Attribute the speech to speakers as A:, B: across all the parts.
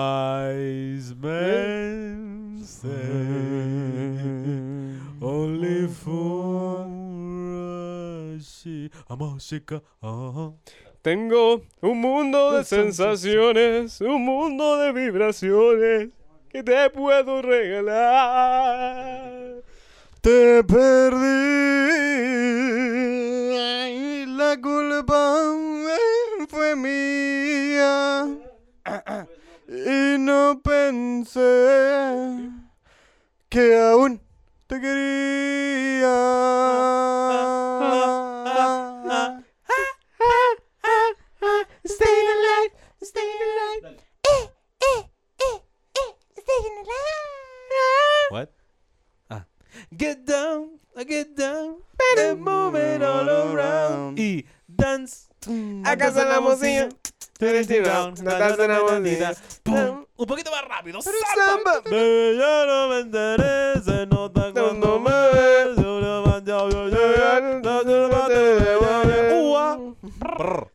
A: Wise men say only fools música.
B: Tengo un mundo de sensaciones, un mundo de vibraciones que te puedo regalar.
A: Te perdí y la culpa fue mía y no pensé que aún te quería.
C: Ah, Staying alive, staying alive. Eh, eh, eh, eh, staying alive.
A: What?
C: Get down, I get down, better move it all around. Y dance.
B: Acá sonamos y- Acá sonamos y-
C: Pum. Un poquito más rápido.
B: Samba.
A: De ya no me interesa, nota cuando me ves. Yo levantado, yo llegué, no te levantes, ua.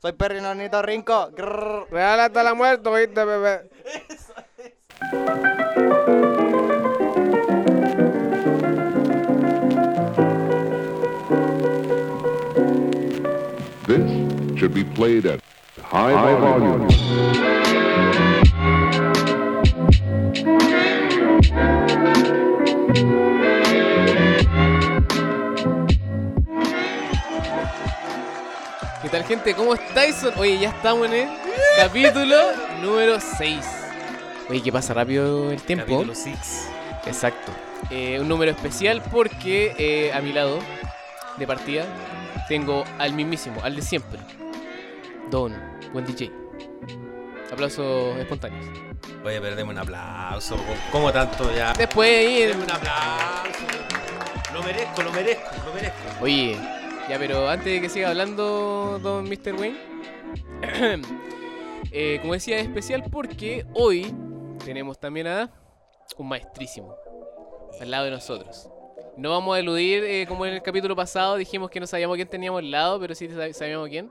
D: Soy Perry Nonito Rinco. Grrr.
B: Real hasta la muerte, oíste, bebé.
E: This should be played at high, volume.
F: ¿Qué tal, gente? ¿Cómo estáis? Oye, ya estamos en el capítulo número 6. Oye, que pasa rápido el tiempo.
C: Capítulo 6.
F: Exacto. Eh, un número especial porque eh, a mi lado, de partida, tengo al mismísimo, al de siempre. Don, buen DJ. Aplausos espontáneos.
C: Oye, pero deme un aplauso. ¿Cómo tanto ya?
F: Después ahí.
C: Deme
F: el-
C: un aplauso. Lo merezco, lo merezco, lo merezco.
F: Oye, ya, pero antes de que siga hablando, don Mr. Wayne. eh, como decía, es especial porque hoy tenemos también a un maestrísimo al lado de nosotros. No vamos a eludir, eh, como en el capítulo pasado dijimos que no sabíamos quién teníamos al lado, pero sí sab- sabíamos quién.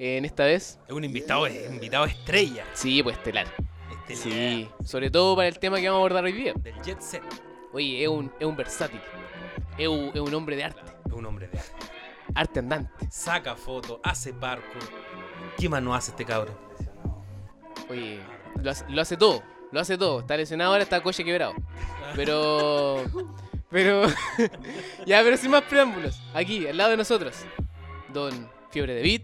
F: Eh, en esta vez,
C: Es un invitado, es un invitado estrella.
F: sí, pues telar.
C: Este
F: Sí, sobre todo para el tema que vamos a abordar hoy día.
C: Del jet set.
F: Oye, es un, es un versátil, es un, es un hombre de arte,
C: Es un hombre de arte.
F: arte andante.
C: Saca fotos, hace barco. ¿Qué más no hace este cabrón?
F: Oye, lo hace, lo hace todo, lo hace todo. Está lesionado ahora, está coche quebrado. Pero. Pero. ya, pero sin más preámbulos. Aquí, al lado de nosotros. Don Fiebre de Beat,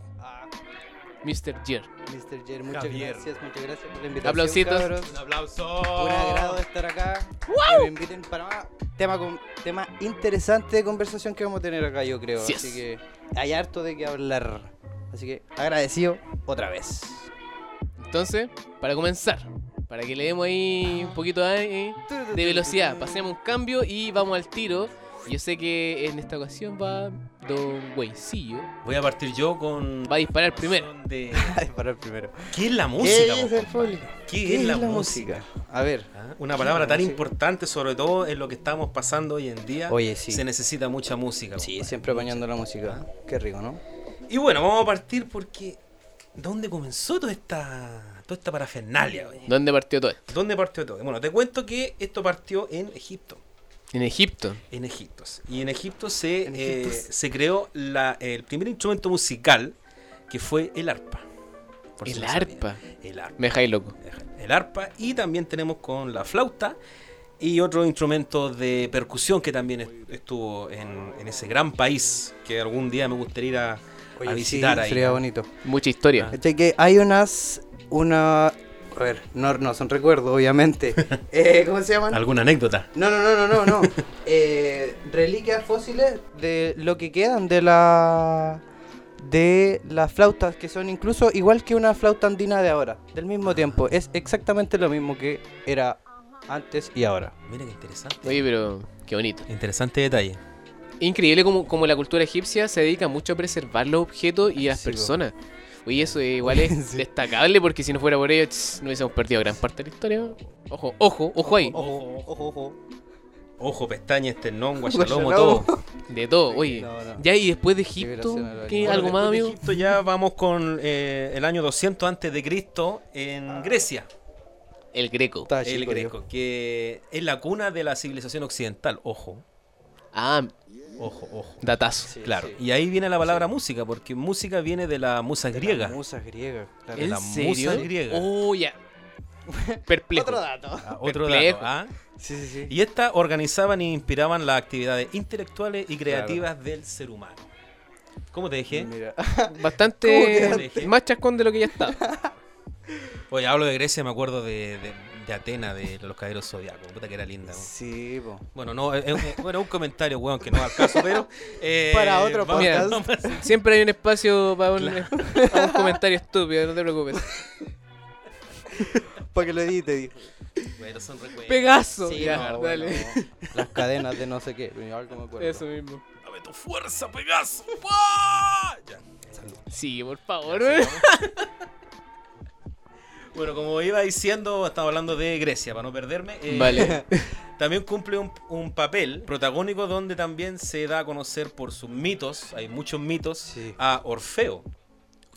F: Mr. Jer.
D: Mr. Jer, muchas
C: Javier.
D: gracias, muchas gracias por la invitación.
F: Aplausitos.
D: cabros.
C: Un aplauso.
D: Un agrado estar acá. Que me inviten para más. Tema, con, tema interesante de conversación que vamos a tener acá, yo creo.
F: Así
D: Así
F: es.
D: que hay harto de qué hablar. Así que agradecido otra vez.
F: Entonces, para comenzar, para que le demos ahí un poquito de, eh, de velocidad, pasemos un cambio y vamos al tiro. Yo sé que en esta ocasión va Don Güeycillo.
C: Voy a partir yo con.
F: Va a disparar primero.
C: de-
D: Ay, para el primero.
C: ¿Qué es la música? po?
D: público?
C: ¿Qué, es la, música?
D: A ver.
C: Ah, Una palabra tan importante, sobre todo en lo que estamos pasando hoy en día.
D: Oye, sí.
C: Se necesita mucha música.
D: Sí,
C: compadre.
D: siempre apañando la música. Qué rico, ¿no?
C: Y bueno, vamos a partir porque. ¿Dónde comenzó toda esta, toda esta parafernalia? oye?
F: ¿Dónde partió todo esto?
C: ¿Dónde partió todo? Bueno, te cuento que esto partió en Egipto.
F: En Egipto.
C: En Egipto. Y en Egipto se,
D: En
C: eh,
D: Egipto.
C: se creó la- el primer instrumento musical que fue el arpa. Por si
F: El
C: no sabían.
F: arpa.
C: El arpa.
F: Me dejáis loco.
C: El arpa. Y también tenemos con la flauta y otro instrumento de percusión que también est- estuvo en, en ese gran país que algún día me gustaría ir a, a visitar ahí.
D: Sería bonito.
F: Mucha historia.
D: Este que hay unas. Una. A ver, no, no son recuerdos, obviamente. Eh, ¿Cómo se llaman?
C: ¿Alguna anécdota?
D: No, no, no, no, no. no. Eh, reliquias fósiles de lo que quedan de la. De las flautas, que son incluso igual que una flauta andina de ahora, del mismo tiempo. Es exactamente lo mismo que era antes y ahora.
C: Mira qué interesante.
F: Oye, pero qué bonito.
C: Interesante detalle.
F: Increíble como, como la cultura egipcia se dedica mucho a preservar los objetos y las
D: Sí, po.
F: personas. Oye, eso eh, igual es
D: Sí.
F: destacable porque si no fuera por ello, tss, no hubiésemos perdido gran parte de la historia. Ojo, ojo, ojo
C: Oh,
F: ahí.
D: Ojo, ojo, ojo.
C: Ojo, pestaña, este esternón, guachalomo,
D: Guachalomo.
C: todo.
F: De todo, oye.
D: No, no.
F: Ya y después de
D: Liberación
F: Egipto,
D: al animal.
F: ¿qué?
D: Bueno,
F: ¿algo
C: después
F: más,
C: de
F: amigo?
C: Ah. Egipto ya vamos con eh, el año 200 antes de Cristo en Grecia.
F: El Greco.
D: Estaba
C: El
D: chico yo.
C: Greco, que es la cuna de la civilización occidental, ojo,
F: Ah,
C: ojo, ojo.
F: datazo.
C: claro, y ahí viene la palabra música, porque música viene de la musa
D: De las
C: griega.
D: musas griegas, claro.
C: El-
F: ¿En
C: la musa
F: serio?
C: griega.
F: Oh, ya. Perplejo.
D: Otro dato.
C: Ah, otro dato.
F: Perplejo.
C: ¿ah?
D: Sí, sí, sí.
C: Y estas organizaban e inspiraban las actividades intelectuales y creativas del ser humano. ¿Cómo te dije?
D: Mira.
C: ¿Cómo
F: Bastante
C: que-
F: más chascón de lo que ya está.
C: Oye, hablo de Grecia, me acuerdo de, de, de Atenas, de los caderos zodiacos. Puta que era linda. weón.
D: Sí, po.
C: Bueno, no, eh, eh, bueno, un comentario, weón, que no va al caso, pero. eh,
D: Para otro
C: vamos-
F: podcast.
C: vamos-
F: Siempre hay un espacio para un, para un comentario estúpido, no te preocupes.
D: Para que lo edite, dijo.
C: bueno, son recuerdos.
F: Pegaso.
D: Sí,
F: ya,
D: no,
F: dale.
D: bueno, las cadenas de no sé qué. Algo me acuerdo.
F: Eso mismo.
C: Dame tu fuerza, Pegaso. ¡Buah! Ya, salud.
F: Sí, por favor, weón.
C: Bueno, como iba diciendo, estaba hablando de Grecia, para no perderme. eh,
F: Vale.
C: También cumple un, un papel protagónico donde también se da a conocer por sus mitos, hay muchos mitos,
D: Sí.
C: a Orfeo.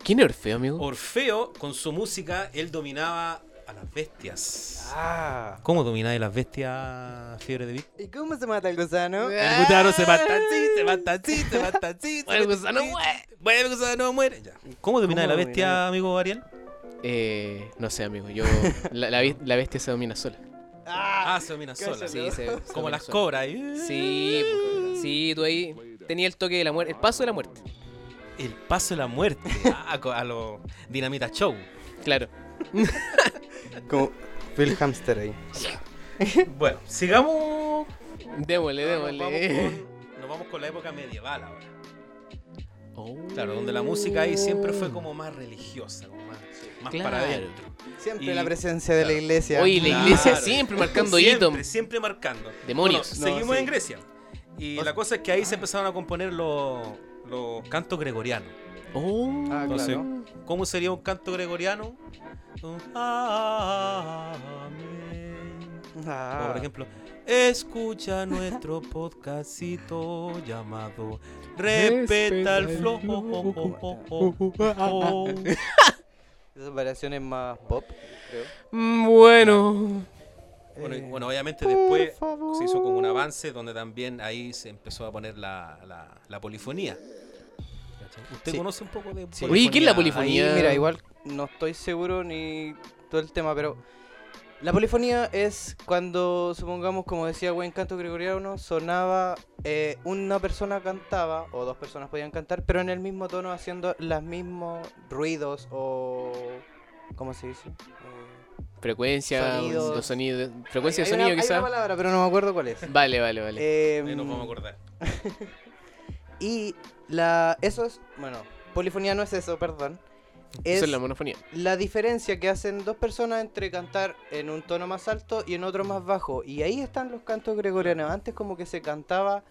F: ¿Quién es Orfeo, amigo?
C: Orfeo, con su música, él dominaba a las bestias.
D: Ah.
C: ¿Cómo domináis las bestias, fiebre de Vic?
D: ¿Y cómo se mata el gusano?
F: El gusano se mata así,
C: se mata así, se mata así.
F: Ah. El gusano muere.
C: Bueno, el gusano muere. Ya. ¿Cómo domináis
D: ¿Cómo
C: la
D: domináis?
C: bestia, amigo Ariel?
F: Eh, no sé, amigo. Yo. La, la, vi- la bestia se domina sola.
C: Ah, se domina sola.
F: Sí, se, se
C: Como
F: domina
C: las
F: sola.
C: cobras. ¿eh? ahí.
F: Sí, pues, sí, tú ahí tenías el toque de la muerte, el paso de la muerte.
C: El paso de la muerte. Ah, co- a los Dinamita Show.
F: Claro.
D: Como Phil Hamster ahí.
C: Bueno, sigamos
F: Démosle,
C: Ahora Nos
F: démosle.
C: vamos, con, nos vamos con la época medieval ahora.
F: Oh.
C: Claro, donde la música ahí siempre fue como más religiosa, como más, más
F: Claro.
C: para adentro.
D: Siempre
C: Y-
D: la presencia de la
C: claro.
D: iglesia.
F: Oye, la iglesia
C: Claro.
F: siempre marcando hito.
C: Siempre, siempre marcando.
F: Demonios.
C: Bueno, seguimos
D: No, sí.
C: en Grecia. Y la cosa es que ahí se empezaron a componer los, los cantos gregorianos.
F: Oh.
D: Ah, claro.
C: Entonces, ¿cómo sería un canto gregoriano? Un amén.
D: Ah.
C: O por ejemplo, escucha nuestro podcastito llamado Respeta el flow.
D: Esas variaciones más pop, creo.
F: Mm, Bueno.
C: Bueno, y-
D: Eh,
C: bueno, obviamente después
D: favor.
C: se hizo como un avance donde también ahí se empezó a poner la, la- la polifonía. ¿Cachai? ¿Usted
D: Sí.
C: conoce un poco de
D: Sí.
C: polifonía?
F: Oye, ¿qué es la
D: Ahí,
F: polifonía?
D: mira, igual no estoy seguro ni todo el tema, pero la polifonía es cuando, supongamos, como decía buen canto gregoriano, sonaba eh, una persona cantaba o dos personas podían cantar, pero en el mismo tono haciendo los mismos ruidos o ¿cómo se dice? Eh,
F: Frecuencia,
D: Sonidos.
F: los sonidos. Frecuencia
D: hay-
F: de
D: hay una-
F: sonido,
D: hay una
F: quizás.
D: palabra, pero no me acuerdo cuál es.
F: Vale, vale, vale.
D: Eh,
C: Ahí nos vamos a acordar.
D: y la eso es, bueno, polifonía no es eso, perdón.
F: Eso
D: Es
F: es la monofonía.
D: la diferencia que hacen dos personas entre cantar en un tono más alto y en otro más bajo. Y ahí están los cantos gregorianos. Antes como que se cantaba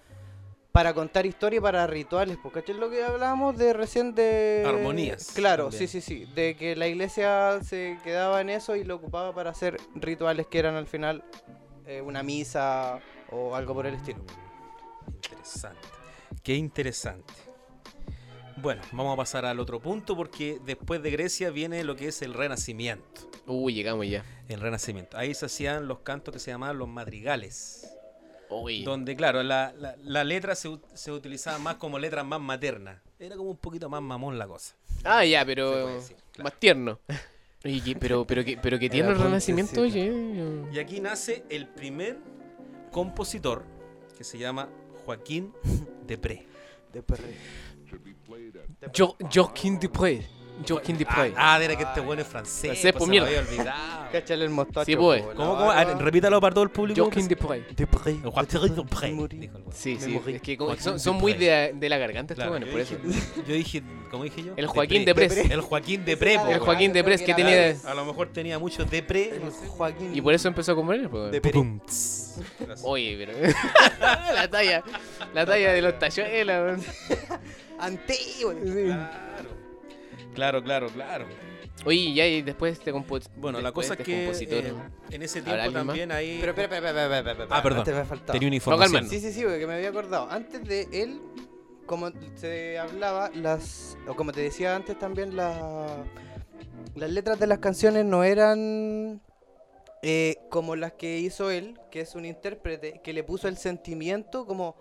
D: para contar historia, para rituales, porque es lo que hablábamos de recién de...
C: Armonías
D: Claro,
C: también.
D: sí, sí, sí. De que la iglesia se quedaba en eso y lo ocupaba para hacer rituales que eran al final eh, una misa o algo por el estilo.
C: Interesante. Qué interesante. Bueno, vamos a pasar al otro punto porque después de Grecia viene lo que es el Renacimiento.
F: Uy, llegamos ya.
C: El Renacimiento. Ahí se hacían los cantos que se llamaban los madrigales.
F: Uy.
C: Donde, claro, la, la- la letra se, ut- se utilizaba más como letras más materna. Era como un poquito más mamón la cosa.
F: Ah, ya,
C: se
F: pero.
C: puede decir, claro.
F: Más tierno. Oye, ¿qué- pero, pero, que pero que tierno el
D: Era
F: renacimiento, oye.
C: Y aquí nace el primer compositor que se llama Joaquín Depré.
D: Después
F: Jo Joaquín Dupré. Joaquín Dupré.
C: Ah, era que este bueno es francés.
F: Francés,
C: pues,
F: po,
C: se me
F: mierda.
C: había olvidado.
D: Cáchale el mostacho.
F: Sí, pues.
D: po, la
C: ¿Cómo, cómo?
D: barba.
C: Ah, repítalo para todo el público.
F: Joaquín Dupré.
D: Depré.
C: Joaquín Depré.
D: Morí.
C: dijo el weón.
F: Sí, sí.
D: morí.
F: Es que como-
C: Joaquín
F: son, son
C: Dupré.
F: muy de, de la garganta estos
C: Claro,
F: buenos,
C: yo
F: por eso.
C: dije- Yo dije, ¿cómo dije yo?
F: El Joaquín
C: Depré.
F: Depré.
C: El Joaquín Depré. po,
F: El
C: weón.
F: Joaquín
D: Creo
F: Deprés
D: que
F: que
D: era
F: tenía.
C: A lo mejor tenía muchos Depré. no sé.
D: Joaquín
F: Y por eso empezó a comer. pues.
D: de Peri.
F: Oye, pero. la talla. La talla de los tachuelas, weón.
D: Antiguo.
C: Claro. Claro, claro, claro.
F: Oye, ya, y después este compositor.
C: Bueno, la cosa es que eh, en ese tiempo
F: ¿Habrá alguien más?
C: también ahí
D: Pero, espera, espera, espera, espera, espera, espera.
C: Ah, perdón.
D: Antes me faltaba.
C: tenía una
F: No,
C: información.
F: calma,
D: Sí, sí, sí, porque me había acordado. Antes de él, como se hablaba, las. O como te decía antes también, la- las letras de las canciones no eran. eh, como las que hizo él, que es un intérprete, que le puso el sentimiento como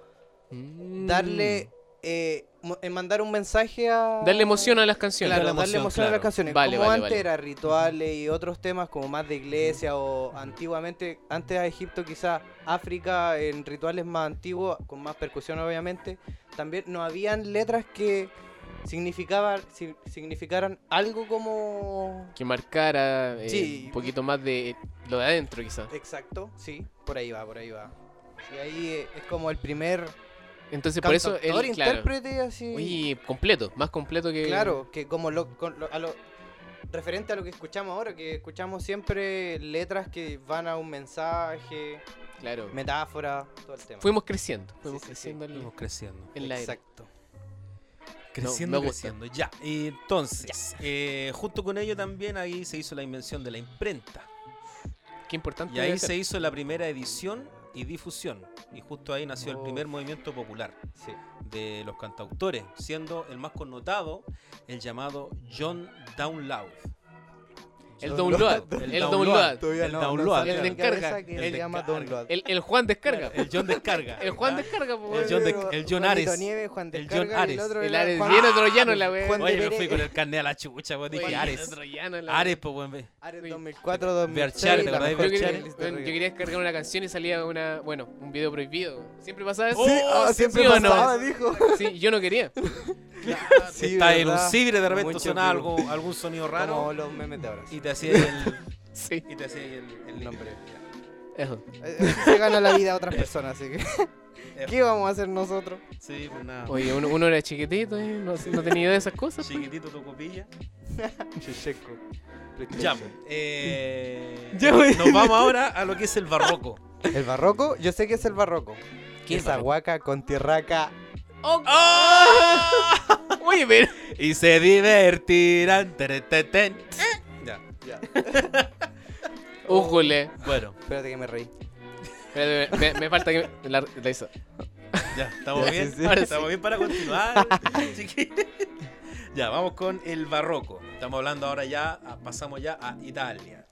D: darle, eh, mo- eh, mandar un mensaje a...
F: Mm. Darle emoción a las canciones.
D: Claro, darle
C: Darle
D: emoción,
C: emoción,
D: a las
C: claro.
D: canciones.
F: Vale,
D: como
F: vale,
D: antes
F: vale.
D: era rituales y otros temas como más de iglesia o antiguamente, antes a Egipto quizás, África en rituales más antiguos, con más percusión obviamente, también no habían letras que significaban, si- significaran algo como...
F: Que marcara eh,
D: Sí.
F: un poquito más de lo de adentro, quizás.
D: Exacto, sí, por ahí va, por ahí va. Y ahí eh, es como el primer
F: Entonces, por eso.
D: cantautor,
F: Él, claro,
D: intérprete así.
F: Oye, completo, más completo que.
D: Claro, que como lo, con lo- a lo- referente a lo que escuchamos ahora, que escuchamos siempre letras que van a un mensaje,
F: Claro.
D: metáfora, todo el tema.
F: Fuimos creciendo. Fuimos
D: sí, sí.
F: creciendo en-
C: Fuimos creciendo.
F: en la era.
D: Exacto.
C: Creciendo,
F: me gusta.
C: creciendo. Ya. Y Entonces, eh, junto con ello también ahí se hizo la invención de la imprenta.
F: Qué importante.
C: Y ahí
F: debe ser.
C: se hizo la primera edición y difusión. Y justo ahí nació
F: Oh.
C: el primer movimiento popular
D: Sí.
C: de los cantautores, siendo el más connotado el llamado John Download.
F: El download. El download.
D: Todavía
C: El
D: no- no
C: download.
D: sale
F: El
D: de
F: de
D: mi cabeza
F: encarga.
D: que
C: El
D: se
C: de
D: llama
C: encarga.
D: download.
F: El, el Juan descarga.
C: El John Descarga.
F: El Juan
C: Ah,
F: descarga, po,
C: el
F: weón.
C: John de-
D: Pero
C: el John
D: Juanito
C: Ares.
D: Nieves, Juan
C: El
D: Descarga
C: John
D: y
C: Ares.
D: otro
F: El
D: era
F: Ares
D: Juan-
F: bien troyano, la weá.
D: Juan
C: Oye, me
D: Pérez.
C: fui con el carnet a la chucha, pues dije
F: Oye,
C: Ares.
F: troyano, la weá.
C: Ares, pues, weón, ve.
D: Ares
F: Oye,
D: 2004, 2006, la
C: Berchare, ¿te acordás de
D: mejor
F: Yo quería,
C: Berchare?
D: playlist de
F: bueno, yo
D: reggae.
F: quería descargar una canción y salía una, bueno, un video prohibido. Siempre pasaba eso.
D: Sí, ah,
F: Oh,
D: siempre
F: ¿sí o no?
D: pasaba, dijo.
F: Sí, yo no quería.
D: Sí,
C: Está en un
D: ¿verdad?
C: cibre, de repente
D: Mucho
C: sonaba
D: virus.
C: algo, algún sonido
D: Como
C: raro
D: los memes de ahora.
C: y te hacía el,
F: Sí,
C: y te hacía el, el nombre.
F: eso.
D: Eh, eh, Se gana la vida a otras personas, así que... ¿Qué vamos a hacer nosotros?
C: Sí, pues nada.
F: Oye, uno, uno era chiquitito y no, no tenía idea de esas cosas. pues.
C: Chiquitito tu copilla.
D: Checheco.
C: Ya, eh,
F: Ya, güey.
C: nos vamos ahora a lo que es el barroco.
D: ¿El barroco? Yo sé que es el barroco.
C: ¿Qué
D: ¿Qué
C: es
D: es aguaca con tierraca?
F: Oh,
D: ¡Ah!
F: Oye, pero.
C: Y se divertirán. teretetén.
D: Eh.
C: Ya,
F: Ójole.
C: bueno,
D: Espérate que me reí.
F: Espérate, me, me falta que. me- La, la hizo.
C: ya, estamos
D: Ya,
C: bien.
D: sí, sí.
F: Ahora
C: Estamos bien para continuar. chiquillos. ya, vamos con el barroco. Estamos hablando ahora ya, a- pasamos ya a Italia.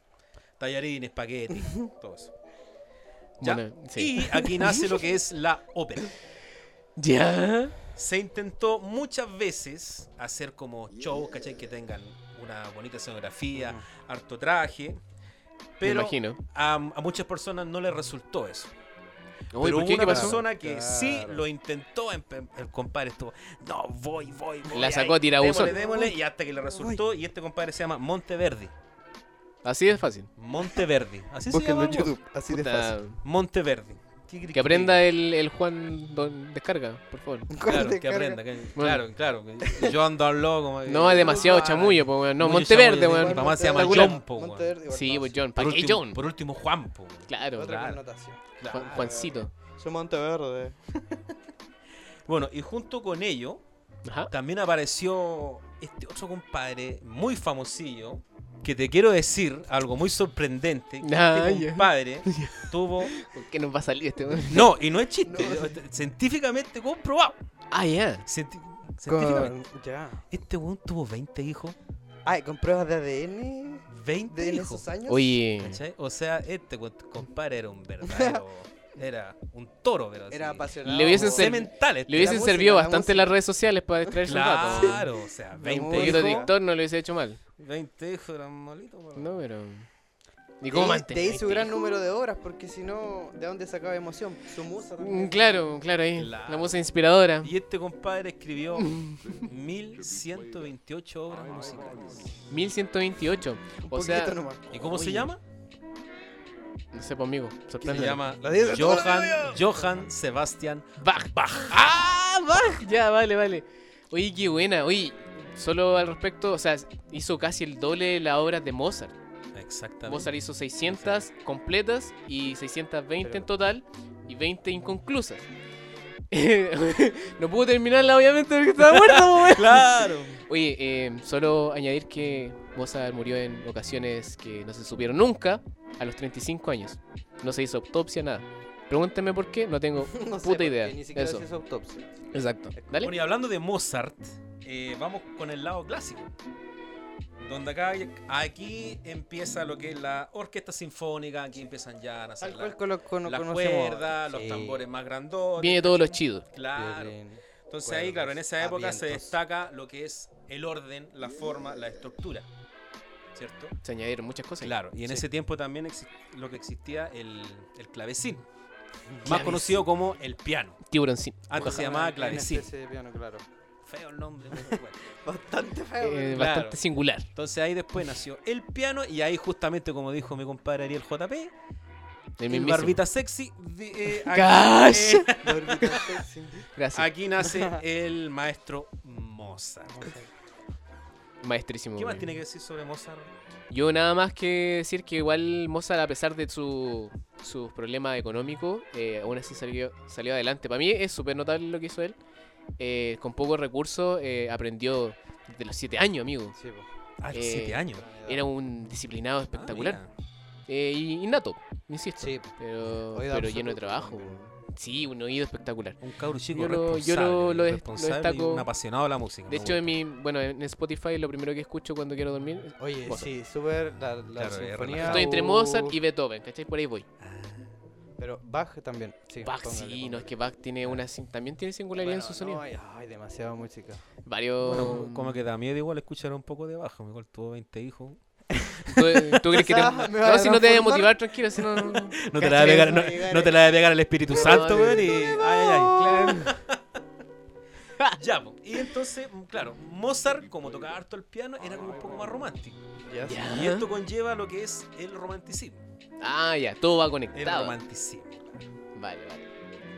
C: Tallarines, espagueti, todo eso. Ya.
F: Bueno, sí.
C: Y aquí nace lo que es la ópera.
F: Ya.
C: Se intentó muchas veces hacer como shows, ¿cachai? Que tengan una bonita escenografía, harto traje.
F: me
C: Pero
F: imagino.
C: a, a muchas personas no les resultó eso.
F: Uy,
C: pero
F: ¿por
C: hubo
F: qué?
C: una
F: ¿Qué pasó?
C: persona que
D: Claro.
C: sí lo intentó, em- em- el compadre estuvo, no, voy, voy, voy.
F: La
C: ahí,
F: sacó a tirabuzón.
C: démosle, démosle", y hasta que le resultó, y este compadre se llama Monteverdi.
F: Así de fácil.
C: Monteverdi. Así se
D: Búsquenlo
C: llama.
D: en YouTube, así de
F: Puta,
D: fácil.
C: Monteverdi.
F: que aprenda el, el Juan Don Descarga, por favor.
C: Claro, que
D: Descarga.
C: aprenda. que- claro, claro. que Yo ando al loco.
F: No, es demasiado
C: Ah,
F: chamullo, po, weón. No,
C: Mucho
F: Monteverde,
C: chamullo,
D: Igual
C: Mi
F: weón.
C: sí. mamá se llama
D: Monteverde,
C: John, po, weón.
D: Monteverde, igual
F: Sí,
D: no,
F: pues John.
C: Por
F: ¿Para qué
C: último,
F: John?
C: por último, Juan. po.
F: Claro,
D: Otra
C: claro.
D: connotación.
C: Claro.
F: Juan- Juancito.
D: Soy Monteverde.
C: Bueno, y junto con ello,
F: Ajá.
C: también apareció este otro compadre muy famosillo. Que te quiero decir algo muy sorprendente. Que
F: Ah,
C: este
F: ya.
C: compadre tuvo.
F: ¿Por qué nos va a salir este weón?
C: No, y no es chiste. es Científicamente comprobado.
F: Ah, ya.
C: Cienti- Científicamente.
D: Con... Ya.
C: Este weón tuvo 20 hijos.
D: Ay, con pruebas de ADN
C: 20
D: de en
C: hijos.
D: esos años.
F: Oye.
C: ¿Cachai? O sea, este cu- compadre era un verdadero. era un toro, pero
D: Era
C: así,
D: apasionado.
F: Le hubiesen
D: por-
F: ser-
C: Semental este.
F: Le hubiesen
D: música,
F: servido
D: la
F: bastante
D: música.
F: las redes sociales para distraerse un rato. weón.
C: Claro, o sea, 20
F: Un
D: Te
F: poquito
D: dijo-
F: de
C: hijos.
F: TikTok no lo hubiese hecho mal.
C: 20 hijos eran malitos, weón.
F: No, pero. ¿Y
D: De
F: cómo
D: ahí-
F: mantener
D: De ahí su
F: este
D: gran
F: hijo?
D: número de obras, porque si no, ¿de dónde sacaba emoción? Su musa
F: Mm,
D: también.
F: Claro, claro, ahí.
C: Claro.
F: La música inspiradora.
C: Y este compadre escribió 1128 obras musicales.
F: 1128. O
D: Un
F: sea,
D: poquito nomás.
C: ¿Y cómo se
F: Oye,
C: llama?
F: no sé, pues, amigo.
C: Se
F: Sorprende.
C: llama
D: La dice todo
C: Johann, Johann Sebastian.
F: Bach. ¡Ah! Bach. Ya, vale, vale. Oye, qué buena. Oye, solo al respecto, o sea, hizo casi el doble de las obras de Mozart.
C: Exactamente.
F: Mozart hizo 600 completas y 620 en total y 20 inconclusas. no pudo terminarla, obviamente, porque estaba muerto, po, weón.
C: Claro.
F: Oye, eh, solo añadir que Mozart murió en ocasiones que no se supieron nunca, a los 35 años. No se hizo autopsia, nada. Pregúntenme por qué, no tengo
D: No sé,
F: puta
D: porque
F: idea.
D: Ni siquiera
F: Eso.
D: se hizo autopsia.
F: Exacto. Dale.
C: Bueno, y hablando de Mozart, eh, vamos con el lado clásico. Donde acá, aquí empieza lo que es la orquesta sinfónica, aquí empiezan ya a hacer
D: Tal
C: la,
D: cual con lo cono-
C: la
D: conocemos.
C: cuerda, los
D: Sí.
C: tambores más grandotes.
F: Viene todos los chidos.
C: Claro.
D: Violín,
C: Entonces ahí, claro, en
D: cuerdas,
C: esa época se
D: avientos.
C: destaca lo que es el orden, la forma, la estructura. ¿Cierto?
F: Se añadieron muchas cosas.
C: Claro, y en
F: Sí.
C: ese tiempo también exi- lo que existía el, el clavecín, más conocido como el piano.
F: Tiburón sí.
C: Antes se
D: Ojalá,
C: llamaba
D: una
C: clavecín.
D: especie de piano, claro.
C: Feo el nombre. pero bueno.
D: Bastante
F: Eh,
D: feo. pero-
F: Bastante singular.
C: Entonces ahí después nació el piano y ahí justamente como dijo mi compadre Ariel JP,
F: El
C: el
F: mismísimo.
C: barbita sexy. de- eh, aquí,
F: ¡Cash!
C: eh,
D: La órbita sexy.
F: Gracias.
C: aquí nace el maestro Mozart.
F: Maestrísimo. eh.
C: ¿Qué más
F: güey.
C: tiene que decir sobre Mozart?
F: Yo nada más que decir que igual Mozart, a pesar de su, sus problemas económicos, eh, aún así salió, salió adelante. Para mí es súper notable lo que hizo él. Eh, con pocos recursos eh, aprendió desde los 7 años, amigo.
D: Sí, po.
C: Ah,
F: Eh,
C: siete años.
F: Era un disciplinado
C: Ah,
F: espectacular.
C: mira.
F: Eh, y innato, insisto.
D: Sí,
F: Pero,
D: Oído
F: pero lleno de
D: absoluto,
F: trabajo.
D: güey.
F: Sí, un oído espectacular.
C: Un cabro chico
F: Yo lo-
C: responsable,
F: yo lo- lo des- lo
C: responsable
F: destaco.
C: y un apasionado de la música.
F: De
C: me
F: hecho, en
C: gusta.
F: mi, bueno, en Spotify lo primero que escucho cuando quiero dormir. es-
D: Oye,
F: Mozart.
D: sí, súper la, la
C: Claro, es
D: sinfonía.
C: relajado.
F: Estoy entre Mozart
D: uf,
F: y Beethoven, ¿cachai? Por ahí voy.
D: Pero Bach también. Sí,
F: Bach,
D: póngale,
F: sí, no
D: póngale.
F: es que Bach
C: Ah.
F: tiene una, sin- también tiene singularidad
D: Bueno,
F: en su
D: no,
F: sonido.
D: hay, ay, demasiada música.
F: Varios.
C: eh.
F: mm,
C: Bueno, como que da miedo igual escuchar un poco de bajo. Mejor tuvo 20 hijos.
F: ¿Tú, tú crees que te...
D: sea, me va
F: No,
D: a
F: si no te voy a
D: transformar.
F: motivar, tranquilo, si no...
C: No te la va a pegar, no, no te la va a pegar el Espíritu Santo,
F: no,
C: weón. Y, ay, ay,
F: Claro.
C: ay. Ya, po. y entonces, mm, claro, Mozart, como tocaba harto el piano, era como un poco más romántico.
D: Ya, sí.
C: Y esto conlleva lo que es el romanticismo.
F: Ah, ya, todo va
C: El
F: conectado.
C: romanticismo.
F: Vale, vale.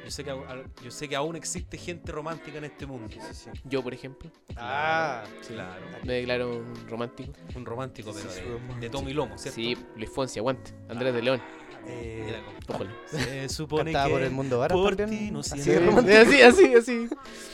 C: Yo sé, que, au- al- yo sé que aún existe gente romántica en este mundo.
D: Sí, sí.
F: Yo, por ejemplo,
D: Ah,
C: Claro.
F: me declaro un romántico.
C: Un romántico, pero
D: Sí, sí,
C: de,
D: romántico.
C: de Tommy Lomo, ¿cierto? Ah.
F: Sí, Luis Fonsi, aguante. Andrés de León,
D: eh,
C: Mira,
F: ójalo.
C: Se supone
D: cantaba
C: que...
D: por el mundo ahora
C: por ti
D: también.
C: no
D: así
C: siento-
D: de romántico.
F: Así, así, así.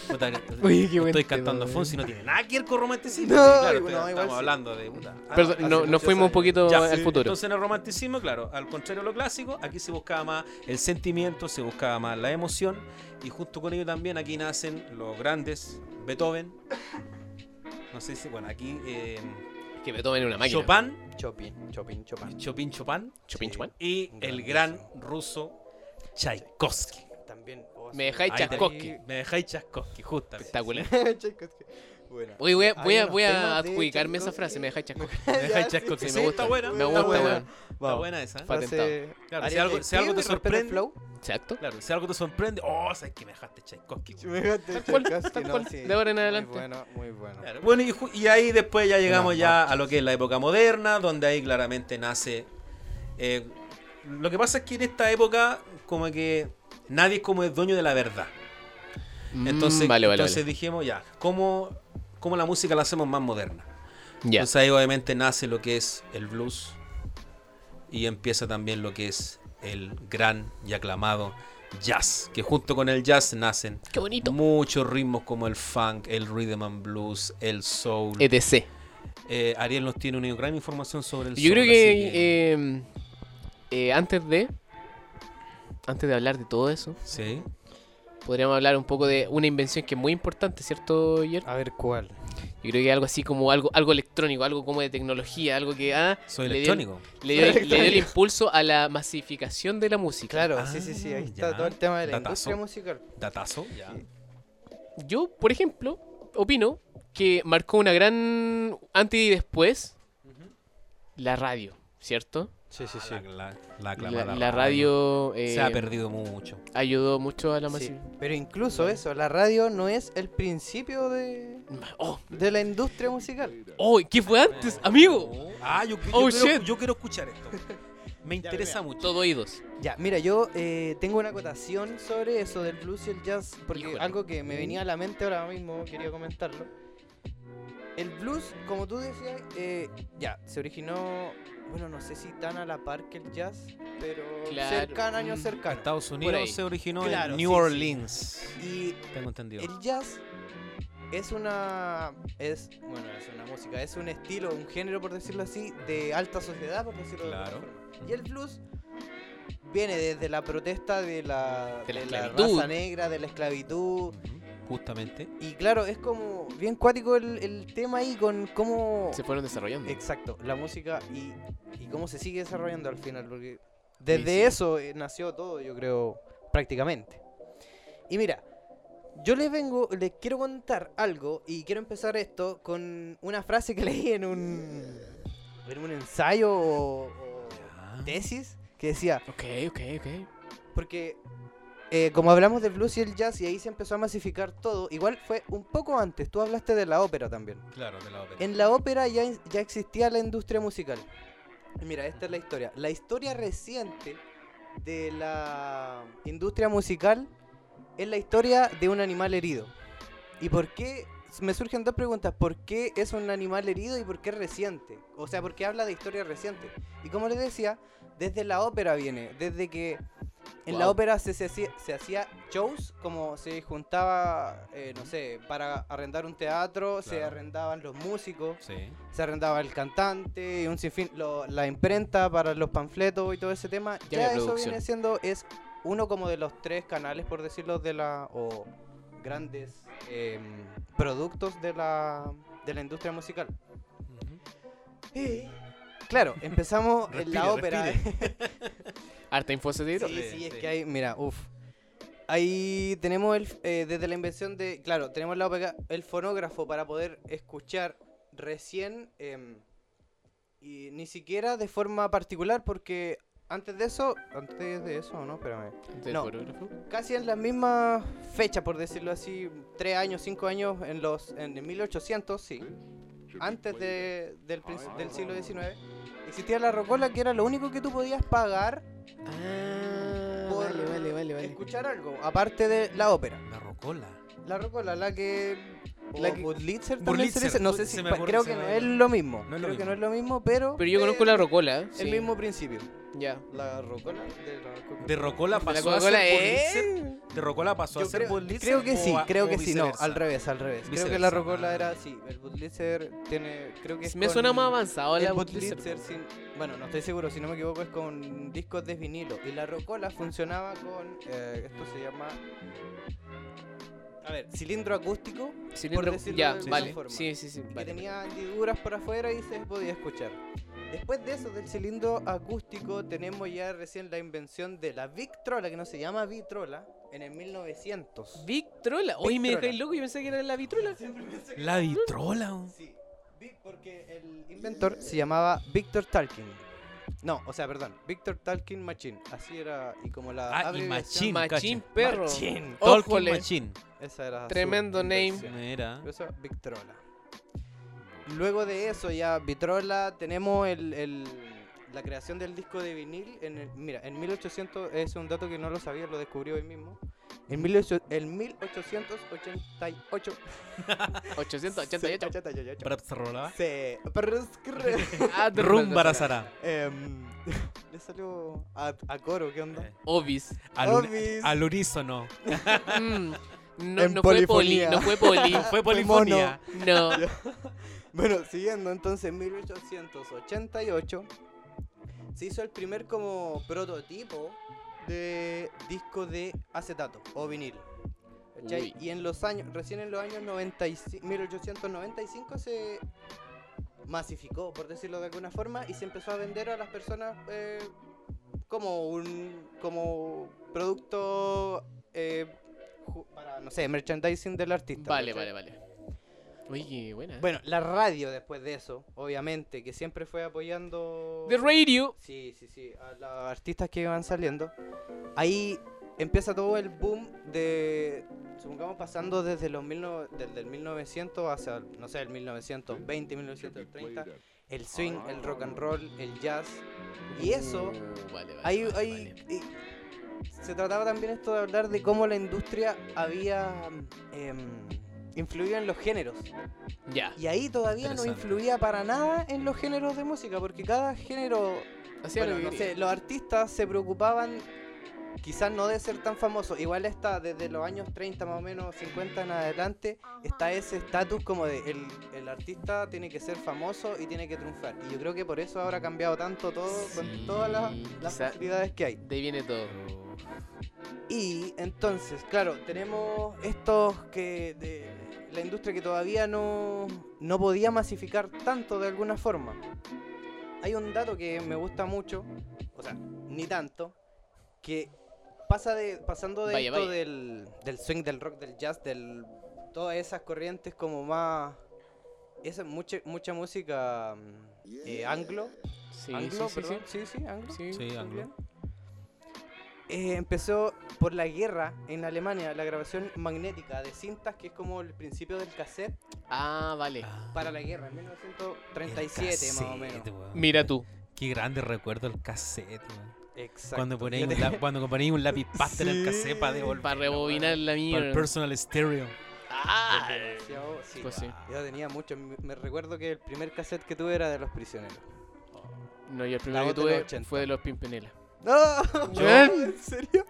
C: Puta,
F: Oye, qué buen
C: estoy
F: tema,
C: cantando a
F: weón.
C: Fonsi, no tiene nada que ver con romanticismo.
D: No,
C: Sí, claro,
D: igual-
C: estoy-
D: no, igual
C: estamos
D: sí.
C: hablón de puta. Ah,
F: Perdón,
D: hace
F: no, nos
D: muchos
F: fuimos un
D: años.
F: poquito
C: Ya,
F: al
C: sí.
F: futuro.
C: Entonces en el romanticismo, claro, al contrario de lo clásico, aquí se buscaba más el sentimiento, se buscaba más la emoción y junto con ello también aquí nacen los grandes Beethoven. No sé si, bueno, aquí eh,
F: Es que me tomen una máquina.
C: Chopin,
D: Chopin, Chopin, Chopin.
C: Chopin, Chopin
F: Chopin, Chopin.
C: y el gran ruso Tchaikovsky.
D: También. oh,
F: Me
D: sí.
F: dejáis
C: Ahí te-
F: Tchaikovsky.
C: Me dejáis Tchaikovsky, justamente.
F: Espectacular.
D: Tchaikovsky. Bueno.
F: Oye, voy a,
D: Hay
F: voy a,
D: unos
F: voy a
D: temas de
F: adjudicarme esa
D: Tchaikovsky.
F: frase, me dejáis chasco.
C: Me dejáis Tchaikovsky.
F: Sí, me gusta.
C: Está buena,
F: me
C: está
F: gusta,
C: buena.
F: weón.
C: Está buena esa. ¿eh?
F: Fue
D: Frase-
C: Claro, si
D: Ariel,
C: algo- si algo te
D: escribe, respeta el
C: sorprende-
D: flow.
F: Exacto.
C: Claro, si algo te sorprende, oh, sabes que me dejaste Tchaikovsky. weón.
D: Me dejaste
F: cual,
D: Tchaikovsky,
F: tal
D: no,
F: cual.
D: sí.
F: De ahora en
D: Muy
F: adelante.
D: bueno, muy bueno.
C: Claro, Bueno, y, ju- y ahí después ya llegamos
D: Unas
C: ya a lo que es la época moderna, donde ahí claramente nace... eh, lo que pasa es que en esta época como que nadie es como el dueño de la verdad.
F: Mm,
C: Entonces,
F: vale, vale,
C: entonces dijimos ya, ¿cómo, ¿cómo la música la hacemos más moderna?
F: vale. Ya.
C: Entonces ahí obviamente nace lo que es el blues y empieza también lo que es el gran y aclamado jazz, que junto con el jazz nacen
F: Qué bonito.
C: muchos ritmos como el funk, el rhythm and blues, el soul.
F: ETC.
C: Eh, Ariel nos tiene una gran información sobre el
F: Yo creo
C: soul,
F: que,
C: así que-
F: eh, eh, antes de antes de hablar de todo eso,
C: Sí.
F: podríamos hablar un poco de una invención que es muy importante, ¿cierto, Yer?
D: A ver cuál.
F: Yo creo que algo así como algo algo electrónico, algo como de tecnología, algo que ah,
C: Soy
F: le dio-
C: electrónico.
F: le dio, le dio el impulso a la masificación de la música.
D: Claro,
C: Ah,
D: sí, sí, sí. Ahí
C: ya.
D: está todo el tema de la
C: Datazo.
D: industria musical.
C: Datazo. Ya.
F: Yo, por ejemplo, opino que marcó una gran antes y después la radio, ¿cierto?
D: Sí, sí, sí.
C: La, la- la
F: La,
C: aclamada
F: la radio eh,
C: Se ha perdido mucho.
F: ayudó mucho a la
D: Sí,
F: masificación.
D: Pero incluso eso, la radio no es el principio de,
F: Oh,
D: de la industria musical.
F: oh, ¿qué fue antes, amigo?
C: Ah, yo, yo
F: Oh,
C: quiero,
F: shit.
C: yo quiero escuchar esto. Me interesa mucho.
F: Todo oídos.
D: Ya, mira, yo eh, tengo una acotación sobre eso del blues y el jazz, porque
F: Híjole.
D: algo que me venía a la mente ahora mismo, quería comentarlo. El blues, como tú decías, eh, ya, se originó, bueno, no sé si tan a la par que el jazz, pero
F: Claro,
D: cercano, años
F: mm.
D: cercanos.
C: Estados
F: ahí.
C: Unidos se originó
D: Claro,
C: en New
D: sí, sí.
C: Orleans.
D: Y
C: Tengo entendido.
D: El jazz es una es bueno, es una música, es un estilo, un género por decirlo así, de alta sociedad por decirlo de
C: Claro.
D: alguna forma. Y el blues viene desde la protesta de la,
F: De la
D: de la
F: esclavitud.
D: raza negra, de la esclavitud,
C: Ujú.
G: justamente.
D: Y claro, es como bien cuático el, el tema ahí con cómo...
F: Se fueron desarrollando.
D: Exacto, la música y, y cómo se sigue desarrollando al final, porque desde eso eh, nació todo, yo creo, prácticamente. Y mira, yo les vengo, les quiero contar algo y quiero empezar esto con una frase que leí en un, en un ensayo o, o
C: Ah,
G: Ya.
D: tesis que decía,
F: Ok, ok, ok.
D: porque eh, como hablamos del blues y el jazz y ahí se empezó a masificar todo, igual fue un poco antes, tú hablaste de la ópera también.
G: Claro, de la ópera.
D: En la ópera ya, ya existía la industria musical. Mira, esta es la historia. La historia reciente de la industria musical es la historia de un animal herido. ¿Y por qué? Me surgen dos preguntas. ¿Por qué es un animal herido y por qué es reciente? O sea, ¿por qué habla de historia reciente? Y como les decía, desde la ópera viene. Desde que en la
F: Guau.
D: ópera se, se hacía- se hacía shows, como se juntaba, eh, no sé, para arrendar un teatro, se
G: Claro.
D: arrendaban los músicos
G: Sí.
D: se arrendaba el cantante y un sinfín, lo- la imprenta para los panfletos y todo ese tema.
F: Ya
D: Ya,
F: había
D: eso
F: producción.
D: viene siendo, es uno como de los tres canales, por decirlo, de la, o grandes em, productos de la, de la industria musical. Y, claro, empezamos en
G: Eh.
D: la
G: Respire,
D: ópera.
G: respire.
F: Harta info se tiró.
D: Sí,
G: Sí,
D: sí, es
G: sí.
D: que hay, mira, uff. Ahí tenemos el, eh, desde la invención de, claro, tenemos la OPK, el fonógrafo para poder escuchar recién em, y ni siquiera de forma particular porque antes de eso, antes de eso, no, espérame,
F: Del
D: No.
F: fotógrafo.
D: casi en las mismas fechas, por decirlo así, tres años, cinco años en los, en el 1800, sí, antes de- del, princ- del siglo XIX, existía la rocola que era lo único que tú podías pagar
F: Ah,
D: por
F: vale, vale, vale, vale.
D: escuchar algo, aparte de la ópera.
G: La rocola.
D: La rocola, la que.
F: La
D: o
F: que-
D: Burlitzer también
G: Burlitzer,
D: se dice. No
G: uh,
D: sé
G: se
D: si.
G: me
D: pa-
G: ocurre-
D: Creo
G: se
D: que
G: me-
D: no es lo mismo.
G: no es lo
D: creo que no
G: mismo.
D: es lo mismo, pero.
F: Pero yo conozco la rocola. ¿eh?
D: El
F: sí.
D: mismo principio.
F: Ya.
D: La rocola. De la Coca-Cola.
G: De rocola
F: De la
G: pasó a
F: Coca-Cola,
G: ser
F: ¿eh?
G: Burlitzer. De rocola pasó
D: Yo
G: a ser
D: creo,
G: Burlitzer.
D: creo que
G: o
D: sí,
G: a-
D: creo
G: o
D: que sí, no,
G: viceversa.
D: al revés, al revés. Creo que
G: Viceversa.
D: la rocola
G: Ah.
D: era así, el Budlitzer tiene, creo que es
F: Me
D: con-
F: suena más avanzado la
D: el
F: Budweiser.
D: Budlitzer, sin- bueno, no estoy seguro, si no me equivoco es con discos de vinilo y la rocola funcionaba con, eh, esto se llama, a ver, cilindro acústico
F: Cilindro-
D: decirlo de
F: Ya,
D: alguna
F: vale.
D: forma.
F: Sí, sí, sí.
D: que
F: vale.
D: tenía hendiduras por afuera y se podía escuchar. Después de eso, del cilindro acústico, tenemos ya recién la invención de la Victrola, que no se llama Vitrola, en el 1900.
F: Victrola. Hoy me
D: Victrola.
F: dejáis loco. Yo pensé que era la vitrola.
G: La vitrola. oh.
D: Sí, Vic- porque el inventor se llamaba Victor Talking. No, o sea, perdón, Victor Talking Machine. Así era, y como la.
G: Ah, y Machine.
D: abreviación-
F: Machín,
G: cacha.
F: perro.
D: Machine.
G: Talking
F: Ójole.
G: Machine.
D: Esa era su
F: Tremendo name.
D: invención.
G: Mira.
D: Eso, Victrola. Luego de eso, ya Vitrola, tenemos el, el- la creación del disco de vinil. En el- mira, en 1800, es un dato que no lo sabía, lo descubrí hoy mismo. En 18- en 1888.
F: 888.
D: 88.
G: Para se rolaba.
D: Se. prescribe.
F: Ah, te
G: Rumba
F: recuerdo.
G: Sara.
D: Em, le salió a, a coro, ¿qué onda? Oh,
F: Obis.
G: Eh, Al, un-
D: Obis.
G: al unísono.
F: Mm, No,
D: En
F: no fue poli.
D: polifonía.
F: No fue poli.
G: Fue
D: Fue
G: polifonía.
F: No.
D: Bueno, siguiendo entonces, en 1888 se hizo el primer como prototipo de disco de acetato o vinil. ¿cachai?
F: Uy.
D: Y en los años, recién en los años 95, 1895 se masificó, por decirlo de alguna forma, y se empezó a vender a las personas eh, como un como producto eh, ju- para, no sé, merchandising del artista.
F: Vale,
D: ¿cachai?
F: vale, vale. Uy, qué buena.
D: Bueno, la radio después de eso, obviamente, que siempre fue apoyando.
F: The Radio.
D: Sí, sí, sí, a los artistas que iban saliendo. Ahí empieza todo el boom de. Supongamos pasando desde los mil no- desde el 1900 hacia, no sé, el 1920, 1930. El swing, el rock and roll, el jazz. Y eso
F: Uh, vale, vale,
D: Ahí,
F: vale,
D: ahí-
F: vale.
D: y- se trataba también esto de hablar de cómo la industria había em, influido en los géneros.
F: Ya.
D: Y ahí todavía no
G: Interesante.
D: influía para nada en los géneros de música, porque cada género,
F: Hacía
D: bueno,
F: lo que
D: no
F: quería.
D: sé, los artistas se preocupaban quizás no de ser tan famosos. Igual está desde los años 30 más o menos, 50 en adelante, está ese estatus como de el, el artista tiene que ser famoso y tiene que triunfar. Y yo creo que por eso ahora ha cambiado tanto todo,
F: Sí,
D: con todas las, las
F: quizá-
D: posibilidades que hay.
F: De ahí viene todo.
D: Y entonces, claro, tenemos estos que de la industria que todavía no, no podía masificar tanto de alguna forma. Hay un dato que me gusta mucho, o sea, ni tanto, que pasa de pasando de
F: Vaya,
D: esto
F: vaya.
D: Del, del swing, del rock, del jazz, del todas esas corrientes como más esa mucha mucha música mm, eh, anglo,
F: Sí,
D: anglo,
F: sí, sí,
D: perdón. sí, sí, anglo.
F: sí.
C: Sí,
F: Sí.
C: anglo.
D: Eh, empezó por la guerra en Alemania, la grabación magnética de cintas, que es como el principio del cassette
F: Ah, vale.
D: para la guerra, en 1937 más o menos.
F: Mira tú.
C: Qué grande recuerdo el cassette, weón.
D: Exacto.
C: Cuando ponéis un,
D: Yo te-
C: la- cuando ponéis un lápiz pasta en el cassette para devolver.
F: Para rebobinar la
C: Para el
F: mierda.
C: personal stereo.
F: Ah,
D: Yo- sí,
F: Pues sí.
D: Yo tenía mucho. Me me recuerdo que el primer cassette que tuve era de Los Prisioneros.
F: No, yo el primero que
D: voz de los
F: tuve
D: 80.
F: fue de los Pimpinela.
D: ¡No!
F: Joan.
D: ¿En serio?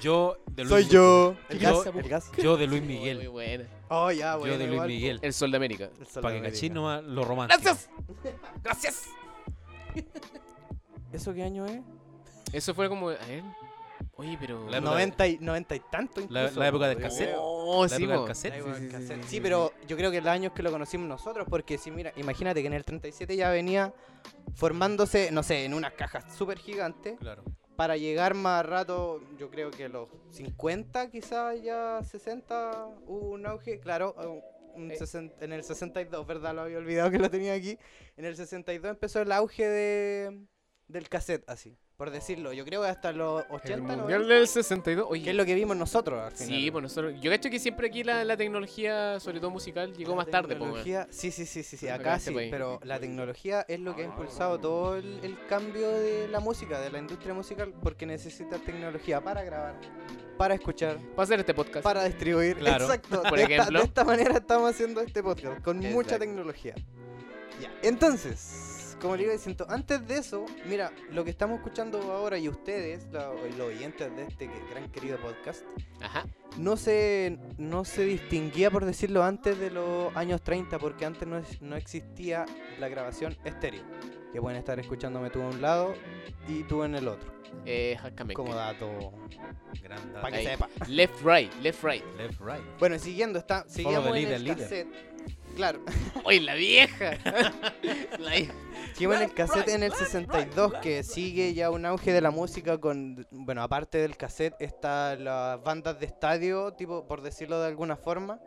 C: Yo de Luis
D: Soy
C: Mi-
D: yo.
C: El
D: El
C: gas,
D: gas.
C: el
D: El gas.
C: Yo de Luis
F: Muy
C: Miguel.
F: buena.
D: Oh, ya,
C: Yo
D: bueno.
C: de Luis
D: igual,
C: Miguel.
F: El Sol de América.
D: el Sol
C: Para
D: de
C: que
D: América.
C: cachis nomás lo romántico.
F: ¡Gracias!
C: ¡Gracias!
D: ¿Eso qué año es?
F: Eso fue como. A ver. Oye, pero.
C: La época-
D: 90 y, 90 y tanto
C: La-
D: incluso.
C: la época del
D: Yo
C: cassette.
D: creo.
F: No,
C: La
F: sí,
C: época del
F: po.
C: cassette.
D: Ahí
F: Sí,
D: va el
F: sí, sí,
D: cassette.
F: sí,
D: Sí,
F: sí.
D: pero yo creo que en los años que lo conocimos nosotros, porque si mira, imagínate que en el 37 ya venía formándose, no sé, en unas cajas súper gigantes,
C: Claro.
D: para llegar más rato, yo creo que los 50, quizás ya 60, hubo un auge, claro, un- un
F: Eh.
D: 60 en el 62, ¿verdad? Lo había olvidado que lo tenía aquí. En el 62 empezó el auge de, del cassette, así, por decirlo, yo creo que hasta los
F: Oh. El
D: 80,
F: Mundial
D: 90,
F: del 62. Oye.
D: que es lo que vimos nosotros al final.
F: Sí, pues nosotros. Yo cacho que siempre aquí la, la tecnología, sobre todo musical, llegó
D: La
F: más tarde, po, weón.
D: tecnología- Sí, sí, sí, sí, sí,
F: Acá en
D: acá
F: este
D: sí,
F: país.
D: pero la tecnología es lo que ha impulsado todo el, el cambio de la música, de la industria musical, porque necesitas tecnología para grabar, para escuchar,
F: Para hacer este podcast.
D: para distribuir.
C: Claro.
D: Exacto,
F: Por
D: de, esta-
F: ejemplo.
D: de esta manera estamos haciendo este podcast, con mucha
F: Exacto.
D: tecnología. Ya, entonces, como le iba diciendo, antes de eso, mira, lo que estamos escuchando ahora y ustedes, la- los oyentes de este gran querido podcast,
F: Ajá.
D: no se, no se distinguía, por decirlo, antes de los años 30, porque antes no, es- no existía la grabación estéreo. Que pueden estar escuchándome tú en un lado y tú en el otro.
F: Eh, Hackame.
D: Como dato
C: Gran dato.
D: para que
F: Ahí.
D: sepa.
F: Left, right, left, right.
C: Left, right.
D: Bueno, y siguiendo, está, seguimos
C: the
D: en
C: leader,
D: el
C: leader.
D: cassette. Claro,
F: ¡Oye, la vieja! la hija.
D: seguimos en el cassette en el 62, que sigue ya un auge de la música con... Bueno, aparte del cassette, está las bandas de estadio, tipo, por decirlo de alguna forma,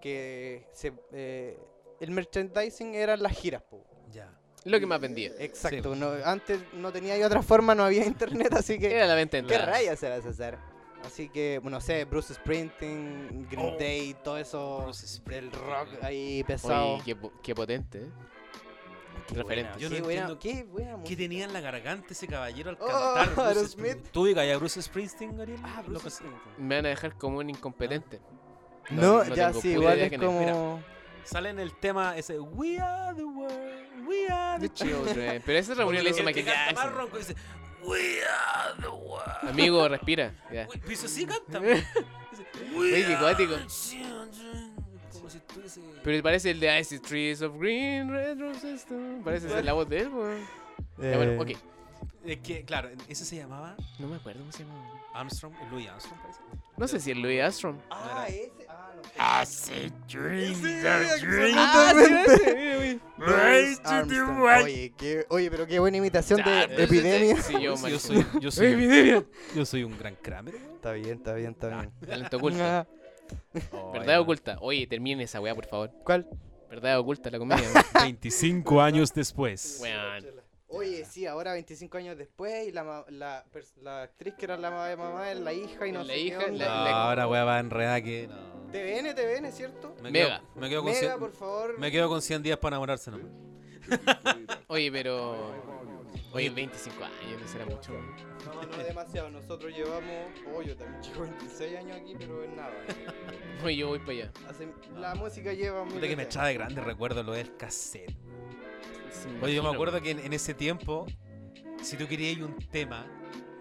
D: que se... eh, el merchandising eran las giras, po.
C: Ya.
F: Lo que más vendía.
D: Exacto, no- antes no tenía yo otra forma, no había internet, así que...
F: Era la venta de
D: ¿Qué
F: entradas.
D: rayas era César? Así que, bueno, sé, Bruce Sprinting, Green
C: Oh.
D: Day, todo eso
C: Bruce
D: del
C: Springsteen.
D: rock ahí pesado.
F: Oye, qué, po- qué potente, ¿eh? Referente.
C: Yo
D: qué
C: no
D: buena,
C: entiendo
D: qué buena
C: ¿Qué
D: música.
C: tenía en la garganta ese caballero al
D: Oh,
C: cantar? Bruce
D: Aerosmith.
C: Spring- ¿Tú digas a Bruce Springsteen, Ariel?
D: Ah,
C: Lo
D: Bruce
C: que-
D: Springsteen.
F: Me van a dejar como un incompetente.
D: No,
F: no
D: ya
F: tengo
D: sí,
F: puta
D: igual
F: idea
D: es
F: quién es.
D: como...
C: Sale en el tema ese We are the world, we are the
F: The children. Pero esa reunión la hizo
C: El que
F: Michael
C: canta más
F: Jackson.
C: ronco dice We are the world.
F: Amigo, respira. Ya.
C: Uy, Pero eso sí canta. Dice, "We
F: Oye, qué
C: are
F: cuático.
C: children". Como si tuviese-
F: Pero parece el de Icy Trees of Green, Red Roses. too. Parece ser la voz de él, weón. Ya,
D: Eh.
F: bueno, ok.
C: Es que, claro, ese se llamaba
F: No me acuerdo cómo se llama.
C: Armstrong, Louis Armstrong, parece.
F: No sé si es Louis Armstrong.
D: Ah, ese... Ah, no.
C: Hace dreams are
F: Ah, sí, ese, uy, uy.
D: Louis Armstrong. Oye, qué- oye, pero qué buena imitación
F: Ya,
D: de
F: entonces,
D: Epidemia.
F: Sí, yo,
C: Yo
F: Michael.
C: soy, yo soy,
F: Epidemia.
C: yo soy un gran Kramer.
D: Está bien, está bien, está bien.
F: Talento oculto.
D: Ah,
F: Verdad oculta. Oye, terminen esa weá, por favor.
D: ¿Cuál?
F: Verdad oculta la comedia. weón.
C: 25 años después.
F: Weón.
D: Oye, sí, ahora 25 años después y la, ma- la, pers- la actriz que era la ma- mamá es la hija y no
F: La
D: sé qué
F: hija,
D: onda.
C: No,
F: la-
C: ahora wea va enredada que. no.
D: TVN, TVN, ¿cierto?
C: Me
F: Mega.
C: quedo- me, quedo con
D: Mega,
C: 100,
D: por favor.
C: me quedo con 100 días para enamorarse nomás.
F: Oye, pero. Oye, 25 años, no será mucho. weón.
D: No, no demasiado. Nosotros llevamos. Oh, yo también llevo 26 años aquí, pero es nada. ¿eh?
F: Oye, yo voy para allá.
D: Hace- la música lleva. mil
C: Puta que me
D: años.
C: trae grandes recuerdos lo del cassette.
F: Sí,
C: Oye, yo me
F: imagino,
C: acuerdo que en, en ese tiempo, si tú querías un tema,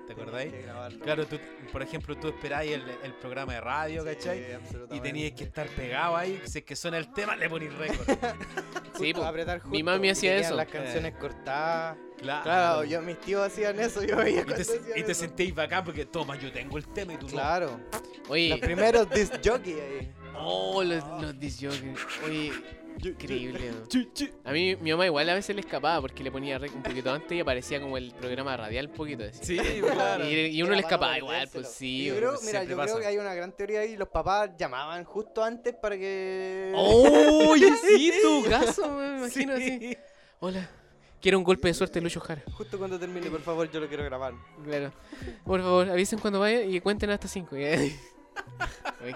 C: ¿te acordáis?
D: Tenías que grabarlo.
C: Claro, tú, por ejemplo, tú esperáis el, el programa de radio,
D: Sí,
C: ¿cachai? Y
D: absolutamente.
C: tenías que estar pegado ahí, si es que suena el tema, le ponís récord.
F: Sí, po.
D: apretar
F: Mi mami
D: y
F: hacía
D: tenían
F: eso. Ah.
D: Las canciones cortadas.
C: Claro.
D: Claro, yo, mis tíos hacían eso, yo veía
C: Y te,
D: cuando hacían
C: y te
D: eso.
C: sentéis bacán porque toma, yo tengo el tema y tú
D: Claro, los
F: Oye,
D: primeros disc jockey ahí.
F: oh, los, los disc jockeys. Oye, increíble. weón. A mí, mi mamá igual a veces le escapaba porque le ponía rec un poquito antes y aparecía como el programa radial un poquito. así.
C: no. Sí, claro.
F: Y, y uno
D: Era
F: le
D: para
F: escapaba
D: no
F: igual, pues
D: perdérselo.
F: sí.
D: Yo
F: weón.
D: creo-
C: pues,
D: mira,
C: siempre
D: yo creo
C: pasa.
D: que hay una gran teoría ahí. Los papás llamaban justo antes para que.
F: ¡Oye, ¡Oh, sí, tu caso! Me imagino así.
C: Sí.
F: Hola, quiero un golpe de suerte, Lucho Jara.
D: Justo cuando termine, por favor, yo lo quiero grabar.
F: Claro. Por favor, avisen cuando vayan y cuenten hasta 5. Ay,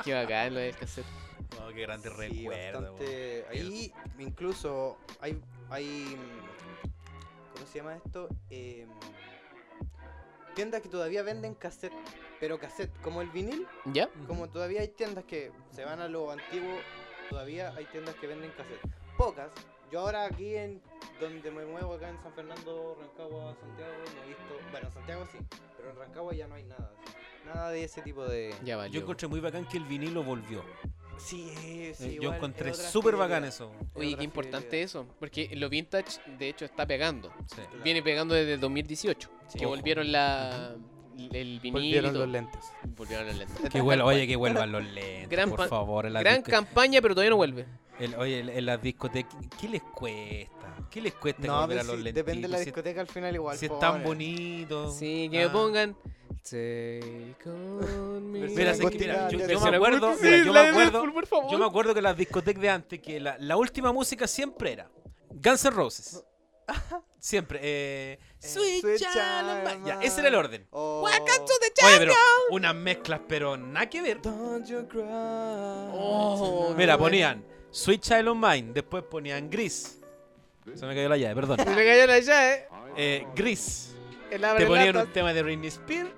F: qué bacán lo del cassette.
C: No, Oh, qué grande
D: Sí,
C: recuerdo. weón.
D: bastante. Ahí incluso hay, hay mm, ¿cómo se llama esto? Eh, tiendas que todavía venden cassette, pero cassette como el vinil,
F: ¿Ya?
D: como todavía hay tiendas que se van a lo antiguo, todavía hay tiendas que venden cassette. Pocas. Yo ahora aquí en donde me muevo acá en San Fernando, Rancagua, Santiago, no he visto, bueno, Santiago sí, pero en Rancagua ya no hay nada. así. Nada de ese tipo de
F: Ya vale.
C: Yo encontré muy bacán que el vinilo volvió.
D: Sí, sí,
C: Eh, yo
D: igual,
C: encontré
D: es otra
C: súper
D: fidelidad.
C: bacán eso.
F: Oye, qué importante eso. Porque lo vintage, de hecho, está pegando.
C: Sí.
F: Viene pegando desde 2018.
D: Sí.
F: Que
D: Ojo.
F: volvieron la, el vinilo. y
D: Volvieron
F: todo.
D: los lentes.
F: Volvieron los lentes.
C: Que vuelva, oye, que vuelvan los lentes,
F: Gran
C: por
F: pan-
C: favor. en las
F: Gran
C: disco-
F: campaña, pero todavía no vuelve.
C: el- oye, en- en las discotecas, ¿qué les cuesta? ¿Qué les cuesta que
D: No,
C: volver
D: pero
C: a los
D: si-
C: lentes?
D: depende de la discoteca al final igual.
C: Si es
D: po,
C: tan
D: bueno.
C: bonito.
F: Sí, que me
C: Ah.
F: pongan. Take on me.
D: Versión
C: Mira, sé que-
D: acústica,
C: mira, yo, yo
F: Versión
C: me acuerdo,
F: acústica.
C: mira,
F: Sí,
C: yo
F: la
C: me
F: de
C: acuerdo,
F: Deadpool, por favor.
C: yo me acuerdo que las discotecas de antes, que la, la última música siempre era Guns N' Roses. Siempre. Eh, Sweet,
D: Sweet
C: Child
D: Child
C: of Mine. Ya,
D: of
C: ese era el orden.
D: Oh.
C: Oye, pero unas mezclas, pero nada que ver.
D: Don't you cry.
F: Oh,
C: Mira, ponían Sweet Child of Mine, después ponían Gris. Se me cayó la llave, perdón.
F: Se me cayó la llave, ¿eh?
C: Eh, Gris.
F: El abre
C: Te ponían
F: latas.
C: un tema de Britney Spears,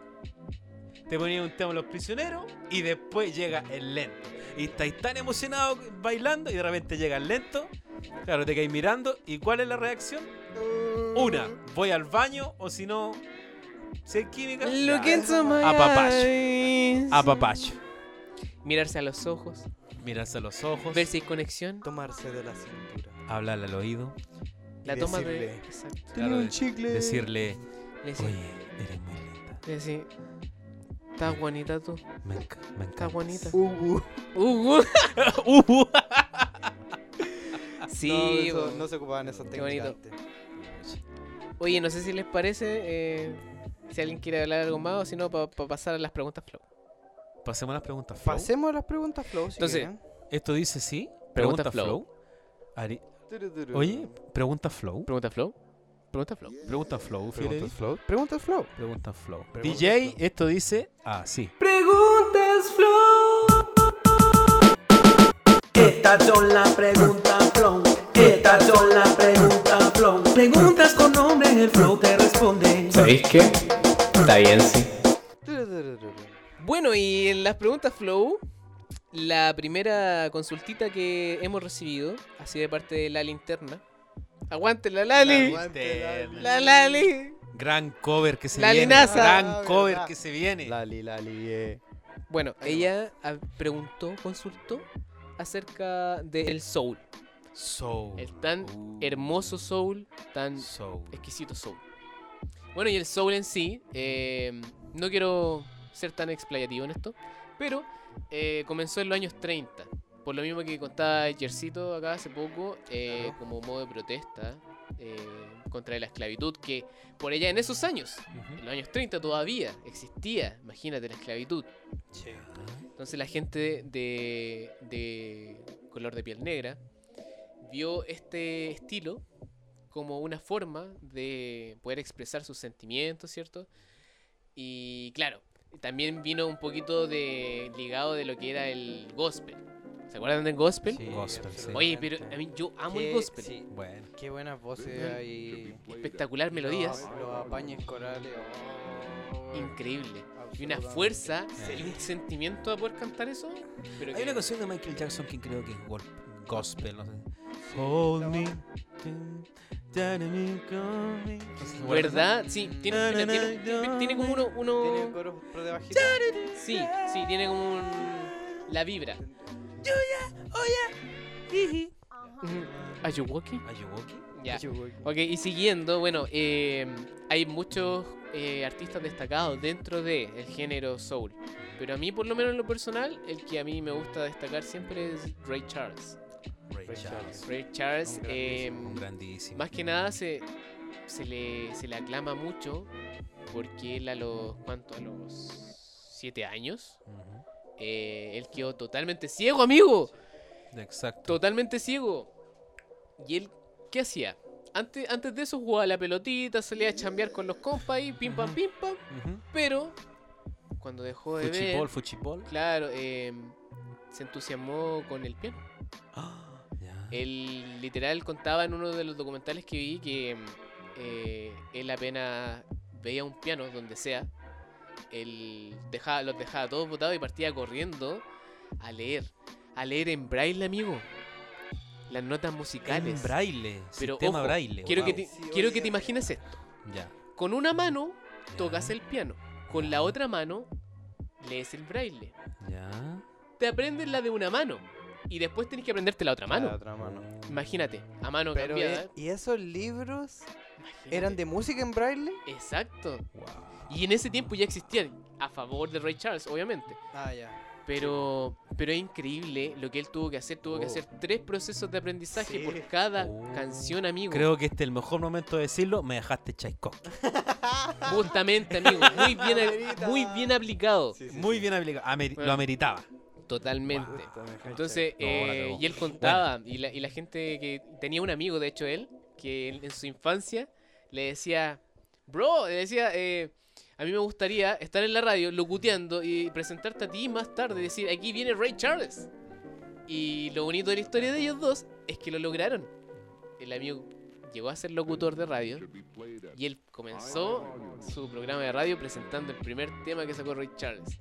C: te ponían un tema de Los Prisioneros y después llega el lento. Y estáis tan emocionado bailando y de repente llega el lento. Claro, te quedáis mirando y ¿cuál es la reacción? Una, voy al baño o si no, si hay química,
F: Look into my
C: Apapacho.
F: eyes.
C: a papacho.
F: Mirarse a los ojos.
C: Mirarse a los ojos,
F: Ver si hay conexión.
D: Tomarse de la cintura.
C: hablarle al oído,
F: La toma de.
D: decirle.
F: Exacto.
C: Claro, de-
D: chicle.
C: decirle,
F: Le decía-
C: oye, eres muy linda,
F: le decía, Estás bonita tú.
C: me, enca- me encantas".
F: Estás bonita.
D: Uh, uh.
F: Uh, uh.
C: Uh,
D: no,
F: Sí,
D: eso-
F: bo.
D: no se ocupaban esas
F: Qué
D: técnicas
F: bonito.
D: antes.
F: Oye, no sé si les parece. eh, si alguien quiere hablar algo más o si no, para pasar a las preguntas flow.
C: Pasemos a las preguntas. Flow.
D: Pasemos a las preguntas, Flow. si
F: Entonces,
D: quieren.
C: Esto dice sí.
F: Pregunta
C: Pregunta, flow. Ari-
D: Turu, turu.
C: Oye, pregunta flow.
F: Pregunta flow. Pregunta flow.
C: Pregunta flow, Fidel.
D: preguntas Flow. Preguntas Flow.
C: Pregunta flow.
D: Pregunta
C: DJ,
D: flow.
C: esto dice ah, sí.
H: Estas son las preguntas flow. Estas son las preguntas flow. Preguntas con nombre, el flow te responde.
I: ¿Sabéis qué? Está bien, sí.
D: Turu, turu, turu.
F: Bueno, y en las preguntas Flow, la primera consultita que hemos recibido, así de parte de la linterna. Aguante la Lali.
D: Aguante,
C: Linterna.
F: La Lali.
C: Gran cover que se
F: La
C: viene.
F: linaza.
D: Ah,
C: Gran cover
D: verdad.
C: que se viene.
D: Lali, Lali, eh.
F: Bueno,
D: Ahí
F: ella ah, preguntó, consultó acerca del soul.
C: Soul.
F: El tan
C: Uh,
F: Hermoso soul, tan
C: Soul.
F: exquisito soul. Bueno, y el soul en sí, eh, no quiero ser tan explayativo en esto, pero eh, comenzó en los años 30. Por lo mismo que contaba Jercito acá hace poco, eh,
D: Claro.
F: como modo de protesta eh, contra la esclavitud, que por ella en esos años, en
C: Ujú.
F: los años 30 todavía existía, imagínate la esclavitud. Entonces la gente de, de color de piel negra vio este estilo como una forma de poder expresar sus sentimientos, ¿cierto? Y claro, también vino un poquito de ligado de lo que era el gospel. ¿Se acuerdan del gospel?
D: Sí,
C: Gospel, sí.
F: Oye, pero a
D: absolutamente.
F: mí yo amo
D: Qué-
F: el gospel.
D: sí,
C: Bueno.
D: qué buenas voces
F: Ujú.
D: hay.
F: Espectacular melodías,
D: Los, los apañes corales. oh,
F: increíble. Y una
D: absolutamente.
F: fuerza
C: Sí.
F: y un sentimiento a poder cantar eso. Pero
C: Hay
F: que-
C: una canción de Michael Jackson que creo que es gol- gospel, no sé. Hold me.
F: ¿Verdad? Sí, tiene, mira, tiene- tiene- tiene como uno, uno-
D: Tiene coros por debajito.
F: Sí, sí, tiene como un... La vibra. Ujú. Ayuwoki.
C: Ayuwoki.
F: Ya. Ok, y siguiendo, bueno, eh, hay muchos eh, artistas destacados dentro del el género soul. Pero a mí, por lo menos en lo personal, el que a mí me gusta destacar siempre es Ray Charles.
C: Ray Charles.
F: Ray Charles,
C: Un
F: eh,
C: grandísimo, un grandísimo.
F: más que nada, se, se, le, se le aclama mucho porque él a los, ¿cuánto? A los siete años,
C: Ujú.
F: eh, él quedó totalmente ciego, amigo.
C: Exacto.
F: Totalmente ciego. ¿Y él qué hacía? Antes, antes de eso jugaba la pelotita, salía a chambear con los compas y pim pam pim pam.
C: Ujú.
F: Pero cuando dejó de
C: Fuchibol,
F: ver,
C: fuchibol.
F: claro, eh, se entusiasmó con el piano.
C: Ah, ya.
F: Eh, Él literal contaba en uno de los documentales que vi que eh, él apenas veía un piano donde sea, él dejaba, los dejaba todos botados y partía corriendo a leer, a leer en braille, amigo, las notas musicales.
C: En braille.
F: Pero
C: sistema
F: ojo,
C: braille.
F: Quiero que,
C: wow.
F: te,
D: Sí,
F: quiero que
D: oiga.
F: te imagines esto.
C: Ya.
F: Con una mano
C: ya,
F: tocas el piano, con la otra mano lees el braille.
C: Ya.
F: Te aprendes la de una mano y después tenés que aprenderte la otra mano.
D: otra mano.
F: Imagínate, a mano
D: Pero,
F: cambiada.
D: eh, ¿y esos libros
F: Imagínate.
D: eran de música en braille?
F: Exacto. Y en ese tiempo ya existían, a favor de Ray Charles, obviamente.
D: Ah, ya.
F: Pero, pero es increíble lo que él tuvo que hacer. Tuvo que
D: Oh.
F: hacer tres procesos de
D: Sí.
F: aprendizaje por cada
C: Oh.
F: canción, amigo.
C: Creo que este es el mejor momento de decirlo. Me dejaste Tchaikovsky.
F: Ah, Justamente, amigo. Muy bien,
D: Abuelita.
F: muy bien aplicado.
C: Muy bien aplicado. Ameri-
F: Bueno.
C: Lo ameritaba.
F: Totalmente. Entonces,
C: Ah, No, la
F: eh,
C: cagó.
F: y él contaba, y, la, y la gente que tenía un amigo, de hecho, él, que él en su infancia le decía, bro, le decía, eh, a mí me gustaría estar en la radio locuteando y presentarte a ti más tarde, y decir, aquí viene Ray Charles. Y lo bonito de la historia de ellos dos es que lo lograron. El amigo llegó a ser locutor de radio y él comenzó su programa de radio presentando el primer tema que sacó Ray Charles.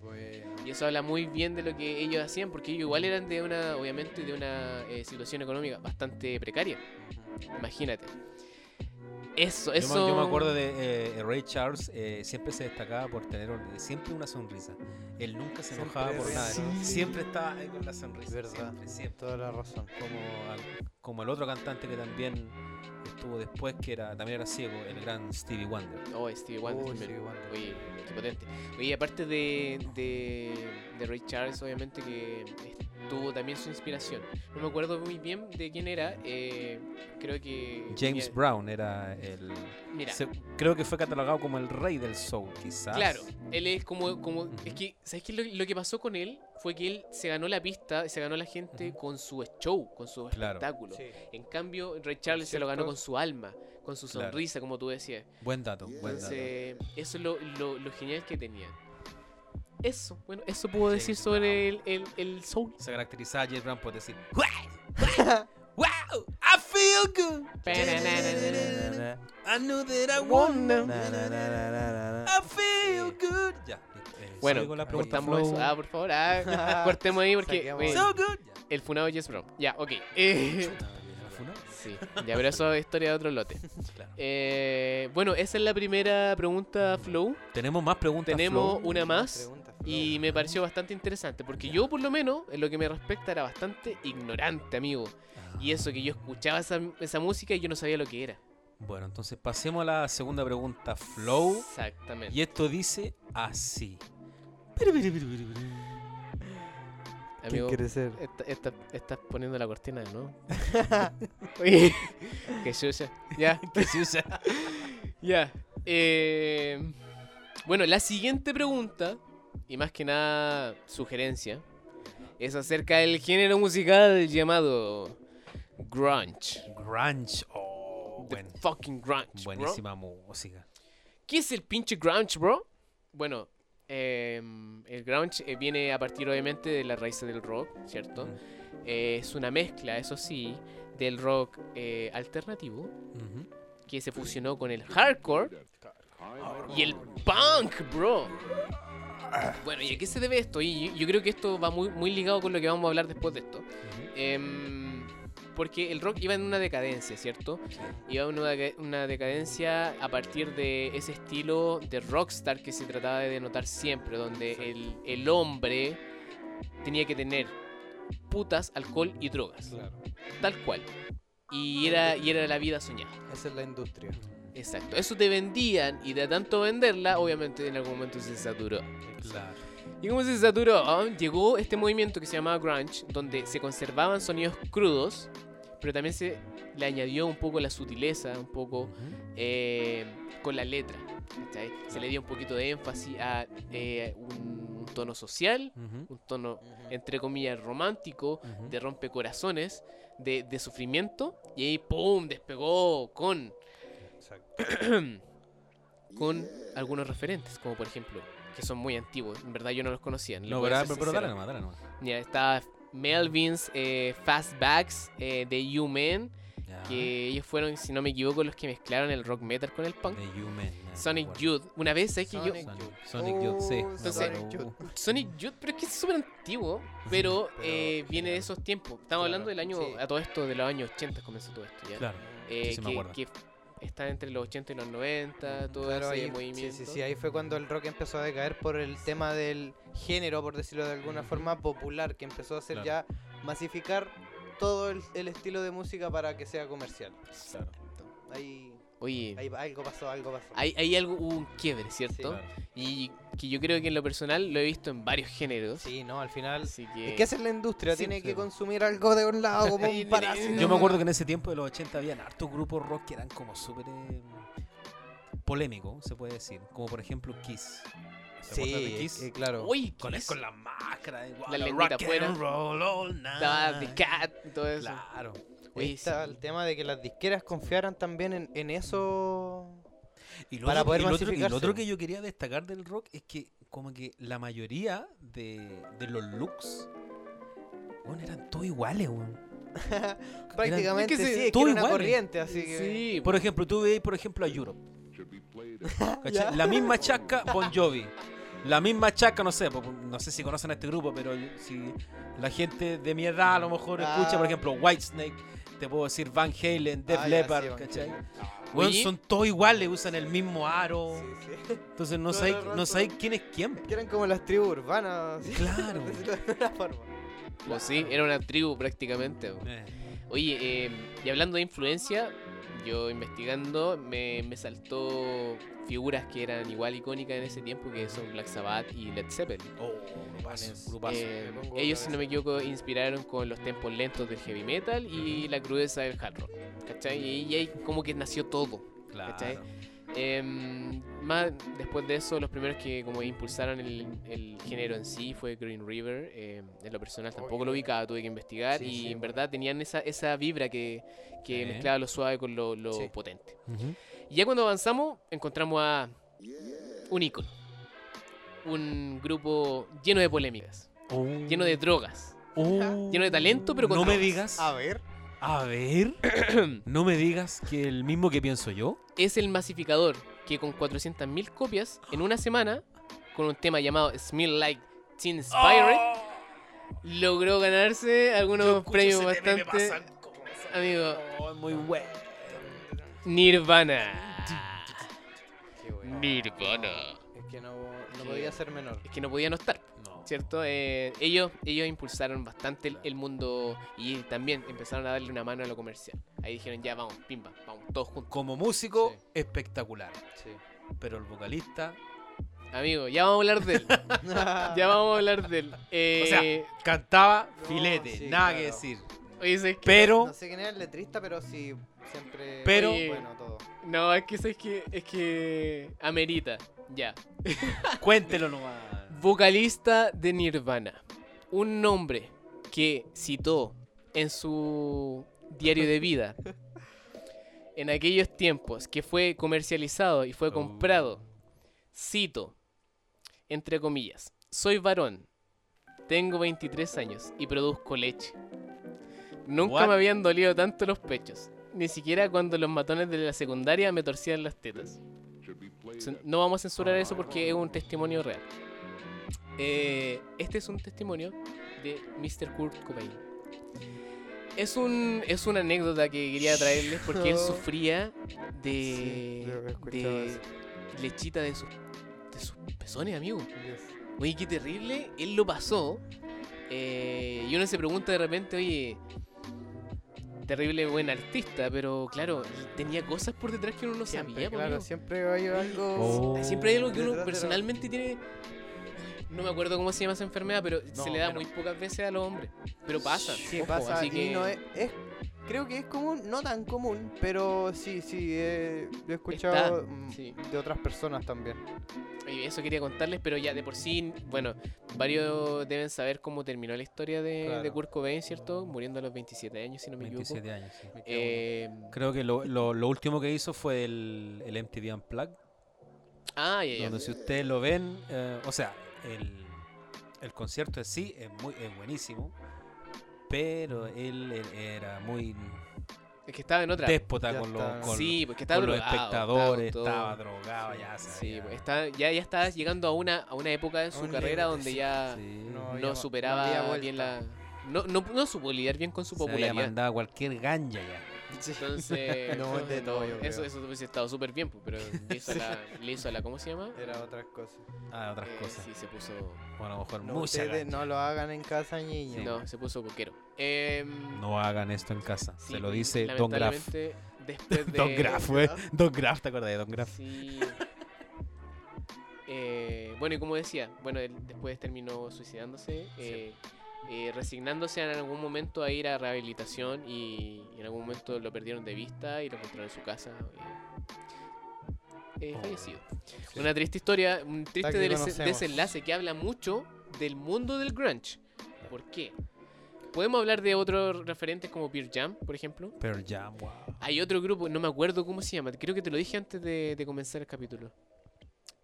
F: Y eso habla muy bien de lo que ellos hacían, porque ellos igual eran de una, obviamente, de una eh, situación económica bastante precaria. Imagínate. Eso,
C: Yo me-
F: eso.
C: Yo, me acuerdo de eh, Ray Charles, eh, siempre se destacaba por tener un- siempre una sonrisa. Él nunca se enojaba por
D: re-
C: nada.
D: sí.
C: Siempre estaba ahí con la sonrisa.
D: Verdad.
C: Siempre, siempre.
D: Toda la razón.
C: Como, al- como el otro cantante que también estuvo después, que era también era ciego, el gran Stevie Wonder.
F: Oh, Stevie Wonder.
D: Oh,
F: también.
D: Stevie Wonder.
F: Oye, qué potente. Oye, aparte de, de, de Ray Charles, obviamente que tuvo también su inspiración. No me acuerdo muy bien de quién era. eh, creo que.
C: James
F: mira,
C: Brown era el.
F: Mira,
C: se- creo que fue catalogado como el rey del soul, quizás.
F: Claro, él es como, como
C: Ujú.
F: es que, ¿sabes qué? Lo, lo que pasó con él fue que él se ganó la pista, se ganó la gente
C: Ujú.
F: con su show, con su
C: Claro.
F: espectáculo. En cambio, Ray Charles se lo ganó con su alma, con su
C: Claro.
F: sonrisa, como tú decías.
C: Buen dato, buen dato.
F: Entonces, eso es lo, lo- lo genial que tenía. Eso, bueno, eso puedo decir sobre el, el, el soul.
C: Se caracterizaba a James Brown por decir. "Wow, ¡Wow! ¡Wow! ¡I feel good! I know that I wanna. I feel good. Ya. eh,
F: Bueno,
C: sigue con la pregunta.
F: cortamos eso. Ah, por favor, ah, cortemos ahí porque
D: Saquemos.
F: eh,
C: So good.
F: el funado Jess Brown. Ya, ok. Eh, sí, ya, pero eso es historia de otro lote.
C: Claro.
F: Eh, bueno, esa es la primera pregunta, Flow.
C: Tenemos más preguntas.
F: Tenemos
C: Flo?
F: una más.
D: Pregunta,
F: Y me pareció bastante interesante, porque yo por lo menos, en lo que me respecta, era bastante ignorante, amigo. Y eso que yo escuchaba esa, esa música y yo no sabía lo que era.
C: Bueno, entonces pasemos a la segunda pregunta, Flow.
F: Exactamente.
C: Y esto dice así.
F: Amigo,
D: crecer.
F: esta- esta- estás poniendo la cortina de nuevo. Oye, que sucia. Ya,
C: Que se usa.
F: ya. Eh, bueno, la siguiente pregunta, y más que nada sugerencia, es acerca del género musical llamado grunge.
C: Grunge. Oh,
F: The
C: buen-
F: fucking grunge, bro.
C: buenísima música.
F: ¿Qué es el pinche grunge, bro? Bueno, eh, el grunge eh, viene a partir obviamente de las raíces del rock, ¿cierto?
C: Mm.
F: Eh, es una mezcla, eso sí, del rock eh, alternativo
C: Ujú.
F: que se fusionó con el hardcore y el punk, bro. Bueno, ¿y a qué se debe esto? Y yo- yo creo que esto va muy, muy ligado con lo que vamos a hablar después de esto. Em, porque el rock iba en una decadencia, ¿cierto? Iba en una, deca- una decadencia a partir de ese estilo de rockstar que se trataba de denotar siempre, donde el, el hombre tenía que tener putas, alcohol y drogas. Tal cual. y era, y era la vida soñada.
D: Esa es la industria.
F: Exacto. Eso te vendían y de tanto venderla, obviamente en algún momento se saturó.
C: Claro.
F: Y como se saturó, ah, llegó este movimiento que se llamaba grunge, donde se conservaban sonidos crudos, pero también se le añadió un poco la sutileza, un poco eh, con la letra. ¿cachai? Se le dio un poquito de énfasis a eh, un tono social, un tono entre comillas romántico, de rompecorazones, de, de sufrimiento, y ahí ¡pum! despegó con con algunos referentes, como por ejemplo, que son muy antiguos. En verdad yo no los conocía. les
C: No,
F: voy a
C: pero, pero,
F: ser
C: pero dale
F: sincero.
C: nomás, dale nomás.
F: Mira, está Melvin's eh, Fastbacks eh, de U-Men,
C: Ya.
F: que ellos fueron, si no me equivoco, los que mezclaron el rock metal con el punk.
C: De Human. ah,
F: Sonic
C: bueno.
F: Youth, una vez, ¿sabes que yo?
D: Sonic
C: Sonic
D: Youth.
C: Youth. Sonic Youth, sí.
D: Oh,
C: Entonces-
D: Sonic Youth.
F: Sonic Youth, pero es que es súper antiguo, pero,
D: pero
F: eh, viene de
D: genial.
F: esos tiempos. Estamos hablando del año,
D: sí.
F: a todo esto, de los años 80 comenzó todo esto, ¿ya?
C: Claro.
F: Eh,
C: sí, sí me
F: que,
C: acuerdo.
F: que está entre los 80 y los 90, todo
D: Mm, Claro,
F: ese
D: ahí, sí,
F: movimiento.
D: sí, sí, ahí fue cuando el rock empezó a decaer por el tema del género, por decirlo de alguna forma, popular, que empezó a hacer ya masificar todo el, el estilo de música para que sea comercial. Ahí,
F: Oye,
D: ahí algo pasó, algo pasó.
F: Hay, hay algo, hubo un quiebre, ¿cierto?
D: Sí, claro.
F: Y que yo creo que en lo personal lo he visto en varios géneros.
D: Sí, no, al final...
F: Así que...
D: Es que esa es la industria,
F: Sí,
D: tiene
F: sí.
D: que consumir algo de un lado como
F: Ahí
D: un parásito.
F: viene-
C: Yo me acuerdo que en ese tiempo de los 80 habían hartos grupos rock que eran como súper eh, polémicos, se puede decir. Como por ejemplo Kiss. ¿Se acuerdan de
D: Sí,
C: Kiss?
D: eh, claro.
F: Uy,
C: con,
F: ¿qué
C: el-
F: es?
C: con la máscara de
F: La lengüita afuera. Estaba de
C: afuera.
F: cat y todo eso.
C: Claro.
F: Oye,
D: Ahí está
F: sí.
D: el tema de que las disqueras confiaran también en, en eso.
C: Y lo,
D: Para
C: otro,
D: poder
C: y lo otro- y lo
D: masificarse.
C: otro que yo quería destacar del rock es que como que la mayoría de, de los looks bueno, eran todos iguales, weón.
D: Prácticamente
F: Es que sí,
D: sí, es que
C: todo
D: era una
C: igual, eh.
D: corriente, así que.
F: Sí,
C: Por ejemplo, tú veis, por ejemplo, a Europe.
E: Should be played
C: ¿cachai? La misma chasca Bon Jovi. La misma chasca, no sé, po- no sé si conocen a este grupo, pero yo- si la gente de mi edad a lo mejor
D: Ah.
C: escucha, por ejemplo, Whitesnake, te puedo decir Van Halen, Def
D: Ah, ya,
C: Leppard,
D: sí, Van
C: ¿cachai?
D: Halen.
C: Weón,
F: Oye.
C: son todos iguales, usan el mismo aro.
D: Sí, sí.
C: Entonces no
D: Todo
C: sabéis
D: el
C: no
D: rato.
C: sabéis quién es quién.
D: Que eran como las tribus urbanas. así,
C: Claro.
D: de alguna forma.
F: pues sí, era una tribu prácticamente.
C: Eh.
F: Oye, eh, y hablando de influencia, yo investigando me, me saltó figuras que eran igual icónicas en ese tiempo, que son Black Sabbath y Led Zeppelin.
C: Oh, grupazo, grupazo.
F: Eh,
D: me pongo
F: ellos,
D: otra
F: si no me equivoco, inspiraron con los tempos lentos del heavy metal y la crudeza del hard rock. ¿Cachai? Y, y ahí como que nació todo.
C: Claro.
F: ¿cachai? Em, más después de eso, los primeros que como impulsaron el, el género en sí fue Green River. em, en lo personal tampoco lo ubicaba, tuve que investigar.
D: Sí,
F: y
D: sí,
F: en
D: bueno.
F: verdad tenían esa, esa vibra que, que
C: Sí.
F: mezclaba lo suave con lo, lo
D: Sí.
F: potente.
C: Ujú.
F: Y ya cuando avanzamos, encontramos a un ícono. Un grupo lleno de polémicas
C: Oh,
F: lleno de drogas.
C: oh,
F: lleno de talento, pero con Ah.
C: No me
F: drogas.
C: digas.
D: A ver.
C: A ver. no me digas que el mismo que pienso yo.
F: Es el masificador que con 400.000 copias en una semana, con un tema llamado Smell Like Teen Spirit,
C: Oh.
F: logró ganarse algunos premios bastante. Amigo,
C: muy bueno.
F: Nirvana. Nirvana.
D: Es que no, no
F: Sí.
D: podía ser menor.
F: Es que no podía no estar.
C: No.
F: ¿Cierto? Eh, ellos, ellos impulsaron bastante el, el mundo y también empezaron a darle una mano a lo comercial. Ahí dijeron, ya vamos, pimba, vamos, todos juntos.
C: Como músico,
F: Sí.
C: espectacular.
D: Sí.
C: Pero el vocalista.
F: Amigo, ya vamos a hablar de él. Ya vamos a hablar de él. Eh,
C: O sea, cantaba
D: No,
C: filete.
D: sí,
C: nada que
D: claro.
C: decir.
F: oye, ¿sabes qué?
C: Pero.
D: No sé quién era el letrista, pero sí, siempre.
C: Pero-
D: Bueno, todo.
F: No, es que ¿sabes qué? es que amerita. Ya.
C: Cuéntelo nomás.
F: Vocalista de Nirvana. Un nombre que citó en su diario de vida en aquellos tiempos que fue comercializado y fue comprado. Cito, entre comillas, soy varón, tengo 23 años y produzco leche. Nunca
C: What?
F: me habían dolido tanto los pechos, ni siquiera cuando los matones de la secundaria me torcían las tetas.
E: Should be played
F: Cen- No vamos a censurar eso porque es un testimonio real. Eh, este es un testimonio de Mr. Kurt Cobain. Es, un, es una anécdota que quería traerles porque él sufría
D: Sí, yo he
F: de,
D: escuchado
F: de
D: eso.
F: lechita de sus, de sus pezones, amigo. Oye, qué terrible. Él lo pasó. eh, y uno se pregunta de repente, oye, terrible buen artista, pero claro, tenía cosas por detrás que uno no sabía. po,
D: claro,
F: amigo.
D: siempre hay algo.
A: Oh.
F: Siempre hay algo que
D: Detrás de
F: uno
D: la-
F: personalmente tiene. No me acuerdo cómo se llama esa enfermedad, pero
G: No,
F: se le da
G: pero-
F: muy pocas veces a los hombres. Pero pasa.
D: Sí,
F: ojo,
D: pasa.
F: así
D: y
F: que
D: no es, es- creo que es común, no tan común, pero sí, sí, eh, lo he escuchado
F: Está,
D: mm,
F: sí.
D: de otras personas también.
F: y eso quería contarles, pero ya de por sí, bueno, varios deben saber cómo terminó la historia de,
D: Claro.
F: de Kurt Cobain, ¿cierto? Muriendo a los 27 años, si no me equivoco.
C: 27 años, sí.
F: Eh,
C: Creo que lo, lo- lo último que hizo fue el, el MTV Unplugged,
F: ah, ya, ya.
C: donde si ustedes lo ven, eh, o sea, el, el concierto en sí es, muy, es buenísimo, pero él, él era muy
F: Es que estaba en otra.
C: déspota
D: Ya
C: con, los-
D: está.
C: con-
F: sí, porque estaba
C: con los
F: drogado,
C: espectadores,
F: todo-
C: estaba drogado, ya se
F: Sí,
C: había-
F: pues, está- ya, ya estaba llegando a una, a una época en su
D: Un
F: carrera
D: límite,
F: donde
D: sí,
F: ya
C: sí.
D: No, había-
F: no superaba
D: había vuelta.
F: bien la. No, no, no supo lidiar bien con su
C: se había
F: popularidad.
C: mandado cualquier ganja ya.
F: Entonces,
D: No,
F: entonces
D: de
F: todo.
D: no, yo creo.
F: eso, eso hubiese estado súper bien, pues, pero le hizo, a la, le hizo a la- ¿Cómo se llama?
D: Era otras cosas.
C: Ah, otras
F: Eh,
C: cosas.
F: Sí, se puso.
C: Bueno, a lo mejor
D: No,
C: mucha
D: ustedes
C: ganja.
D: no lo hagan en casa, niños.
F: No, se puso coquero. Em,
C: No hagan esto en casa.
F: sí,
C: se lo
F: y
C: dice Don Graf.
F: lamentablemente, Después de. este
C: Don Graf, eh. güey. Don Graf, ¿te acuerdas de Don Graf?
F: Sí. Eh, bueno, y como decía, bueno, él después terminó suicidándose, eh, eh, resignándose en algún momento a ir a rehabilitación y, y en algún momento lo perdieron de vista y lo encontraron en su casa. eh, eh, fallecido. Una triste historia, un triste
D: que
F: des-
D: conocemos.
F: desenlace que habla mucho del mundo del grunge. ¿Por qué? Podemos hablar de otros referentes como Pearl Jam, por ejemplo.
C: Pearl Jam, wow.
F: Hay otro grupo, no me acuerdo cómo se llama. Creo que te lo dije antes de, de comenzar el capítulo.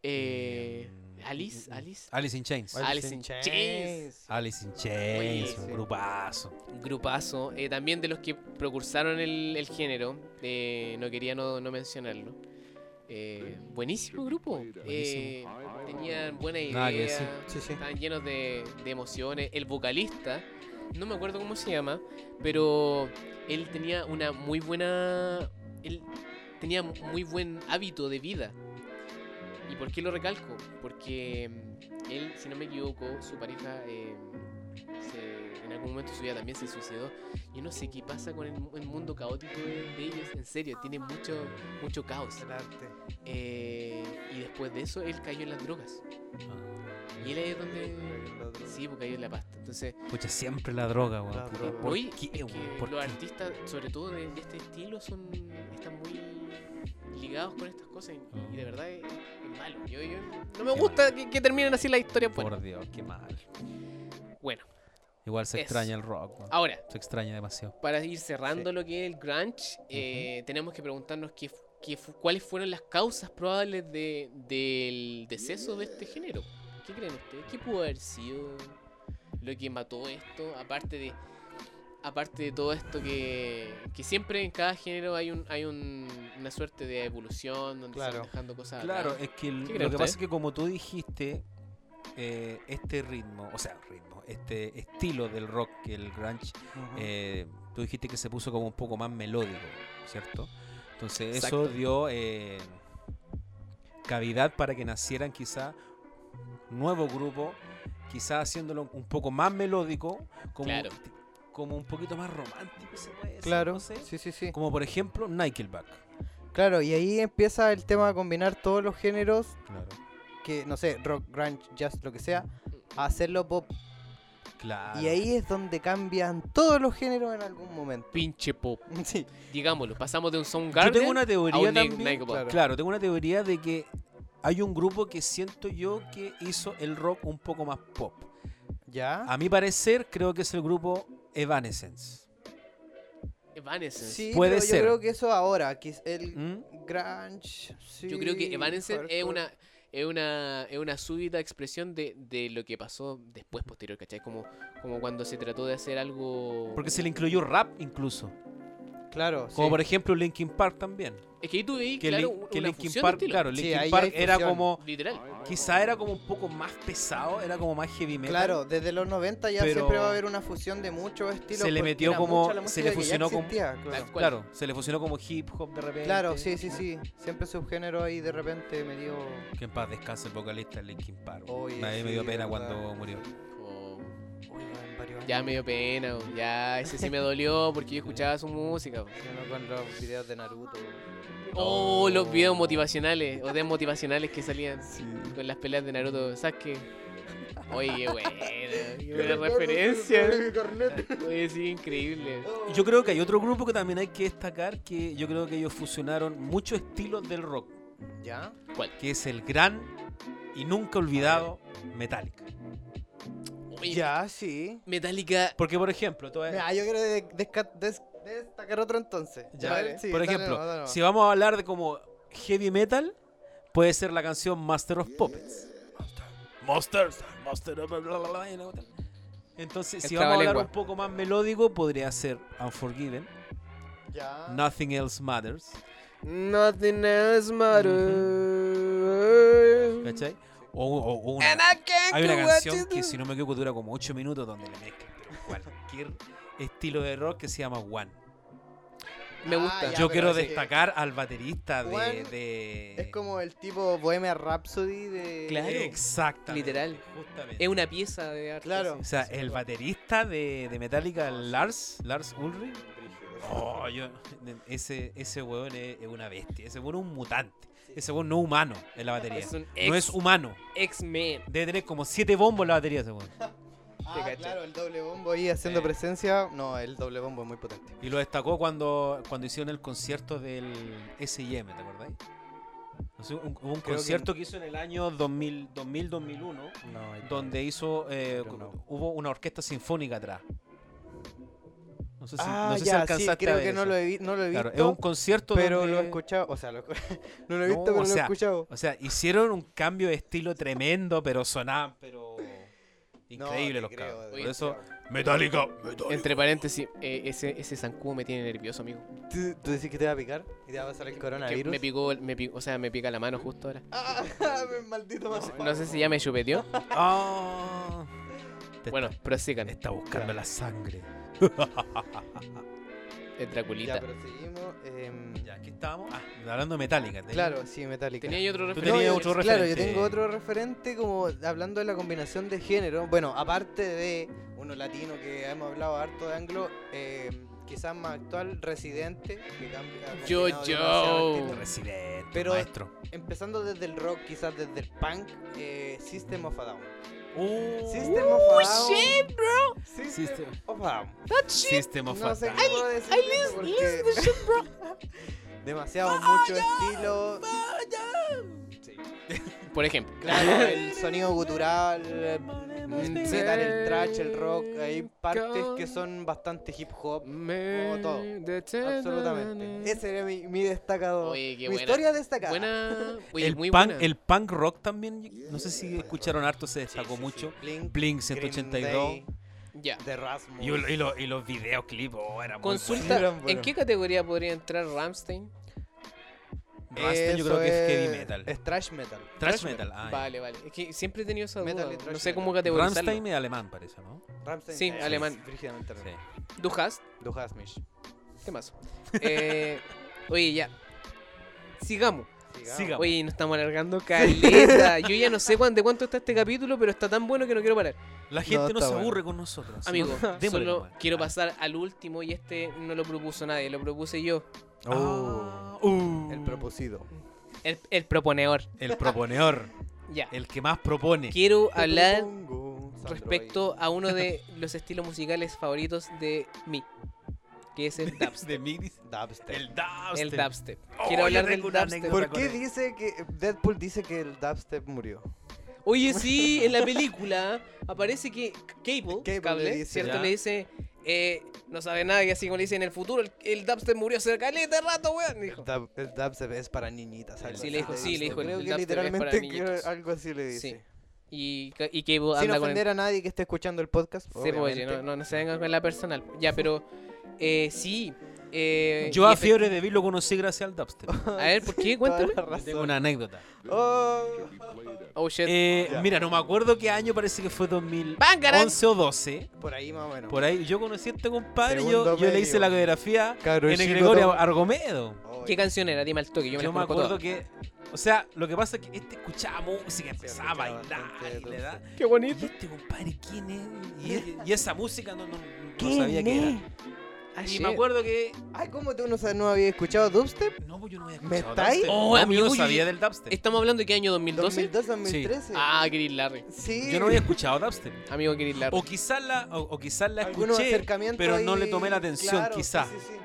F: Eh, Alice, Alice.
C: Mm, Alice in Chains.
F: Alice in Chains.
C: Alice in Chains,
F: Oye,
C: un
F: sí.
C: grupazo.
F: Un grupazo. eh, también de los que procursaron el, el género. eh, no quería no, no mencionarlo. Eh, buenísimo grupo. eh, tenían buena
C: Nada que
F: idea.
C: decir.
D: Sí, sí.
F: Estaban llenos de, de emociones. El vocalista, no me acuerdo cómo se llama, pero él tenía una muy buena. Él tenía muy buen hábito de vida. ¿Y por qué lo recalco? Porque mm, él, si no me equivoco, su pareja eh, se- en algún momento de su vida también se suicidó. Yo no sé qué pasa con el, mu- el mundo caótico de, de ellos, en serio, tiene mucho, mucho caos.
D: El arte.
F: Eh, y después de eso, él cayó en las drogas.
C: Ah.
F: Y él ahí es donde. Sí, porque cayó en la pasta. Entonces,
C: Escucha siempre la droga, weón.
D: La
C: puta,
D: droga.
C: ¿por
F: hoy
C: qué,
F: es
C: weón?
F: que
C: ¿Por
F: los
C: qué?
F: artistas, sobre todo de, de este estilo, son están muy ligados con estas cosas y, y de verdad es, es malo. Yo, yo- no me
C: Ah. Qué
F: gusta que, que terminen así la historia.
C: Por
F: Bueno,
C: Dios, qué mal.
F: bueno,
C: Igual se
F: Eso.
C: extraña el rock, weón.
F: ahora,
C: Se extraña demasiado.
F: para ir cerrando lo que es el grunge, eh, tenemos que preguntarnos qué, fu- qué fu- cuáles fueron las causas probables de- del deceso de este género. ¿Qué creen ustedes? ¿Qué pudo haber sido lo que mató esto? Aparte de aparte de todo esto que, que siempre en cada género hay un hay un- una suerte de evolución donde se
D: Claro.
F: van dejando cosas atrás.
C: Claro, es que el-
F: Ah, ¿Qué
C: lo
F: cree
C: que
F: usted?
C: pasa es que como tú dijiste, eh, este ritmo, o sea, ritmo, este estilo del rock, que el grunge, eh, tú dijiste que se puso como un poco más melódico, ¿cierto? Entonces
F: Exacto.
C: eso dio eh, cavidad para que nacieran quizá nuevo grupo, quizá haciéndolo un poco más melódico, como,
F: Claro.
C: como un poquito más romántico, se puede decir,
D: Claro,
C: no sé.
D: sí, sí, sí.
C: Como por ejemplo Nickelback.
D: Claro, y ahí empieza el tema de combinar todos los géneros
C: Claro.
D: que, no sé, rock, grunge, jazz, lo que sea, a hacerlo pop.
C: Claro.
D: Y ahí es donde cambian todos los géneros en algún momento.
F: Pinche pop,
D: Sí,
F: digámoslo, pasamos de un
C: eh. Yo
F: Soundgarden
C: tengo una
F: a un
C: teoría
F: Nick-
C: también.
F: Nickelback.
C: Claro, tengo una teoría de que hay un grupo que siento yo que hizo el rock un poco más pop.
D: ¿ya?
C: A mi parecer, creo que es el grupo Evanescence.
F: Evanescence.
D: Sí,
C: Puede
D: pero
C: ser.
D: yo creo que eso ahora, que es el
C: ¿Mm?
D: grunge, sí,
F: Yo creo que Evanescence es
D: hardcore.
F: una, es una, es una súbita expresión de, de lo que pasó después, posterior, ¿cachai? Como, como cuando se trató de hacer algo...
C: Porque se le incluyó rap incluso.
D: Claro,
C: Como
D: sí.
C: por ejemplo Linkin Park también.
F: Es que ahí tú veí,
C: Que,
F: claro,
C: Lin-
F: un-
C: que
F: una
C: Linkin
F: fusión de
C: Park,
F: estilos,
C: claro,
D: Sí,
C: Linkin
D: ahí
C: Park
D: hay
C: era
D: fusión.
C: como.
F: Literal.
C: Quizá era como un poco más pesado, era como más heavy metal.
D: Claro, desde los 90 ya
C: Pero-
D: siempre va a haber una fusión de muchos estilos.
C: le
D: porque
C: metió
D: era
C: como-
D: mucha la
C: se
D: música que
C: le
D: ya
C: fusionó como-
D: existía,
F: Tal
D: Claro.
F: cual.
C: Claro, se le fusionó como hip hop de repente.
D: Claro, sí, sí, sí. Siempre subgénero ahí de repente me dio.
C: Que en paz descanse el vocalista de Linkin Park.
D: Oye,
C: a mí me
D: sí,
C: dio pena
D: verdad.
C: cuando murió.
F: O-
D: Uy, van varios
F: Ya me dio pena, weón. ya ese sí me dolió porque yo escuchaba su música. weón.
D: Con los videos de Naruto.
F: Oh, los videos motivacionales o desmotivacionales que salían con las peleas de Naruto Sasuke. Oye, qué buena, qué buena referencia. Oye, sí, increíble.
C: Yo creo que hay otro grupo que también hay que destacar que yo creo que ellos fusionaron muchos estilos del rock,
D: ¿Ya?
C: que es el gran y nunca olvidado Metallica.
F: Oye,
D: Ya, sí.
F: Metallica
C: Porque por ejemplo, tú-
D: Mira, yo quiero de- desca- des- destacar otro entonces.
C: Ya,
D: Vale, sí,
C: por
D: dale
C: ejemplo,
D: nomás, dale nomás.
C: si vamos a hablar de como heavy metal, puede ser la canción Master of Puppets. Monster, Master of bla, bla, bla, bla, y luego tal. Entonces, si
F: El
C: vamos a hablar
F: trabalengua.
C: un poco más melódico, podría ser Unforgiven,
D: Ya.
C: Nothing Else Matters,
B: Nothing else
C: ¿cachai? O, o- o una- Hay una canción que, si no me equivoco, dura como 8 minutos donde le mezclan pero cualquier estilo de rock que se llama One.
F: me
D: Ah,
F: gusta.
D: ya,
C: Yo
D: pero
C: quiero
D: así que-
C: destacar al baterista de...
D: One
C: de-
D: Es como el tipo Bohemia Rhapsody de.
F: Claro.
C: Exactamente.
F: Literal.
C: Justamente.
F: Es una pieza de arte.
D: Claro.
C: O sea, el baterista de, de Metallica, Lars, Lars Ulrich. Oh, yo- ese, ese weón es, es una bestia. Ese weón es un mutante. Ese weón no es humano en la
F: sí.
C: batería.
F: Es un
C: No es
F: ex-
C: humano.
F: X-Men.
C: Debe tener como siete bombos en la batería ese weón.
F: Te
D: Ah,
F: cacho.
D: claro, el doble bombo ahí haciendo
C: Eh.
D: presencia. No, el doble bombo es muy potente.
C: Y lo destacó cuando, cuando hicieron el concierto del S.I.M., ¿te acordáis? No sé, un, un
D: que-
C: concierto que... hizo en el año 2000, 2000 2001, donde hizo eh,
D: Pero no.
C: hubo una orquesta sinfónica atrás. No sé si,
D: Ah,
C: no sé si
D: ya, sí,
C: alcanzaste a
D: creo
C: ver
D: que no
C: eso.
D: lo he, vi- no lo he visto.
C: Claro, es un concierto
D: pero
C: donde-
D: lo he escuchado. O sea, lo, no lo he
C: No,
D: visto, pero lo
C: o
D: he
C: sea,
D: escuchado.
C: O sea, hicieron un cambio de estilo tremendo, pero sonaban, pero
D: No,
C: increíble
D: te
C: los
D: creo,
C: cabros.
D: te
C: Por
F: creo.
C: eso
F: Entre paréntesis, eh, ese, ese zancudo me tiene nervioso, amigo.
D: ¿Tú, tú decís que te va a picar y te va a pasar el
F: Que
D: coronavirus.
F: me picó, el- me pi- o sea, me pica la mano justo ahora.
D: Ah, maldito más.
F: No sé si ya me chupeteó.
C: Ah, te
F: Bueno,
C: está,
F: prosigan.
C: está buscando la sangre.
F: El Eh, Draculita.
D: Ya, pero seguimos. em,
C: Ya, aquí estábamos. Ah, hablando de Metallica. ¿te-
D: Claro, sí, Metallica.
F: Tenía yo otro
C: Tú
F: referente.
C: tenías
D: yo-
C: otro
D: Claro, yo
C: referente.
D: tengo otro referente como hablando de la combinación de género. Bueno, aparte de uno latino que hemos hablado harto de anglo, eh, quizás más actual, Residente, que cambia. ha
F: Yo,
D: combinado
F: yo.
D: demasiado estilos.
C: Residente,
D: Pero-
C: maestro.
D: Empezando desde el rock, quizás desde el punk, eh, System of a Down.
C: Uh,
D: System of a Down.
F: shit,
D: bro! System,
C: System-
D: of a Down.
C: System of a
D: No sé
C: Down.
D: qué puedo decir de eso porque- Demasiado, mucho estilo.
F: Por ejemplo.
D: Claro, el sonido gutural, el metal, el thrash, el rock, hay partes que son bastante hip hop, como todo, absolutamente. Ese era mi, mi destacado,
F: Oye, qué
D: mi
F: buena.
D: historia destacada.
F: Buena. Oye,
C: el,
F: muy
C: punk,
F: buena.
C: el punk rock también, no sé si escucharon harto, se destacó mucho.
D: Blink, Green
C: Blink 182.
F: Ya.
D: Day, The Rasmus.
C: Y, lo- y lo- y los videoclips, oh, era muy
F: Consulta,
D: Eran buenos.
F: ¿en qué categoría podría entrar Ramstein?
C: bueno. Rammstein yo creo que es heavy metal.
D: Es thrash metal.
C: Thrash metal, ah. ya.
F: Vale, vale. Es que siempre he tenido esa duda.
D: Metal y
F: no
D: thrash
F: sé cómo
D: metal.
F: categorizarlo.
C: Rammstein es alemán, parece, ¿no?
D: Rammstein,
F: Sí,
D: eh,
F: alemán.
D: es Brígidamente alemán.
F: Du hast,
D: Du hast mich.
F: ¿qué más? Eh, oye, ya. Sigamos.
D: Sigamos.
C: Sigamos.
F: Oye, nos estamos alargando caleta. Yo ya no sé cuán- de cuánto está este capítulo, pero está tan bueno que no quiero parar.
C: La gente no,
D: está
C: se
D: bueno.
C: aburre con nosotros.
F: Amigo,
C: Démosle
F: solo
C: nomás.
F: quiero pasar al último y este no lo propuso nadie, lo propuse yo.
D: Oh,
C: Uh,
D: El propusido.
F: El, el proponeor.
C: el proponeor,
F: Ya.
C: el que más Eh. propone.
F: Quiero hablar
D: Propongo, Sandro
F: respecto a uno de los estilos musicales favoritos de mí, que es el dubstep.
C: De mí dice-
D: Bailey. Dubstep.
C: El dubstep.
F: el dubstep.
C: Oh,
F: Quiero
C: yo
F: hablar del
C: tengo una
F: dubstep.
C: anécdota.
D: ¿Por qué dice que Deadpool dice que el dubstep murió?
F: Oye, sí, en la película aparece que Cable,
D: Cable
F: Cable,
D: le dice,
F: ¿cierto?
C: ya.
F: Le dice, eh, no sabe nada, y así como le dice, en el futuro el, el dubstep murió hace caleta de rato, weón. Dijo.
D: El, dub- el dubstep es para niñitas. algo
F: Sí,
D: así
F: le dijo- sí, le dijo, el
D: Creo que
F: dubstep es para
D: literalmente
F: niñitos.
D: que algo así le dice.
F: Sí. Y, ca- y Cable
D: Sin
F: anda con el...
D: ofender a nadie que esté escuchando el podcast.
F: Sí, pues, oye,
D: obviamente.
F: no, no, no se vengan con la personal. Ya, pero eh, sí. eh,
C: Yo
F: y
C: a
F: efe-
C: Fiebre de Bill lo conocí gracias al dubstep.
F: A ver, ¿por qué?
D: Toda
F: Cuéntame.
D: la razón.
C: Tengo una anécdota.
D: Oh,
F: Oh, shit.
C: Eh,
D: Ya.
C: mira, no me acuerdo qué año, parece que fue 2011
F: ¡Bangarang!
C: o 12.
D: por ahí más o menos.
C: Por ahí, yo conocí a este compadre, yo,
D: Segundo
C: yo le hice
D: medio.
C: la coreografía
D: Cabro
C: en el
D: chico
C: Gregorio
D: todo.
C: Argomedo.
D: Oh,
F: ¿Qué canción era? Dime al toque, yo
C: Yo,
F: me la
C: me
F: conozco
C: acuerdo
F: todas.
C: que, o O sea, lo que pasa es que este escuchaba música, empezaba a bailar
D: bastante
C: y le
D: dulce.
C: da.
B: Qué bonito.
C: ¿Y este compadre quién es? Y, e- y esa música no, no, no
D: ¿Quién
C: sabía qué era.
D: es?
F: Ah,
C: Y Ah, me acuerdo que.
D: Ay, ¿cómo tú no, sabes- no habías escuchado dubstep?
C: No, pues yo no había
D: ¿Me
C: escuchado.
D: estáis?
C: dubstep.
F: Oh,
C: No,
F: amigo,
C: yo no
F: yo- eh.
C: sabía del dubstep.
F: ¿Estamos hablando de qué año? ¿2012?
D: 2002, 2013.
F: Ah, Chris Larry.
D: sí.
C: Yo no había escuchado dubstep.
F: Amigo Chris Larry.
C: O quizás la, o, o quizás la
D: Algunos
C: escuché,
D: acercamientos
C: pero no
D: ahí,
C: le tomé la atención,
D: claro,
C: quizás.
D: sí, sí, sí.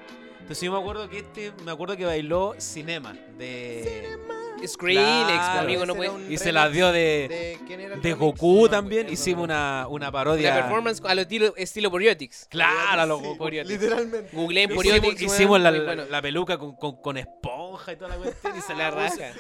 C: Entonces yo me acuerdo que este, me acuerdo que bailó Cinema de
F: Skrillex, pues,
C: Claro.
F: Ah, amigo, no
D: Ese
F: puede.
D: era un
C: y se la
D: remix
C: dio de,
D: de, ¿quién era
C: de,
D: el remix?
C: Goku
D: No,
C: también.
D: pues,
C: Hicimos
D: no,
C: una, una
F: Una
C: parodia.
F: performance a lo estilo, estilo Poriotics.
C: Claro, a los
D: sí,
C: Goku.
F: Poriotics.
D: Literalmente.
F: Googleé en
C: Hicimos,
F: Poriotics.
C: hicimos
F: weón,
C: la,
F: muy bueno.
C: la peluca con, con, con esponja y toda la cuestión y se
F: Ah,
C: la rasca.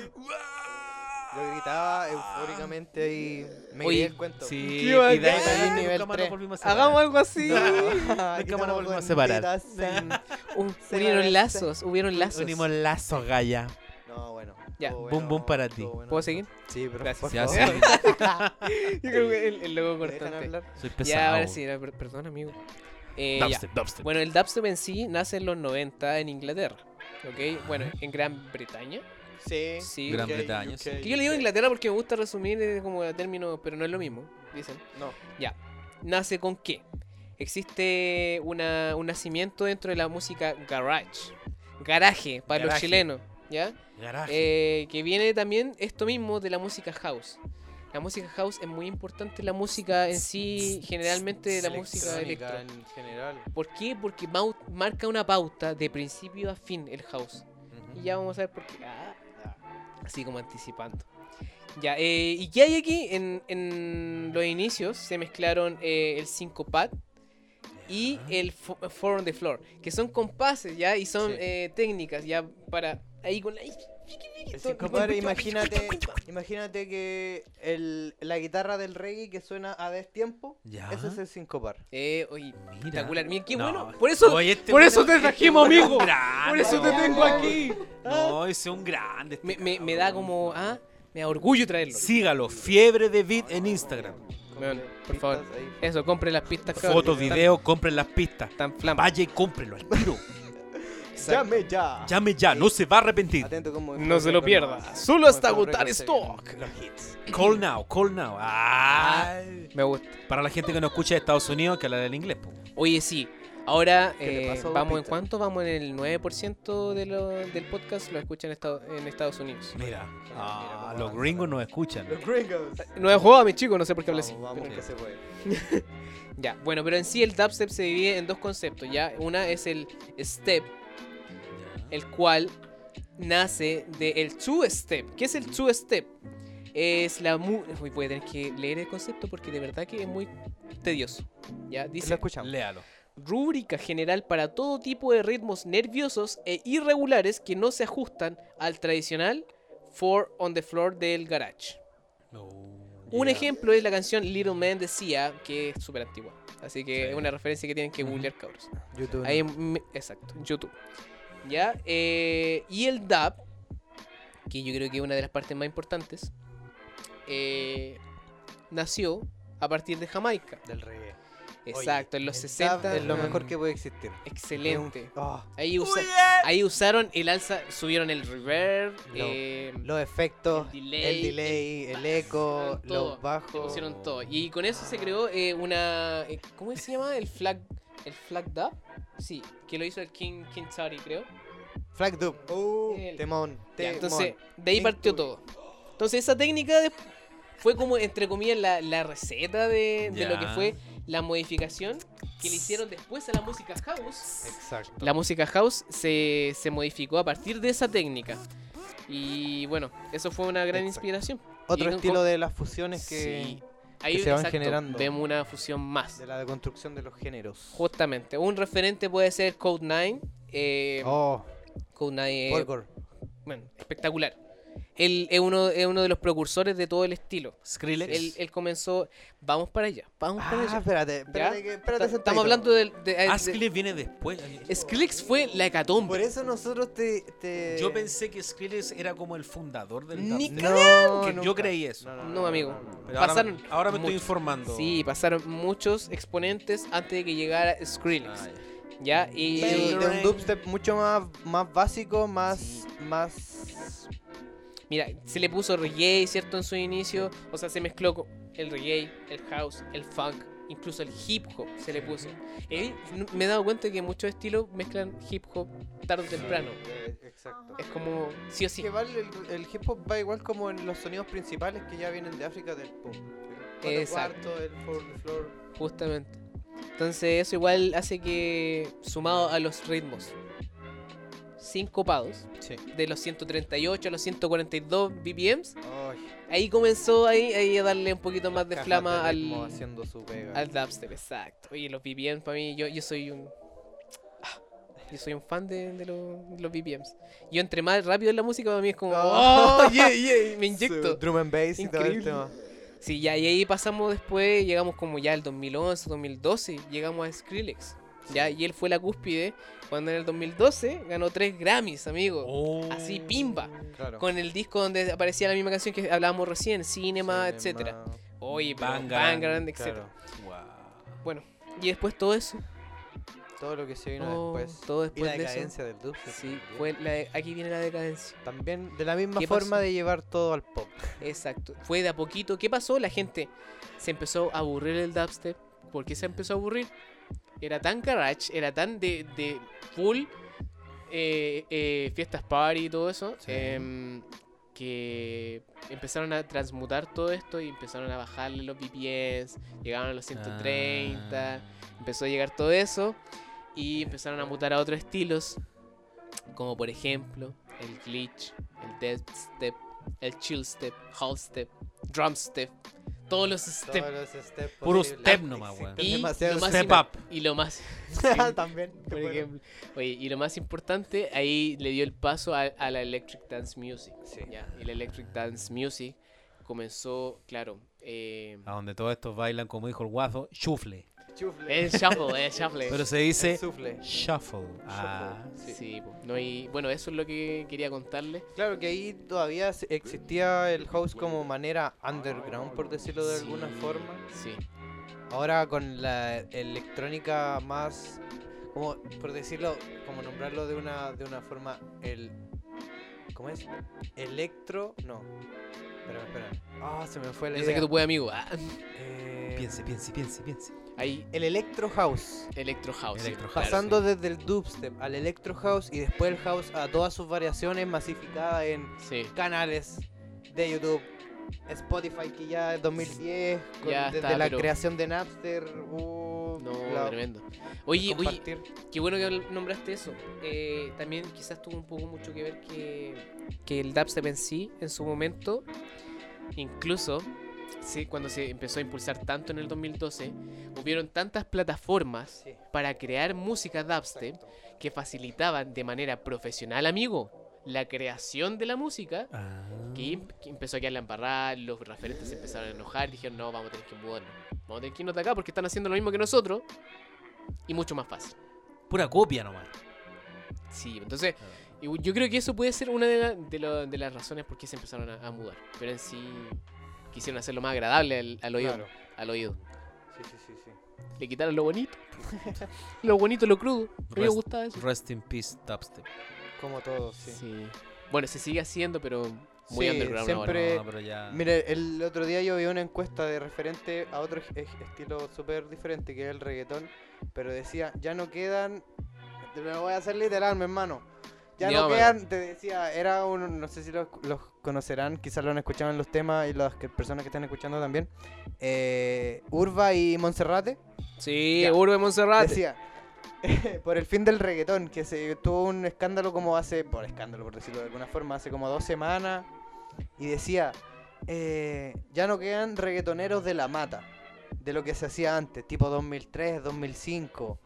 D: Yo gritaba eufóricamente y me
F: Oye,
D: creí el cuento.
C: Sí,
F: Qué
C: y de ahí
F: bacán.
C: para allá
D: Nivel
C: nunca más nos
D: tres.
C: volvimos a separar.
F: Hagamos algo así.
D: Nunca
C: van a volver a separar.
F: Hubieron lazos, hubieron lazos.
C: Unimos lazos, Gaya.
D: No, bueno.
F: Ya.
D: estuvo
C: Bum, bum para ti.
D: estuvo bueno.
F: ¿Puedo seguir?
D: Sí, pero
F: Gracias.
D: por
C: Ya,
D: favor,
C: sí.
F: Yo creo que el, el logo
D: ¿me dejan
F: cortante.
D: hablar?
C: Soy pesado.
F: Ya, ahora sí, era- per- perdón, amigo. Eh, ya.
C: Dubstep, dubstep.
F: Bueno, el dubstep en sí nace en los 90 en Inglaterra. ¿Ok? Bueno, en Gran Bretaña.
D: Sí.
F: Sí.
C: Gran
D: UK,
C: Bretaña,
D: UK,
C: sí.
F: Que yo le digo Inglaterra porque me gusta resumir eh, como a términos, pero no es lo mismo, dicen.
D: No.
F: Ya. ¿Nace con qué? Existe una- un nacimiento dentro de la música garage. Garaje, para los
C: Garaje.
F: chilenos, ¿ya?
C: Garaje.
F: Eh, que viene también esto mismo de la música house. La música house es muy importante, la música en sí, generalmente la música
D: Electrónica
F: electro.
D: en general.
F: ¿Por qué? Porque mau- marca una pauta de principio a fin el house. Y ya vamos a ver por qué. Ah, así como anticipando. Ya, eh, ¿y qué hay aquí? En, en los inicios se mezclaron eh, el syncopad y el fo- four on the floor, que son compases, ¿ya? Y son
D: Sí.
F: eh, técnicas, ¿ya? Para ahí con la...
D: El sincopado, imagínate, imagínate que el, la guitarra del reggae que suena a destiempo,
C: Ya.
D: eso es el sincopar.
F: Eh, oye,
C: Mira.
F: espectacular. Mira, qué
C: No.
F: bueno. Por eso,
C: Oye, este
F: por
C: bueno-
F: eso te trajimos,
C: este
F: amigo.
C: bueno es un
F: Por eso te
C: grande.
F: tengo aquí.
C: No, ese es un grande. este
F: Me, me- me
C: cabrón.
F: da como... Ah, me da orgullo traerlo.
C: Sígalo, Fiebre de Beat en Instagram.
F: Weón, por
D: Pistas
F: favor.
D: ahí.
F: Eso, compre las pistas. cabrón,
C: Fotos,
F: que están
C: videos, compren las pistas.
F: Tan flama.
C: Vaya y cómprelo al tiro.
F: Exacto.
D: Llame ya.
C: Llame ya, no se va a arrepentir.
D: Atento como
F: No se lo pierda. Solo hasta agotar stock.
C: Call now, call now. Ay.
F: Me gusta.
C: Para la gente que no escucha de Estados Unidos, que habla el inglés. po.
F: Oye, sí. Ahora,
D: ¿Qué le
F: eh,
D: pasó,
F: vamos en
D: Peter?
F: cuánto? Vamos en el 9% de lo- del podcast lo escuchan en, Estado- en Estados Unidos.
C: Mira, ah,
D: cómo
C: los
D: avanza
C: gringos
D: la-
C: nos escuchan.
D: Los gringos.
F: No es joda, mi chico, no sé por qué hablo así.
D: Vamos, vamos
F: pero-
D: que se puede.
F: Ya, bueno, pero en sí el dubstep se divide en dos conceptos, ¿ya? Una es el step, el cual nace del two-step. ¿Qué es el two-step? Es la mu... Uy, voy a tener que leer el concepto porque de verdad que es muy tedioso. ¿Ya?
D: Lo
F: Dice,
D: escuchamos.
C: Léalo.
F: rúbrica general para todo tipo de ritmos nerviosos e irregulares que no se ajustan al tradicional four on the floor del garage. Un ejemplo es la canción Little Man de Sia, que es súper antigua. Así que es una referencia que tienen que googlear, cabros.
D: YouTube.
F: Ahí, mm, exacto, YouTube. ¿Ya? eh, y el DAP, que yo creo que es una de las partes más importantes, eh, nació a partir de Jamaica.
D: Del reggae.
F: Exacto, en los
D: El
F: 60.
D: dub Es lo
F: weón.
D: mejor que puede existir.
F: Excelente.
D: Oh,
F: Ahí, usa- ahí usaron el alza, subieron el reverb,
D: Lo-
F: eh,
D: los efectos, el
F: El delay,
D: delay,
F: el-
D: el, eco,
F: pusieron todo,
D: los
F: le
D: bajos.
F: pusieron todo. Y con eso se creó eh, una. eh, ¿Cómo se llama? El flag. ¿El flag dub? Sí, que lo hizo el King, King Tari, creo.
D: Flag dub. Uh,
F: El-
D: temón.
F: Ya,
D: temón.
F: entonces, de ahí
D: King
F: partió
D: Turi.
F: todo. Entonces, esa técnica de- fue como, entre comillas, la, la receta de, de lo que
C: Ya.
F: fue la modificación que le hicieron después a la música house.
D: Exacto.
F: La música house se, se modificó a partir de esa técnica. Y bueno, eso fue una gran
D: Exacto.
F: inspiración.
D: Otro
F: y-
D: estilo de las fusiones que.
F: Sí. Ahí
D: se van
F: exacto,
D: generando.
F: vemos una fusión más.
D: De la deconstrucción de los géneros.
F: Justamente, un referente puede ser Code 9. Eh,
D: Oh,
F: Code 9 eh,
D: Polgor.
F: bueno, espectacular. Él es uno, es uno de los precursores de todo el estilo.
C: Skrillex.
F: Él, él comenzó. Vamos para allá, vamos para
D: Ah,
F: allá.
D: espérate,
F: ¿Ya?
D: espérate, que, espérate.
F: Ta-
D: sentadito.
F: Estamos hablando del- de. de-
C: Ah, Skrillex viene después.
F: eh, Skrillex fue la
D: Por
F: hecatombe.
D: eso nosotros te. te...
C: Yo pensé que Skrillex era como el fundador del
F: Ni
C: dubstep.
D: No,
C: Que yo
D: nunca.
C: creí eso.
F: No, amigo.
C: Pero ahora,
F: Pasaron
C: me- ahora me estoy
F: muchos.
C: informando.
F: Sí, pasaron muchos exponentes antes de que llegara Skrillex.
C: Ah,
F: ya. y.
D: Sí, de un dubstep mucho más, más básico, más, más
F: Mira, se le puso reggae, ¿cierto? En su inicio. O sea, se mezcló co- el reggae, el house, el funk, incluso el hip hop se le puso. Eh, n- me he dado cuenta que muchos estilos mezclan hip hop tarde o temprano.
D: Exacto.
F: Es como sí o sí.
D: Que vale el, el hip hop va igual como en los sonidos principales que ya vienen de África del pop. El
F: Exacto.
D: cuarto, el four- floor.
F: Justamente. Entonces eso igual hace que, sumado a los ritmos sincopados,
D: Sí.
F: de los 138 a los 142 BPMs,
D: Ay,
F: ahí comenzó ahí, ahí a darle un poquito más de
D: cajas
F: flama
D: ritmo
F: al,
D: haciendo su pega.
F: al dubstep, exacto. Oye, los BPMs para mí, yo, yo soy un... ah, Yo soy un fan de, de los, de los BPMs. Yo entre más rápido en la música, para mí es como...
D: Oh.
F: "Oh, yeah, yeah", me
D: Su
F: inyecto.
D: Drum and bass y
F: Increíble.
D: todo el tema.
F: Sí, ya, y ahí pasamos después, llegamos como ya al 2011, 2012, llegamos a Skrillex. Ya, y él fue la cúspide cuando en el 2012 ganó tres Grammys, amigo.
C: Oh,
F: Así, pimba.
D: Oh. Claro.
F: Con el disco donde aparecía la misma canción que hablábamos recién, Cinema,
D: Cinema,
F: etcétera. Oye,
C: Bangarang,
F: Bangarang,
D: Claro.
F: etcétera. Bueno, y después todo eso,
D: Todo lo que se vino
F: Oh,
D: después.
F: todo
D: y la
F: después de eso.
D: decadencia del dubstep.
F: sí,
D: también.
F: fue la de- aquí viene la decadencia.
D: También de la misma
F: ¿Qué
D: forma
F: pasó?
D: de llevar todo al pop.
F: Exacto. Fue de a poquito. ¿Qué pasó? La gente se empezó a aburrir el dubstep. ¿Por qué se empezó a aburrir? Era tan garage, era tan de, de full eh, eh, fiestas party y todo eso. em, que empezaron a transmutar todo esto y empezaron a bajarle los BPS. Llegaron a los 130. Empezó a llegar todo eso. Y empezaron a mutar a otros estilos. Como por ejemplo el glitch, el death step, el chill step, hall step, drum step, todos los step.
D: Todos los steps.
C: Puro
D: posibles.
C: step nomás, weón.
D: Existen demasiados
F: lo más
C: step
F: im-
C: up.
F: Y lo más.
D: steps. También. qué
F: por
D: bueno.
F: ejemplo. Oye, y lo más importante, ahí le dio el paso a, a la Electric Dance Music.
D: Sí.
F: ya. Y la Electric Dance Music comenzó, claro, eh,
C: A donde todos estos bailan, como dijo el guazo, chufle.
D: Chufle.
F: el shuffle, el shuffle.
C: Pero se
F: Eh,
C: dice
D: Sufle.
C: shuffle. Ah,
F: sí, po. no, y bueno, eso es lo que quería contarles.
D: Claro que ahí todavía se- existía el house como manera underground, por decirlo de alguna
F: Sí,
D: forma.
F: Sí.
D: Ahora con la electrónica más, como por decirlo, como nombrarlo de una de una forma el, ¿cómo es? Electro, no. Espera, espera. Ah, se me fue la
F: Yo sé
D: idea.
F: que tú puedes, amigo. Ah,
D: Eh,
C: piense, piense, piense, piense.
F: Ahí,
D: El electro house.
F: Electro House. sí,
C: Electro
F: claro,
D: Pasando desde el dubstep al electro house y después el house a todas sus variaciones masificadas en
F: Sí.
D: canales de YouTube, Spotify que ya es 2010, con-
F: Ya
D: desde
F: está,
D: la
F: pero-
D: creación de Napster, uh,
F: No,
D: la-
F: tremendo. Oye, oye,
D: compartir.
F: qué bueno que habl- nombraste eso. Eh, también quizás tuvo un poco mucho que ver que, que el dubstep en sí, en su momento, incluso sí, cuando se empezó a impulsar tanto en el 2012, hubieron tantas plataformas
D: Sí.
F: para crear música dubstep
D: Exacto.
F: que facilitaban de manera profesional, amigo, la creación de la música
C: Ah.
F: que, em- que empezó a quedar la embarrada, los referentes se empezaron a enojar y dijeron, no, vamos a tener que mudarnos. Vamos a tener que irnos de acá porque están haciendo lo mismo que nosotros y mucho más fácil.
C: Pura copia nomás.
F: Sí, entonces y yo creo que eso puede ser una de, la- de lo- de las razones por qué se empezaron a, a mudar. Pero en sí quisieron hacerlo más agradable al, al oído,
D: Claro.
F: al oído.
D: Sí, sí, sí, sí.
F: Le quitaron lo bonito. lo bonito, lo crudo. A mí me
C: Rest-
F: gustaba eso.
C: Rest in peace, dubstep.
D: Como todo, sí.
F: Sí. Bueno, se sigue haciendo, pero muy
D: Sí,
F: underground ahora.
D: Siempre-
C: No, pero ya.
D: Mire, el otro día yo vi una encuesta de referente a otro ej- ej- estilo súper diferente que era el reggaetón, pero decía, ya no quedan, te lo voy a hacer literal, mi hermano. Ya no
F: Dígamelo.
D: quedan, te decía, era un, no sé si los, los conocerán, quizás lo han escuchado en los temas y las que- personas que están escuchando también. eh, Urba y Monserrate
F: Sí,
D: Ya.
F: Urbe Monserrate.
D: decía, Ah, por el fin del reggaetón, que se tuvo un escándalo como hace, por escándalo por decirlo de alguna forma, hace como dos semanas, y decía, eh, ya no quedan reggaetoneros de la mata, de lo que se hacía antes, tipo 2003, 2005.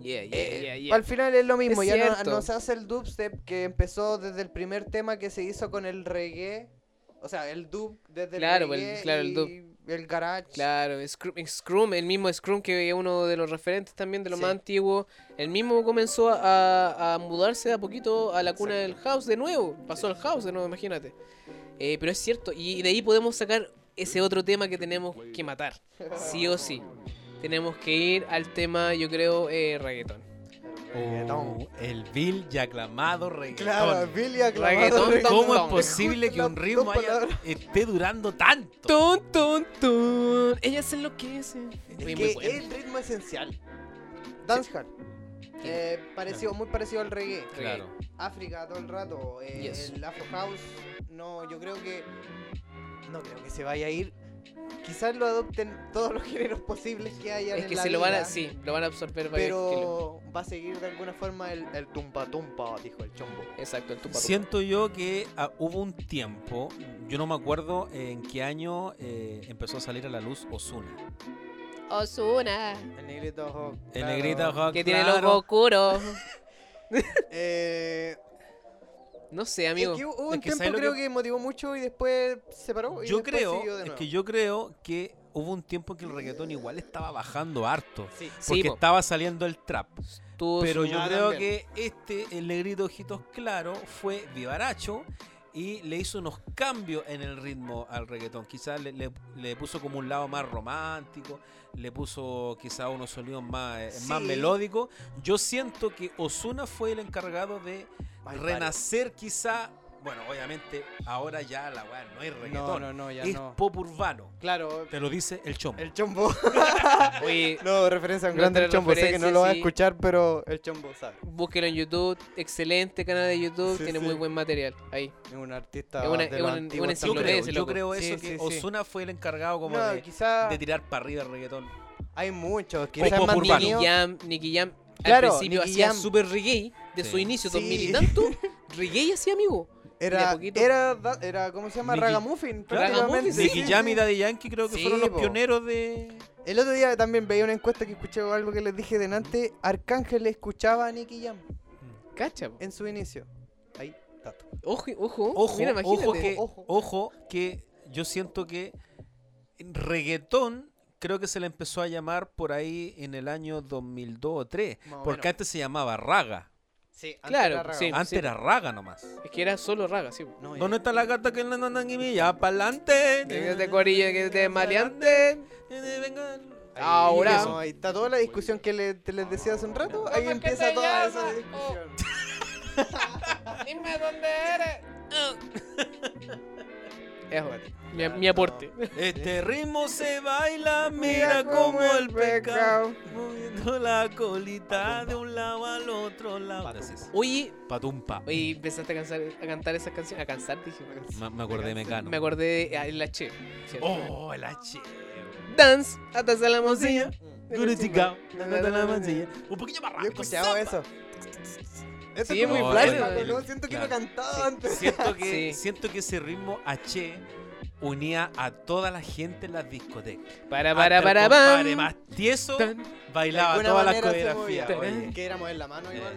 F: Yeah,
D: Eh,
F: yeah, yeah, yeah.
D: Al final es lo mismo,
F: Es
D: ya no- no,
F: cierto.
D: se hace el dubstep que empezó desde el primer tema que se hizo con el reggae, o sea, el dub desde
F: Claro,
D: el
F: pues, el-
D: reggae
F: claro, el dub.
D: y el garage.
F: Claro, Scrum, Scrum, el mismo Scrum que es uno de los referentes también de lo más
D: Sí.
F: antiguo, el mismo comenzó a, a mudarse de a poquito a la cuna del house de nuevo, pasó al house de nuevo, imagínate. Eh, pero es cierto, y de ahí podemos sacar ese otro tema que tenemos que matar, sí o sí. Tenemos que ir al tema, yo creo, eh, reggaetón.
D: Reggaetón.
C: Oh, el vil y aclamado reggaetón.
D: Claro, Billy aclamado.
F: Reggaetón,
D: reggaetón.
C: ¿Cómo es
F: Tom,
C: posible que
D: Tom,
C: un ritmo
D: Tom,
C: haya-
D: palabra.
C: esté durando tanto?
F: Tun, tun, tun. Ella se enloquece. Oye,
D: Es
F: muy
D: que
F: bueno.
D: es el ritmo esencial. Dancehall. Eh, parecido, muy parecido al reggae.
C: Claro.
D: África todo el rato. eh,
F: Yes.
D: El Afro House. No, yo creo que. No creo que se vaya a ir. Quizás lo adopten todos los géneros posibles que haya.
F: Es que se lo van a, sí, lo van a absorber varios kilos.
D: Pero va a seguir de alguna forma el, el tumpa tumpa, dijo el chombo.
F: Exacto, el tupa.
C: Siento yo que ah, hubo un tiempo, yo no me acuerdo en qué año eh, empezó a salir a la luz Osuna.
F: Osuna.
D: El negrito ojo.
C: El
D: claro.
C: negrito ojo
F: Que tiene el
C: claro.
F: ojo oscuro.
D: Eh,
F: No sé,
D: es que
F: amigo.
D: hubo un
C: Es que ¿sabes
D: tiempo
C: lo
D: creo
C: que-
D: que... motivó mucho y después se paró. y
C: Yo
D: después siguió
C: creo,
D: de
C: es
D: nuevo.
C: que yo creo que hubo un tiempo en que el reggaetón igual estaba bajando harto.
D: Sí.
C: Porque
F: Sí, po.
C: estaba saliendo el trap.
F: Tú,
C: Pero yo
D: Ah,
C: creo
D: también.
C: que este, el negrito Ojitos Claro, fue vivaracho y le hizo unos cambios en el ritmo al reggaetón. Quizás le, le- le puso como un lado más romántico, le puso quizás unos sonidos más, eh, más
D: Sí.
C: melódicos. Yo siento que Osuna fue el encargado de
D: Ay,
C: renacer quizá, bueno, obviamente ahora ya la weá no es
D: vale. No,
C: reggaetón,
D: no, no, ya
C: es
D: no.
C: pop urbano.
D: Claro,
C: Te lo dice el chombo.
D: el chombo.
F: oye,
D: no, referencia a un
F: Nuestra
D: grande el chombo. Sé que no lo va a
F: referencia, sí.
D: escuchar, pero el chombo sabe.
F: búsquelo en YouTube. Excelente canal de YouTube.
D: Sí,
F: tiene
D: sí.
F: muy buen material. Ahí.
D: Es un artista.
F: Es una-
D: de
F: es
D: los
F: una-
D: antiguos
F: una
C: yo
F: lo
D: también.
C: creo,
F: merece,
C: yo
F: loco.
C: creo
D: Sí,
C: eso
D: sí,
C: que
D: sí.
C: Osuna fue el encargado como
D: No,
C: de,
D: quizá
C: de tirar para arriba el reggaetón.
D: hay muchos. Quizás
C: pop
D: más
C: urbano.
F: Nicky
D: niños.
F: Jam, Nicky Jam
D: Claro,
F: al principio
D: Nicky
F: hacía
D: Jam.
F: super reggae de su
C: Sí.
F: inicio,
D: Sí.
F: 2000 y tanto. reggae hacía, amigo. de a
D: Era,
F: poquito.
D: era, da- era, ¿cómo se llama?
C: Nicky-
D: Ragamuffin.
F: Ragamuffin,
D: prácticamente.
F: sí.
C: Nicky
D: Sí,
C: Jam y
D: sí.
C: Daddy Yankee creo que
D: Sí,
C: fueron los
D: po.
C: pioneros de...
D: El otro día también veía una encuesta que escuché algo que les dije delante. Arcángel escuchaba a Nicky Jam
F: Cacha, po.
D: en su inicio. Ahí, dato.
F: Ojo, ojo.
C: Ojo,
F: Uh, mira, imagínate.
C: ojo, que,
D: Ojo.
C: ojo que yo siento que reggaetón creo que se le empezó a llamar por ahí en el año 2002 o 3.
D: Más o
C: Porque
D: menos.
C: antes se llamaba raga.
D: Sí, antes
F: Claro,
D: era
F: sí.
D: Ragamuffin.
C: Antes era raga nomás.
F: Es que era solo raga, sí. po.
D: No, ya-
C: ¿Dónde está la gata que no andan y me ya pa'lante?
F: Que te corillo, que te maleante.
C: Venga.
D: Ahí,
F: Ahora-
D: eso, ahí está toda la discusión que le- te les decía hace un rato. Ahí
F: ¿Cómo es que
D: empieza
F: te
D: toda esa
F: llamas?
D: discusión.
F: Dime dónde eres. Es bueno. Mi, mi aporte.
C: Este ritmo se baila, mira como el pecado. Moviendo la colita de un lado al otro lado. Gracias.
F: Oye,
C: Patumpa.
F: oye, empezaste a, cansar- a cantar esas canciones. A cansar, dije.
C: Me, me acordé de Mecano.
F: Me acordé de ah, el H. ¿cierto?
C: Oh, el H.
F: Dance, hasta la mocilla.
D: Oh.
C: Guruchicao, dándote la mancilla. Un poquillo más
D: Mm. Yo
C: rápido.
D: escuchaba eso. Eso
F: Sí,
D: es
C: muy
D: muy
C: bueno.
D: flashback, ¿no? Siento que
C: Claro.
D: lo cantaba antes.
C: Siento que,
F: Sí.
C: siento que ese ritmo H unía a toda la gente en las discotecas.
F: Para, para,
C: Hasta el
F: para,
C: Ah, compadre
F: pam.
C: más tieso
F: Tan,
D: De
C: bailaba
D: alguna
C: todas las
D: manera se movía.
C: coreografías.
D: Oye, Que era mover la mano igual.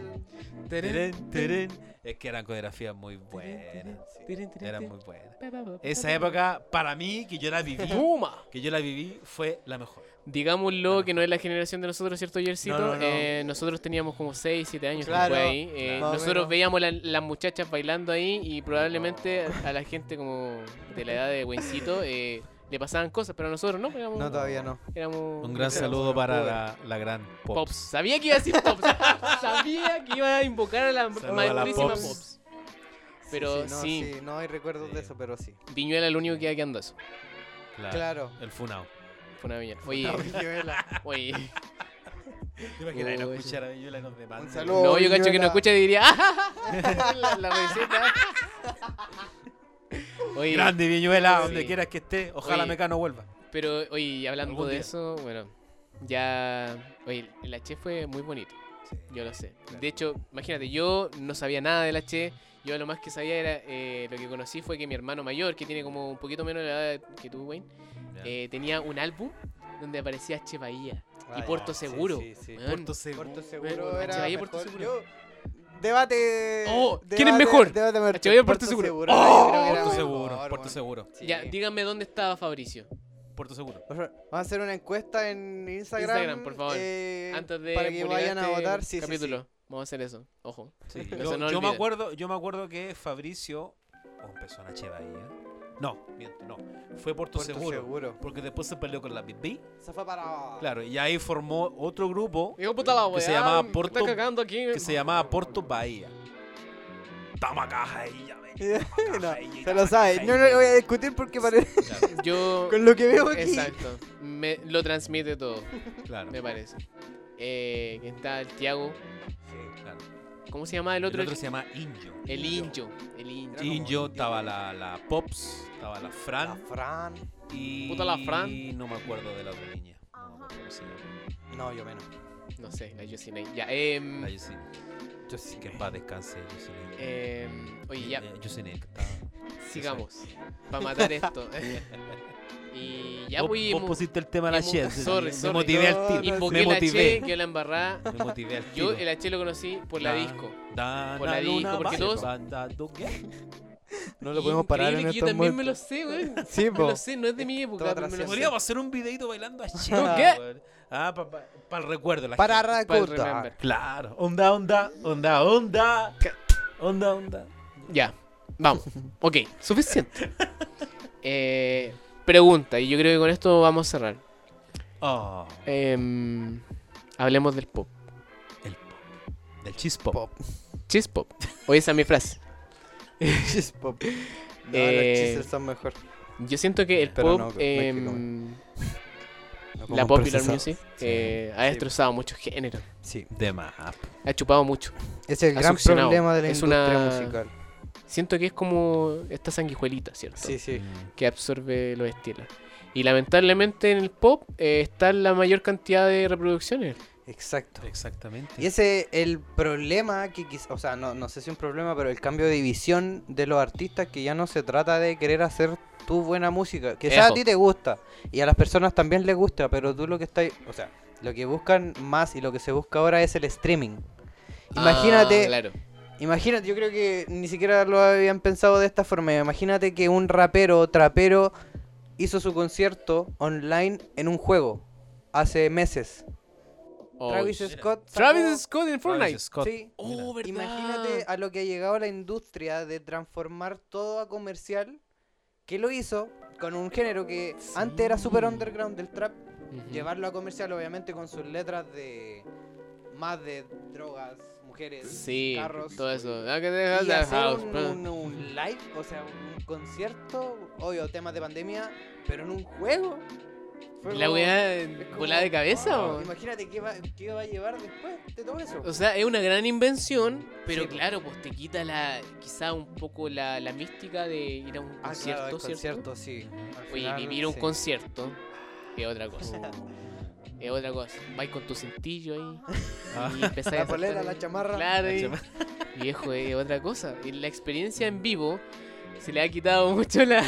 F: tarán,
C: Es que eran coreografías muy buenas.
F: tarán, tarán,
C: Eran
F: tarán.
C: muy buenas.
F: Pa, pa, pa,
C: Esa
F: pa,
C: época, para mí, que yo la
F: pa.
C: viví,
F: ¡Puma!
C: que yo la viví, fue la mejor.
F: Digámoslo que no es la generación de nosotros, ¿cierto, Yercito?
C: No, no, no.
F: Eh, nosotros teníamos como 6, 7 años que
D: Claro,
F: fue ahí. Eh,
D: más o
F: nosotros
D: menos.
F: veíamos la- las muchachas bailando ahí y probablemente a la gente como de la edad de Wencito eh, le pasaban cosas, pero a nosotros no, éramos,
D: No, todavía no.
F: éramos-
C: Un gran
F: éramos
C: saludo para
F: pobres.
C: la, la gran Pop.
F: Pops. Sabía que iba a decir Pops. Sabía que iba a invocar a la
C: Saludo a la
F: maestrísima
C: Pops.
F: Pops. Pero
D: no,
F: sí.
D: No hay recuerdos de eso, pero sí.
F: Viñuela el único que iba quedando eso.
C: Claro.
D: Claro.
C: El Funao.
F: Fue una viñuela. Oye, oye.
C: Imagina que no
F: Oh,
C: escuchara a Viñuela y nos demanda.
D: Un saludo.
F: No, yo cacho que
D: Viñuela.
F: no escucha y diría. "Ah, la, la receta. Oye,
C: Grande Viñuela,
F: Sí.
C: donde quieras que esté. Ojalá
F: Oye.
C: Mecano vuelva.
F: pero oye, y hablando
C: Algún
F: de
C: día.
F: eso, bueno, ya. Oye, el H fue muy bonito. Yo lo sé. De hecho, imagínate, yo no sabía nada del H. Yo lo más que sabía era. eh, lo que conocí fue que mi hermano mayor, que tiene como un poquito menos de la edad que tú, Wayne, eh, tenía un álbum donde aparecía H. Bahía.
D: Ah,
F: y Puerto Seguro. weón.
C: Puerto Seguro.
D: Puerto
F: Bueno,
D: Seguro era
F: Achevalla,
D: mejor.
F: Puerto Seguro.
D: Yo- Debate.
F: Oh, ¿quién es
D: debate-
F: mejor?
D: Debate muerto.
F: Achevalla, Puerto Seguro.
D: yo creo que era
C: Puerto
D: mejor,
C: Seguro.
D: weón.
C: Puerto Seguro.
D: Sí.
F: Ya, díganme dónde estaba Fabricio.
C: Puerto Seguro.
D: Por favor, Vamos a hacer una encuesta en Instagram.
F: Instagram, por favor.
D: eh,
F: Antes de
D: para que
F: publicar
D: vayan a
F: este
D: votar. Sí, sí,
F: capítulo. Vamos a hacer eso. Ojo.
C: Sí.
F: No
C: Yo,
F: se nos
C: yo me
F: olvide.
C: acuerdo, yo me acuerdo que Fabricio. Oh, empezó en H. Bahía. No, miento, no. Fue Puerto, Seguro, Porque después se peleó con la BB.
D: Se fue para.
C: Claro, y ahí formó otro grupo
F: Digo, puta la
C: Que se
F: weá,
C: llamaba
F: me
C: Porto-
F: Está cagando aquí.
C: que se llamaba Porto Bahía. Tama caja ahí, ya ven.
D: No, se lo sabe. No, no lo voy a discutir porque parece.
F: Yo.
D: Con lo que veo aquí.
F: Exacto. Me, lo transmite todo,
C: Claro.
F: me parece. Eh, que está el Tiago.
C: Sí, claro.
F: ¿Cómo se llama el
C: El
F: otro?
C: otro, se llama Injo.
F: El Injo. El Injo.
C: Injo, estaba la, la Pops, estaba
D: La
C: la Fran
D: Fran.
C: y.
F: Puta la Fran.
C: Y no me acuerdo de la otra niña. No me acuerdo cómo se llama.
D: No, yo menos.
F: No sé, la Yosinei. Ya, em,
C: La Yosine. Que en paz descanse, Yosine.
F: em, oye, ya,
C: Eh, Yosine, que estaba.
F: sigamos. Para matar esto. y ya,
C: vos,
F: voy
C: vos pusiste el tema a
F: y
C: la
F: mu-
C: Shell.
F: sorry,
C: Me
F: sorry.
C: motivé al tiro.
F: Invoqué
C: me
F: la
C: motivé.
F: Che, que la embarrada.
C: Me motivé al tiro.
F: Yo el H lo conocí por la disco.
C: Da-
F: Por
C: da
F: la disco,
C: luna
F: porque
C: va-
F: todos-
C: banda do- ¿qué?
D: No lo podemos parar en
F: Increíble que Yo
D: estos
F: también me
D: momentos.
F: lo sé, weón.
D: Sí,
F: Me
D: po.
F: lo sé, no es de mi época, pero me lo sé.
C: Podríamos hacer un videito bailando a Che.
F: ¿Con qué?
C: weón. Ah, para el recuerdo. La
D: Para
C: gente.
F: Para el
D: Rakuta.
F: remember.
C: Claro. Onda, onda, onda, onda. Onda, onda.
F: Ya, vamos. Ok, suficiente. Eh, pregunta, y yo creo que con esto vamos a cerrar.
C: Oh,
F: Em, hablemos del pop.
C: el pop. Del chispo.
F: Chis pop. Oye, esa es mi frase.
D: Chis pop. No,
F: Eh,
D: los chistes son mejor.
F: Yo siento que el
D: Pero
F: pop,
D: no, no hay que comer.
F: em,
D: No
F: la
D: como
F: popular
D: procesado.
F: music, eh, ha
D: Sí.
F: destrozado muchos géneros.
D: Sí.
C: De más.
F: Ha chupado mucho.
D: Es el
F: Ha
D: gran
F: succionado.
D: problema de la
F: Es
D: industria
F: una-
D: musical.
F: Siento que es como esta sanguijuelita, ¿cierto?
D: Sí, sí.
F: que absorbe los estilos. Y lamentablemente en el pop eh, está la mayor cantidad de reproducciones.
D: Exacto.
C: Exactamente.
F: Este.
D: Y ese el problema que quiz- o sea, no, no sé si un problema, pero el cambio de división de los artistas que ya no se trata de querer hacer tu buena música, que sea a
F: Eso.
D: ti te gusta y a las personas también les gusta, pero tú lo que estás, o sea, lo que buscan más y lo que se busca ahora es el streaming. Imagínate,
F: Ah, claro.
D: imagínate, yo creo que ni siquiera lo habían pensado de esta forma. Imagínate que un rapero o trapero hizo su concierto online en un juego hace meses.
F: Oh,
D: Travis
F: shit.
D: Scott sacó-
F: Travis Scott en Fortnite.
C: Travis Scott.
D: Sí.
F: Oh, verdad.
D: Imagínate a lo que ha llegado la industria de transformar todo a comercial, que lo hizo con un género que antes era super underground del trap,
F: Ujú.
D: llevarlo a comercial obviamente con sus letras de más de drogas, mujeres,
F: Sí,
D: carros.
F: todo eso. Ah, que
D: Y
F: dejas
D: hacer
F: el house,
D: un,
F: bro.
D: un- un live, o sea, un concierto, obvio, temas de pandemia, pero en un juego. Fue
F: La
D: como-
F: weá
D: es como,
F: volada de cabeza.
D: wow,
F: o?
D: Imagínate qué va, qué va a llevar después de todo eso.
F: O sea, es una gran invención, pero
D: Sí, po.
F: claro, pues te quita la, quizá un poco la, la mística de ir a un
D: Ah,
F: concierto,
D: claro, el
F: ¿cierto?
D: concierto, sí. Al
F: Oye,
D: final,
F: vivir un
D: sí.
F: concierto es otra cosa. Es otra cosa. Vais con tu cintillo ahí. Y empezáis
D: Ah. La
F: a saltar
D: polera,
F: ahí.
D: la chamarra.
F: Claro, y- viejo, es otra cosa. Y la experiencia en vivo se le ha quitado mucho la,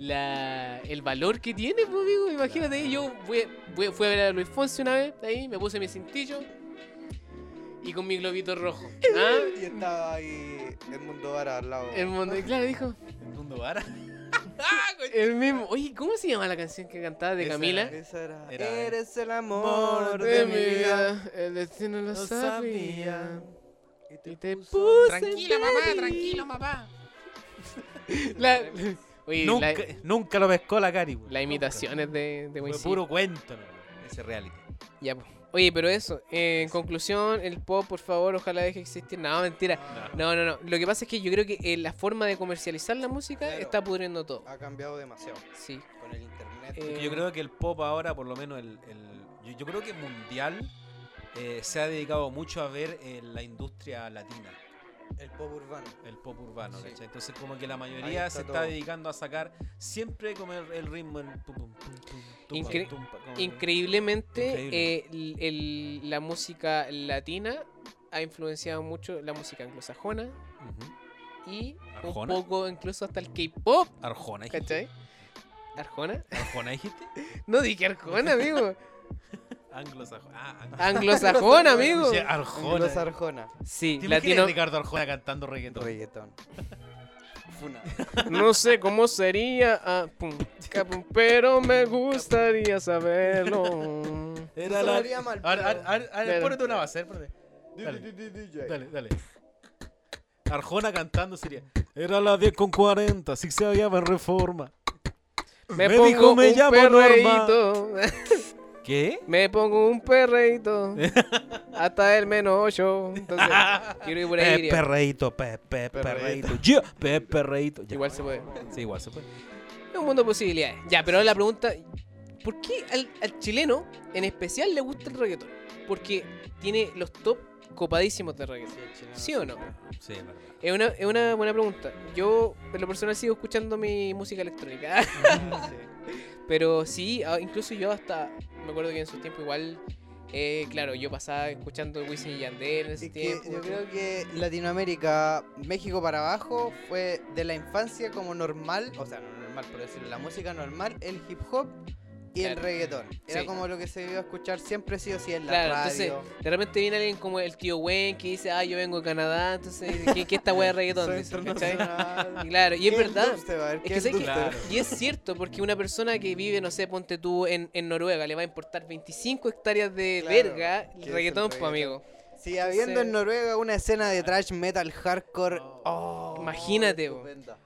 F: la- el valor que tiene, pues, amigo. Imagínate, yo fui, fui- fui a ver a Luis Fonsi una vez, ahí me puse mi cintillo y con mi globito rojo. ¿ah?
D: Y estaba ahí el mundo vara al lado.
F: El mundo, y claro, dijo.
C: El mundo vara.
F: El mismo. Oye, ¿cómo se llama la canción que cantaba de
C: Esa
F: Camila?
D: Esa era,
C: Era-
D: Eres el amor de, mi vida.
F: el destino lo
C: Lo
F: sabía.
C: sabía.
F: Y te puse
C: Tranquila,
F: en
C: mamá,
F: feliz.
C: tranquilo, mamá.
F: La- oye,
C: Nunca,
F: la-
C: nunca lo pescó la Cari. weón.
F: las imitaciones de, de
C: Nunca. Fue
F: Wisin.
C: puro cuento, no, Ese reality.
F: Ya, po. Oye, pero eso, eh, en conclusión, el pop, por favor, ojalá deje de existir. No, mentira. No, no, no. Lo que pasa es que yo creo que eh, la forma de comercializar la música
D: Claro.
F: está pudriendo todo.
D: Ha cambiado demasiado
F: Sí.
D: con el internet.
F: Eh,
C: Es que yo creo que el pop ahora, por lo menos el, el- yo, yo creo que mundial eh, se ha dedicado mucho a ver eh, la industria latina,
D: el pop urbano.
C: el pop urbano,
D: Sí.
C: ¿cachai? Entonces como que la mayoría
D: está
C: se está
D: todo.
C: dedicando a sacar siempre como el, el ritmo, el pum, pum, pum, pum, tum,
F: Incre-
C: pum, pum, como-
F: Increíblemente,
C: Increíble.
F: eh, el- el- la música latina ha influenciado mucho la música anglosajona
C: Ujú.
F: y
C: ¿Arjona?
F: un poco incluso hasta el K-pop,
C: Arjona, dijiste.
F: ¿cachai? ¿Arjona?
C: Arjona, dijiste.
F: No dije Arjona, amigo.
C: Anglosajona. Ah, anglo-
F: Anglosajón, amigo.
C: Escuché
D: Los
C: Arjona.
D: Arjona.
F: Sí,
C: ¿Te imaginas
F: latino.
C: Ricardo Arjona cantando reggaetón?
D: Reggaetón. Funa.
F: No sé cómo sería, ah, pum, capum, pero me gustaría saberlo.
C: Era
D: No
C: la...
D: sonaría mal,
C: Ahora,
D: pero-
C: ahora, ahora,
F: Dale.
C: ponete una base, a ver, ponete. Dale. Dale, dale. Arjona cantando sería. Era la 10 con 40, así se hallaba en reforma.
F: Me,
C: Me
F: pongo
C: dijo, me
F: un
C: llamo
F: perreíto.
C: ¿Qué?
F: Me pongo un perreíto. hasta el menos 8. Entonces, quiero ir por ahí.
C: Eh,
F: iría.
C: perreíto, pe, pe,
F: Perreíto.
C: perreíto. Yeah, pe, perreíto. Ya.
F: Igual se puede.
C: Sí, igual se puede.
F: Es un mundo de posibilidades. Ya, pero ahora la pregunta, ¿por qué al, al chileno en especial le gusta el reggaetón? Porque tiene los top copadísimos de reggaetón. ¿Sí o no?
C: Sí, es verdad.
F: Es una, es una buena pregunta. Yo, en lo personal, sigo escuchando mi música electrónica. Pero sí, ah, incluso yo hasta, me acuerdo que en su tiempo igual, eh, claro, yo pasaba escuchando Wisin y Yandel en ese
D: Es que
F: tiempo.
D: yo creo que Latinoamérica, México para abajo, fue de la infancia como normal, o sea, no normal, por decirlo, la música normal, el hip hop y el
F: Claro.
D: reggaetón. Era
F: Sí.
D: como lo que se iba a escuchar siempre sí o sí en la
F: Claro,
D: radio.
F: entonces, de repente viene alguien como el tío Wen que dice, ah, yo vengo de Canadá, entonces, ¿qué, qué esta wea de reggaetón?
D: Soy
F: Dice, ¿cachai?
D: internacional.
F: Y Claro, y es
D: ¿Qué
F: verdad.
D: dubstep? A ver,
F: Es
D: ¿qué
F: que sé que-
D: dubstep?
F: y es cierto, porque una persona que vive, no sé, ponte tú en, en Noruega, le va a importar 25 hectáreas de
D: Claro,
F: verga,
D: es el
F: reggaetón, pues
D: reggaetón?
F: amigo.
D: Sí, habiendo en Noruega una escena de trash metal hardcore. Oh,
F: Imagínate, bo.
D: estupenda.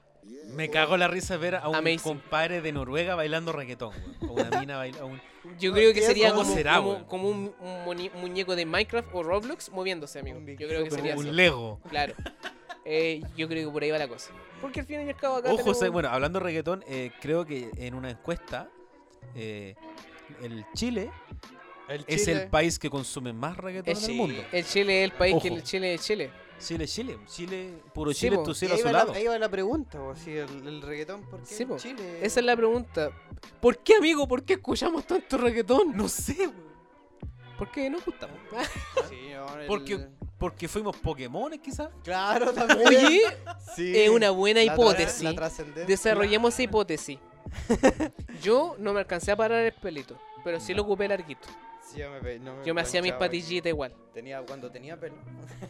C: Me cagó la risa ver a un
F: Amazing.
C: compadre de Noruega bailando reggaetón, güey. A una mina bailando. un...
F: Yo creo que
D: ¿qué
F: sería
D: cómo
F: como,
C: será,
F: como-
C: weón?
F: como un, un moni- muñeco de Minecraft o Roblox moviéndose, amigo.
D: Un Big
F: Yo creo que
D: Super
F: sería
C: un
F: así.
C: Lego.
F: Claro. Eh, yo creo que por ahí va la cosa. Porque al fin y al cabo acá
C: Ojo,
F: tenemos-
C: se- bueno, hablando de reggaetón, eh, creo que en una encuesta, eh, el Chile, es el país que consume más reggaetón en
F: el
C: el
F: Chile-
C: mundo.
F: Eh, El Chile es el país que
C: Ojo.
F: el Chile es Chile.
C: Chile, Chile, Chile, puro
F: Sí,
C: Chile,
F: po.
C: tu
D: Y
C: cielo
D: ahí, va
C: azulado.
D: la, ahí va la pregunta, bo, si el, el reggaetón, ¿por qué
F: Sí,
D: en
F: bo.
D: Chile?
F: Esa es la pregunta. ¿Por qué, amigo? ¿Por qué escuchamos tanto reggaetón?
C: No sé, güey.
F: ¿Por qué nos gusta?
D: Sí, no, el-
C: porque, porque fuimos Pokémones, quizás.
D: Claro, también.
F: Oye,
D: Sí.
F: es una buena
D: La tra-
F: hipótesis.
D: la trascendencia.
F: Desarrollemos esa hipótesis. Yo no me alcancé a parar el pelito, pero sí lo ocupé larguito.
D: Sí, yo me, pe- no
F: Yo me hacía mis
D: planchaba.
F: patillitas igual.
D: Tenía cuando tenía pelo.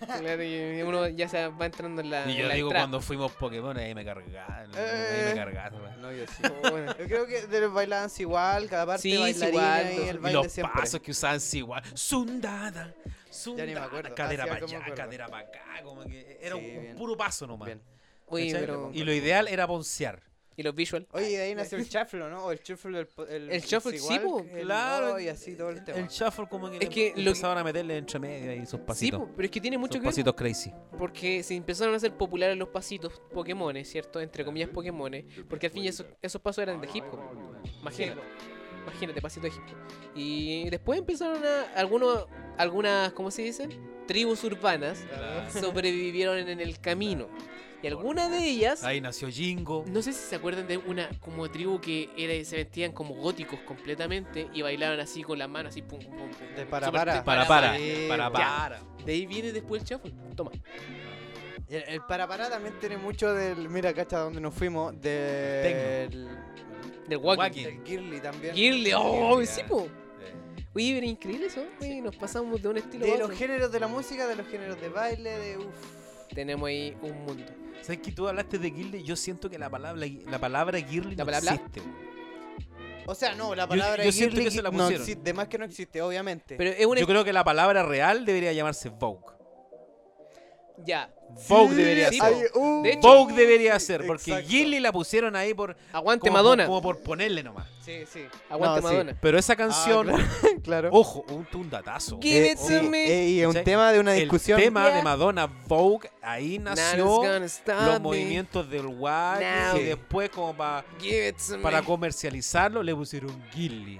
F: Claro, y uno ya se va entrando en la.
C: Y yo
F: en la
C: digo,
F: trap.
C: cuando fuimos Pokémones, ahí me cargaron. Ahí
D: Ah, Eh.
C: me cargaron. güey.
D: No, yo sí.
F: Oh, bueno.
D: Yo creo que de los bailaban igual, cada parte
F: Sí, sí,
D: bailarina
F: igual,
D: y el
F: los-
C: Y
D: baile
C: los
D: siempre.
C: pasos que usaban sí igual. Sundada, sundada,
D: acuerdo.
C: cadera
D: Ah, sí, ahora
C: para
D: me
C: allá,
D: acuerdo.
C: cadera para acá, como que era
D: Sí,
C: un
D: bien.
C: puro paso nomás.
D: Bien.
F: Oye,
C: ¿cachai?
F: pero-
C: Y lo ideal era boncear.
F: Y los visuals.
D: Oye, de ahí nació el shuffle, ¿no? O el shuffle del po- el,
F: El shuffle, sí,
D: igual,
F: po,
D: el
C: claro,
D: no, y así todo el tema.
C: El shuffle como que,
F: Es que
C: le
F: lo-
C: empezaban a meterle entre medio y sus
F: Sí,
C: pasitos.
F: po, pero es que tiene mucho
C: sus
F: que ver.
C: pasitos crazy.
F: Porque se empezaron a hacer populares los pasitos Pokémones, ¿cierto? Entre comillas Pokémones. Porque al fin y esos, esos pasos eran de hip hop. Imagínate. Imagínate, pasito de hip hop. Y después empezaron a. Algunos, algunas, ¿cómo se dicen? Tribus urbanas sobrevivieron en el camino. Y algunas de ellas.
C: Ahí nació Jingo.
F: No sé si se acuerdan de una como tribu que era, se vestían como góticos completamente y bailaban así con las manos, así pum pum pum. pum,
D: De para,
F: súper-
D: para.
F: de
C: Para para,
D: Sí,
C: para
D: ya.
C: para.
F: De ahí viene después el shuffle. Toma.
D: Y El, el para para también tiene mucho del. Mira, cacha, donde nos fuimos. Del.
F: Del walking.
C: Walking.
D: Del girly también.
F: Girly, oh, sí,
C: ah.
F: po. Oye, pero increíble eso, güey, Nos pasamos de un estilo a
D: De
F: otro.
D: los géneros de la música, de los géneros de baile, de uff.
F: Tenemos ahí un mundo.
C: ¿Sabes que tú hablaste de Girly? Yo siento que la palabra, la palabra Girly
F: ¿La
C: no
F: palabra?
C: existe. güey.
D: O sea, no, la
C: Yo-
D: palabra
C: yo siento
D: girly
C: que se la
D: no
C: pusieron.
D: existe, de más que no existe, obviamente.
F: Pero es una.
C: Yo creo que la palabra real debería llamarse Vogue.
F: Ya.
C: Vogue debería
F: sí,
C: ser.
F: po.
D: uh,
F: De hecho,
C: Vogue debería ser, porque
D: Exacto. Eh,
C: Gilly la pusieron ahí por
F: Aguante
C: como,
F: Madonna. Ah,
C: por- como por ponerle nomás.
D: sí, sí.
F: Aguante
D: No, sí.
F: Madonna.
C: Pero esa canción,
D: Claro.
C: ojo, un tundatazo.
F: Give it to me.
D: y es un
C: ¿Cachai?
D: tema de una
C: El
D: discusión.
C: tema
F: Yeah.
C: de Madonna Vogue, ahí nació
F: Nothing's gonna stop
C: los
F: me.
C: movimientos del walk
F: Now.
C: y después como pa-
F: Give it to
C: para
F: me.
C: comercializarlo le pusieron Gilly.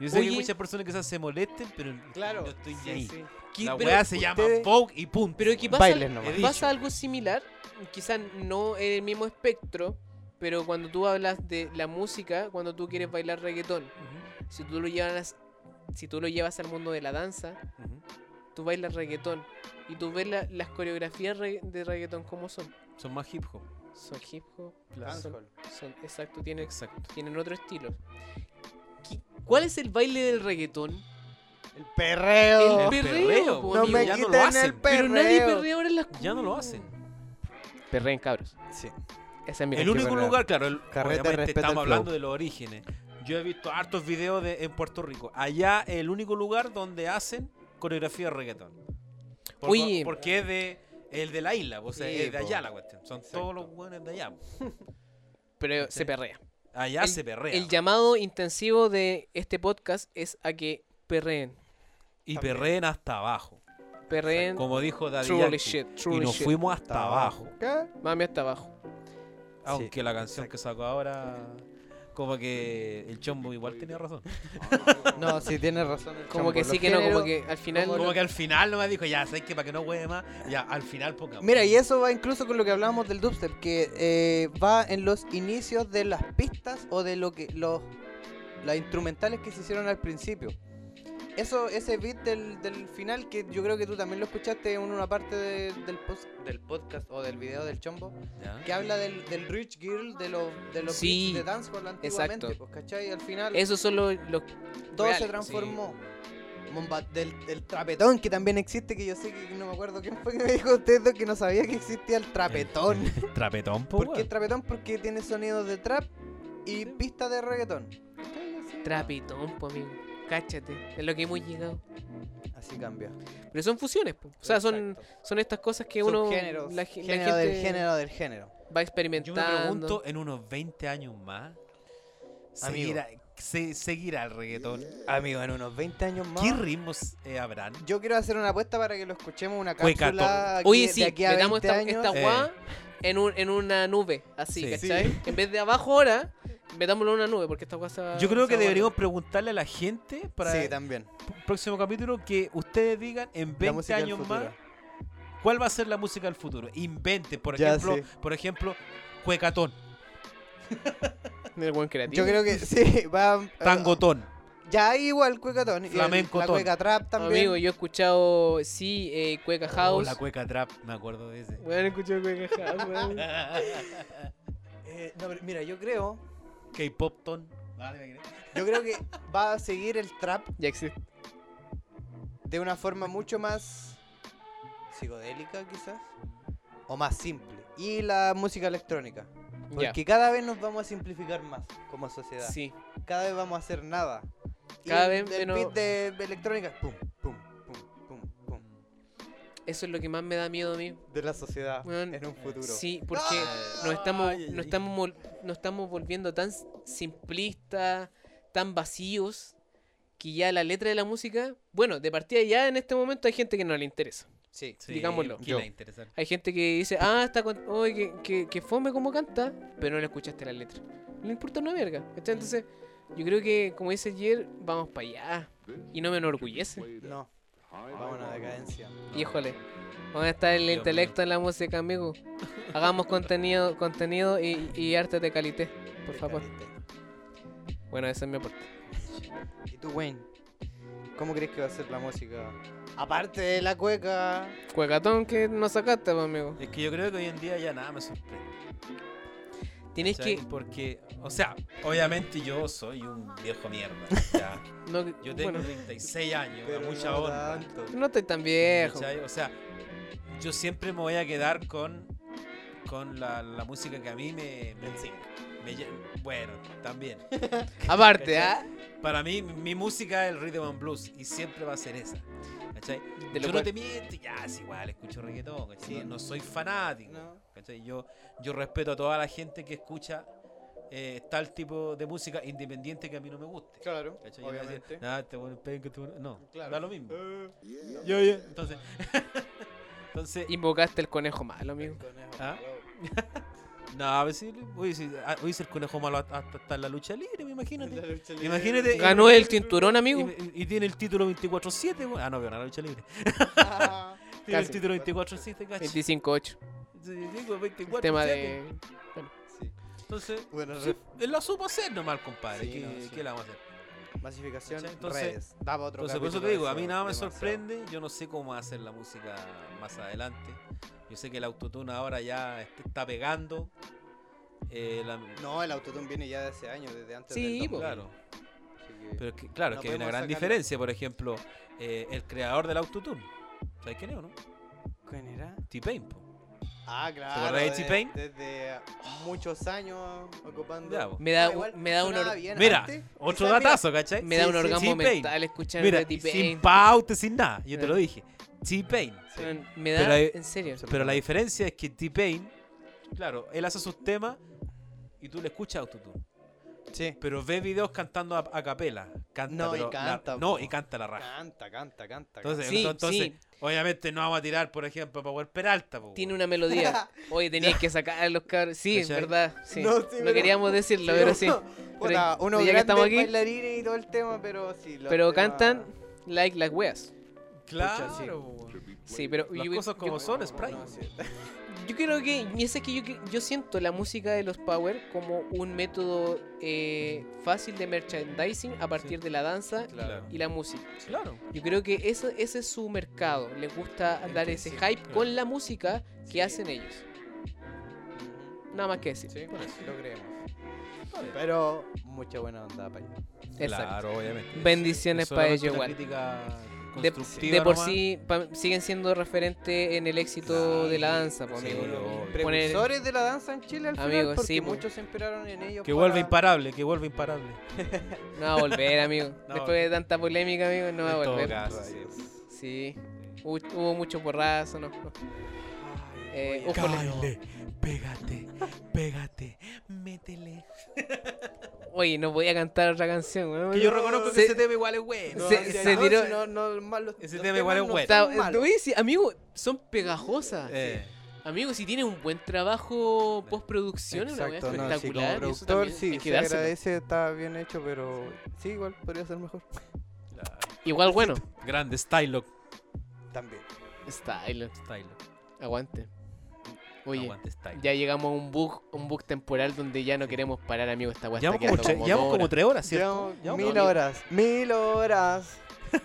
C: Yo sé que
F: Oye.
C: muchas personas quizás se molesten, pero
D: Claro.
C: yo estoy
D: Sí,
C: ahí.
D: sí.
F: Qui-
C: La
F: pero-
C: weá se
D: ustedes-
C: llama Vogue y punto.
F: Pero que pasa,
D: Bailes nomás.
C: He dicho.
F: pasa algo similar, quizás no en el mismo espectro, pero cuando tú hablas de la música, cuando tú quieres bailar reggaetón,
C: Ujú,
F: si tú lo llevas, si tú lo llevas al mundo de la danza,
C: ujú.
F: tú bailas reggaetón y tú ves la- las coreografías re- de reggaetón como son.
C: Son más hip hop.
F: Son hip hop,
D: Dancehall.
F: son exacto, tienen,
C: Exacto.
F: tienen otro estilo. ¿Qui- ¿Cuál es el baile del reggaetón?
D: El perreo.
F: El perreo,
C: perreo,
F: po,
D: pues, no
F: amigo.
D: me
C: ya no lo
D: quiten el
C: hacen,
F: Pero nadie
D: perreo.
F: perrea ahora en las
C: Ya no lo
F: cumbias.
C: hacen.
F: Perreen cabros.
D: Sí.
F: Esa es mi
C: El
F: canción
C: único
F: preferida.
C: lugar, claro, el,
D: Carrete,
C: obviamente
D: respeta
C: estamos
D: el flow.
C: hablando de los orígenes. Yo he visto hartos videos de, en Puerto Rico. Allá es el único lugar donde hacen coreografía de reggaetón. Por-
F: Oye.
C: Porque es de El de la isla, pues, o sea,
D: Sí,
C: es de
D: po.
C: allá la cuestión. Son todos los buenos de allá. po.
F: Pero se perrea.
C: Allá
F: El-
C: se perrea.
F: El llamado intensivo de este podcast es a que perreen.
C: y perreen hasta abajo.
F: Perreen.
C: Como dijo Daddy
F: Truly
C: Yankee.
F: shit,
C: y
F: truly
C: nos
F: shit.
C: fuimos hasta abajo.
F: Mami hasta abajo.
C: Aunque la canción que sacó ahora, como que el chombo igual tenía razón.
D: No, sí, tienes razón. el
F: Como que
D: Chambo,
F: sí
D: los
F: que no, como
D: géneros-
F: que al final.
C: Como que al final nomás dijo, ya, ¿sabes que Para que no hueve más, ya, al final pongamos.
D: Mira, y eso va incluso con lo que hablábamos del dubstep, que eh, va en los inicios de las pistas o de lo que los las instrumentales que se hicieron al principio. Eso, ese beat del, del final, que yo creo que tú también lo escuchaste en una parte de- del, post, del podcast o del video del chombo,
C: Ya.
D: que habla del, del Rich Girl, de los, de los
F: Sí,
D: beats de dancehall antiguamente,
F: exacto.
D: pues, ¿cachai? Al final
F: Esos son los. los
D: todo
F: reales, pues,
D: se transformó. Momba- Del, del trapetón que también existe, que yo sé que no me acuerdo quién fue que me dijo usted dos que no sabía que existía el trapetón.
C: Trapetón, po,
D: ¿Por qué
C: weón.
D: trapetón? Porque tiene sonidos de trap y pistas de reggaetón.
F: sí. Trapitón, po, pues, amigo. Cáchate. Es lo que hemos llegado.
D: Así cambia.
F: Pero son fusiones, po. O sea, son, son estas cosas que uno.
D: Subgéneros,
F: La, ge- la
D: género
F: gente
D: del género del género.
F: va
C: Yo
F: experimentando.
C: me pregunto, en unos 20 años más,
D: Amigo.
C: seguirá, se- seguirá el reggaetón.
D: Amigo, en unos 20 años más.
C: ¿Qué ritmos eh, habrán?
D: Yo quiero hacer una apuesta para que lo escuchemos una
C: Cueca
D: cápsula aquí-
F: Oye, sí,
D: de aquí a
F: metamos
D: 20
F: esta,
D: años.
F: esta
C: Eh.
F: guá en, un, en una nube, así,
C: Sí.
F: ¿cachai? En vez de abajo ahora, metámoslo en una nube, porque esta guá se va
C: Yo creo
F: se
C: que
F: va a
C: deberíamos preguntarle a la gente para
D: Sí, también.
C: el próximo capítulo que ustedes digan en 20
D: música del
C: años
D: futuro.
C: más cuál va a ser la música del futuro. Inventen, por
D: Ya,
C: ejemplo,
D: sí.
C: por ejemplo, cuecatón,
F: volver. El buen creativo.
D: Yo creo que sí, va.
C: Ah. tangotón.
D: Ya hay igual cuecatón. y el-
C: Flamencotón.
D: La cueca trap también.
F: Amigo, yo he escuchado, sí, eh, Cueca
C: O
F: House.
C: Oh, la cueca trap, me acuerdo de ese.
F: Weón, he escuchado Cueca House, weón.
D: Eh, no, pero mira, yo creo.
C: K-popton.
D: Yo creo que va a seguir el trap
F: Ya existe.
D: de una forma mucho más psicodélica quizás o más simple y la música electrónica
F: Ya.
D: porque cada vez nos vamos a simplificar más como sociedad
F: Sí.
D: cada vez vamos a hacer nada Y
F: Cada
D: el-
F: vez
D: el
F: menos-
D: beat de de electrónica pum pum pum pum pum
F: Eso es lo que más me da miedo a mí.
D: de la sociedad
F: Weón,
D: en un futuro
F: Sí, porque nos estamos, nos estamos, mol- nos estamos volviendo tan s- simplistas, tan vacíos, que ya la letra de la música, bueno, de partida ya en este momento hay gente que no le interesa.
D: sí, sí.
F: Digámoslo.
C: ¿Quién la interesa?
F: Hay gente que dice, ah, está con... Oye, que, que, que fome como canta, pero no le escuchaste la letra. No le importa una verga. ¿cachai? Entonces, yo creo que, como dice ayer, vamos para allá. Y no me enorgullece.
D: no vamos a una decadencia
F: Híjole. Vamos a estar el
C: Dios
F: intelecto en la música, amigo. Hagamos contenido contenido y, y arte de calidad, por favor. Bueno, ese es mi aporte.
D: y tú Wayne cómo crees que va a ser la música aparte de la cueca
F: Cuecatón que no sacaste, pues, amigo.
C: Es que yo creo que hoy en día ya nada me sorprende.
F: Tienes
C: ¿cachai?
F: que...
C: Porque, o sea, obviamente yo soy un viejo mierda. ya.
F: No,
C: Yo tengo
F: bueno,
C: 36 años,
D: Pero
C: mucha
D: no
C: onda.
D: tanto.
F: no estoy tan viejo.
C: ¿Cachai? O sea, yo siempre me voy a quedar con, con la, la música que a mí me... me- me lle- bueno, también.
F: Aparte, ¿ah?
C: ¿Cachai? Para mí, mi- mi música es el rhythm and blues y siempre va a ser esa. ¿Cachai?
F: De lo
C: yo
F: cual-
C: no te miento, ya es igual, escucho reggaetón, ¿cachai?
D: Sí.
C: No, no soy fanático.
D: No.
C: ¿cachai? Yo, yo respeto a toda la gente que escucha eh, tal tipo de música independiente que a mí no me guste.
D: Claro,
C: ¿cachai? Yo no voy a decir,
D: obviamente.
C: "Nah, este bueno es penca, este bueno es-". No,
D: Claro.
C: da lo mismo. Entonces, entonces
F: Invocaste el conejo malo, amigo.
C: ¿Ah? no, a veces, hoy hice, hoy hice ah, el conejo malo hasta, hasta en la lucha libre, imagínate. Imagínate.
F: Ganó el cinturón,
C: Y,
F: amigo.
C: y- y tiene el título 24-7, weón. Ah, no, veo la lucha libre. Tiene
F: Casi.
C: el título 24-7, cacho.
F: 25-8.
C: Sí, digo,
F: El
C: 24-7.
F: tema de.
C: Entonces,
D: Bueno,
C: sí, la supo hacer nomás, compadre.
D: Sí,
C: ¿Qué,
D: no, sí.
C: qué le vamos a hacer?
D: masificación,
C: ¿Cachai? Entonces-
D: redes. Daba otro
C: Entonces, por eso
D: capítulo
C: te digo,
D: de
C: a mí
D: eso,
C: nada me
D: demasiado.
C: sorprende. Yo no sé cómo va a ser la música más adelante. Yo sé que el autotune ahora ya est- está pegando. Eh, la-
D: No, el autotune viene ya de hace años, desde antes
F: Sí,
D: del
F: po.
D: 2000,
C: claro.
D: así que-
C: Pero es que,
D: pues, No
C: claro, es que hay una
D: podemos
C: gran
D: sacarlo.
C: diferencia. Por ejemplo, eh, el creador del autotune. ¿Sabes quién es o no?
D: ¿Quién era?
C: T-Pain. po.
D: Ah, claro.
C: acordás de
D: de-
C: T-Pain?
D: Desde muchos años ocupando.
C: Ya, po.
F: Me da
D: Ah,
F: un-
D: igual
F: me da un
D: sonaba
F: or-
D: bien
C: Mira,
D: antes,
C: otro
D: quizás, mira,
C: datazo, ¿cachai?
F: Me da
C: Sí,
F: un
C: sí,
F: orgasmo
C: T-Pain.
F: mental escuchar
C: Mira,
F: a
C: y
F: T-Pain.
C: sin paute, sin nada. Yo te
F: Eh.
C: lo dije. T-Pain.
F: Weón, Me da,
C: Pero hay-
F: en serio.
C: Pero la diferencia es que T-Pain, claro, él hace sus temas y tú le escuchas autotune.
D: Sí.
C: Pero ve videos cantando a, a capela. Canta,
D: No, y
C: pero la-
D: canta,
C: no,
D: po.
C: y canta la raja.
D: Canta, canta, canta.
C: Entonces,
F: Sí,
C: entonces
F: sí.
C: obviamente no vamos a tirar, por ejemplo, a Power Peralta. po,
F: Tiene
C: weón.
F: una melodía. Oye, tenías que sacar a los cabros. Sí, es
C: ¿Cachai?
F: verdad. Sí.
D: No,
F: No,
D: sí, pero-
F: queríamos decirlo, pero sí.
D: Puta,
F: Pero
D: unos
F: ya que
D: grandes
F: estamos aquí-
D: bailarines y todo el tema, pero sí. los
F: Pero
D: temas-
F: cantan like las weas.
C: Claro,
D: Pucha, sí.
C: po, weón.
F: Sí, pero
C: Las
F: yo,
C: cosas como
F: yo-
C: son, Sprite.
F: yo creo que, y ese es que yo, que- yo siento la música de los Power como un método eh, fácil de merchandising a partir de la danza
C: Claro.
F: y la música.
C: Claro.
F: Yo creo que eso, ese es su mercado. Les gusta dar ese hype con la música que hacen ellos. Nada más que decir.
D: Sí, mm, lo creemos. Pero mucha buena onda para
F: Exacto.
C: Claro, obviamente.
F: Bendiciones
C: Es
F: para
C: solamente
F: ellos
C: una
F: igual.
C: crítica
F: De,
C: constructiva
F: de por
C: nomás.
F: sí pa- siguen siendo referente en el éxito de la danza, po,
C: sí,
F: amigo.
C: obvio.
F: Poner-
D: Precursores de la danza en Chile al final,
F: Amigo,
D: porque
F: sí, po.
D: muchos se inspiraron en ellos.
C: Que vuelve
D: para-
C: imparable, que vuelve imparable.
F: No va a volver, amigo.
C: No.
F: Después de tanta polémica, amigo, no va a
C: En todo
F: volver.
C: caso, sí.
F: Sí. Hu- Hubo mucho porrazo, no. no. Eh, ojo,
C: Cáele, pégate, pégate, métele.
F: Oye, no podía cantar otra canción, weón.
C: Que yo reconozco
F: Se-
C: que ese tema igual es bueno.
F: se-
D: No,
F: se
D: no,
F: tiró-
D: si no, no, mal, los-
C: Ese
D: los
C: tema igual es
D: temas no
C: bueno.
F: Está-
D: son malos.
F: oye, sí, amigo, son pegajosas.
C: Eh,
F: Amigo, si tiene un buen trabajo postproducción, una weá
D: Exacto, no, sí, como
F: espectacular. y eso
D: productor
F: también hay
D: sí,
F: que
D: se
F: dárselo.
D: agradece, está bien hecho, pero sí, igual podría ser mejor.
F: Igual bueno.
C: grande, Stylock.
D: También.
F: Style,
C: Stylock.
F: aguante. Oye,
C: Aguante, Stylock.
F: ya llegamos a un bug, un bug temporal donde ya no queremos parar, amigo, esta weá.
C: Llevamos
F: está
C: como,
F: quedando
C: tre- llevamos
F: dos
C: como
F: horas.
C: tres horas, ¿cierto?
D: Llevamos
C: Llevamos
D: mil
C: dos horas.
D: horas, mil horas,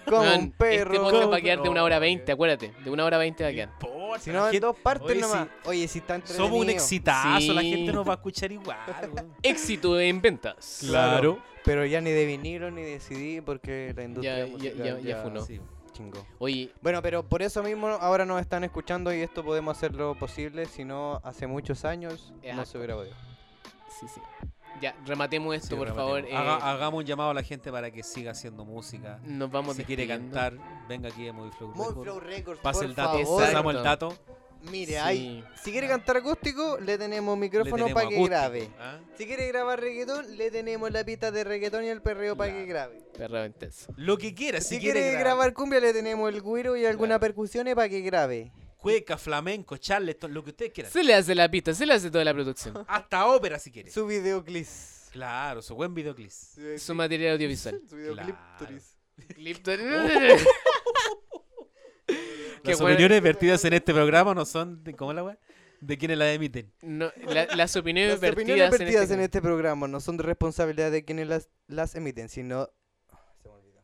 D: como
F: Weón,
D: un perro.
F: Este
D: como
F: podcast
D: un
F: va a quedar de
D: perro.
F: una hora veinte, acuérdate. De una hora veinte va a quedar.
C: Por,
D: Si
C: la
D: no, en
C: gente-
D: dos partes
C: Oye,
D: nomás.
C: sí.
D: Oye, si está entretenido.
C: Somos un exitazo, la
F: Sí.
C: gente nos va a escuchar igual. weón.
F: Éxito en ventas.
D: Claro. Pero ya ni de vinilo ni de CD porque la industria
F: ya-
D: musical
F: ya- ya funó.
C: Sí.
D: chingó.
F: Oye,
D: Bueno, pero por eso mismo ahora nos están escuchando y esto podemos hacerlo posible, si no hace muchos años no
F: Exacto.
D: se hubiera podido.
F: sí, sí. Ya, rematemos esto,
C: Sí,
F: por
C: rematemos.
F: favor. eh,
C: Haga- hagamos un llamado a la gente para que siga haciendo música.
F: Nos vamos
C: si quiere
F: despidiendo.
C: cantar, venga aquí a Movie Flow.
D: Muy
C: Record.
D: Flow Records,
C: Pase
D: por
C: el dato,
D: favor.
F: Exacto.
C: pasamos el dato.
D: Mire,
F: Sí.
D: hay, si quiere cantar acústico, le tenemos
C: Le
D: micrófono
C: tenemos
D: para que
C: acústico,
D: grabe.
C: ¿ah?
D: Si quiere grabar reggaetón, le tenemos la pita de reggaetón y el perreo para que grabe.
F: Perreo intenso.
C: Lo que quiera, si,
D: Si, quiere, grabar cumbia, le tenemos el guiro y algunas percusiones para que grabe.
C: Cueca, flamenco, charleston, lo que ustedes quieran.
F: Se le hace la pista, se le hace toda la producción.
C: Hasta ópera si quieren.
D: Su videoclip.
C: Claro, su buen videoclip.
F: Su material audiovisual.
D: Su videoclip.
C: Claro.
D: turis.
F: Lipton.
D: Oh.
F: Qué
C: Las
F: bueno.
C: opiniones vertidas en este programa no son de, ¿cómo la wea? de quienes la emiten.
F: No, la- las opiniones
D: Las opiniones
F: vertidas,
D: vertidas en
F: en este...
D: este programa no son de responsabilidad de quienes las, las emiten, sino... Se me olvidó.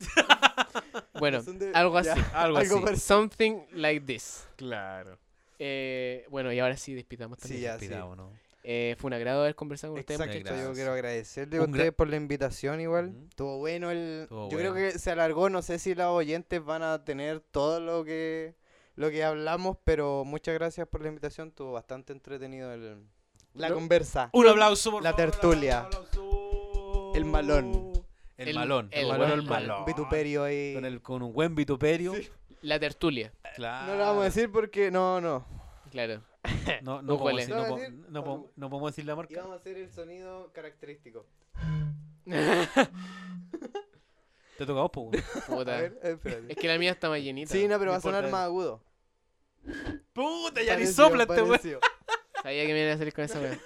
F: Bueno,
D: este- Son de-
F: algo
D: ya,
F: así.
C: Algo,
D: Algo
C: así.
D: parecido.
F: Something like this.
C: Claro.
F: Eh, bueno, y ahora sí despidamos también.
D: Sí, ya, sí.
C: Cuidado, ¿no?
F: Eh, fue un agrado haber conversado con ustedes.
D: Exacto, yo
C: gracias.
D: quiero agradecerle a
C: Un gra-
D: ustedes por la invitación igual.
C: Ujú.
D: Estuvo bueno el...
C: Estuvo
D: yo creo
C: bueno.
D: que se alargó, no sé si los oyentes van a tener todo lo que lo que hablamos, pero muchas gracias por la invitación, estuvo bastante entretenido el... la
F: Lo-
D: conversa.
C: Un aplauso por
D: La
C: favor, un
D: tertulia.
C: aplauso.
D: El malón.
C: El,
F: El-
C: malón.
F: el
C: El, bueno, el
F: malón.
C: malón.
D: Vituperio ahí.
C: Con, el- con un buen vituperio.
F: La tertulia,
C: Claro.
D: No lo vamos a decir porque no, no.
F: claro.
C: No,
F: No
C: no, podemos
F: huele.
C: decir-
D: No
C: no,
D: voy a
C: po-
D: decir,
C: no po-
D: no.
C: no podemos decir la marca.
D: a hacer el sonido característico.
C: Te toca a vos, po, weón.
F: Puta.
D: A ver, espérate.
F: Es que la mía está más llenita.
D: Sí, no, pero
C: no
D: va a sonar
C: importa.
D: más agudo.
C: Puta, ya ni
D: Parecido,
C: sopla este weón.
D: parecido.
F: Sabía que me iban a salir con esa weá.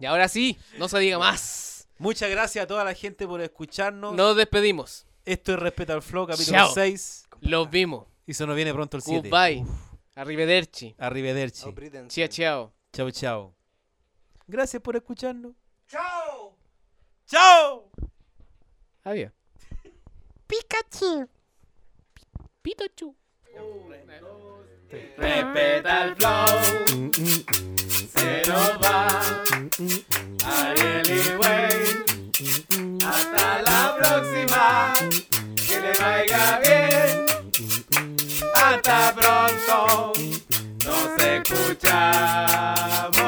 F: Y ahora sí, no se diga más.
C: Muchas gracias a toda la gente por escucharnos.
F: Nos despedimos.
C: Esto es Respeto al Flow, capítulo
F: Chao.
C: 6.
F: Los vimos.
C: Y se nos viene pronto el 7.
F: Goodbye. Arrivederci.
C: Arrivederci.
D: Aprítense.
F: Chia, chao.
C: Chao, chao. Gracias por escucharnos. Chao. Chao.
F: Adiós. Pikachu. Pikachu.
J: Respeta el flow. Se nos va. Arely Way. Hasta la próxima. Que le vaya bien. Hasta pronto. Nos escuchamos.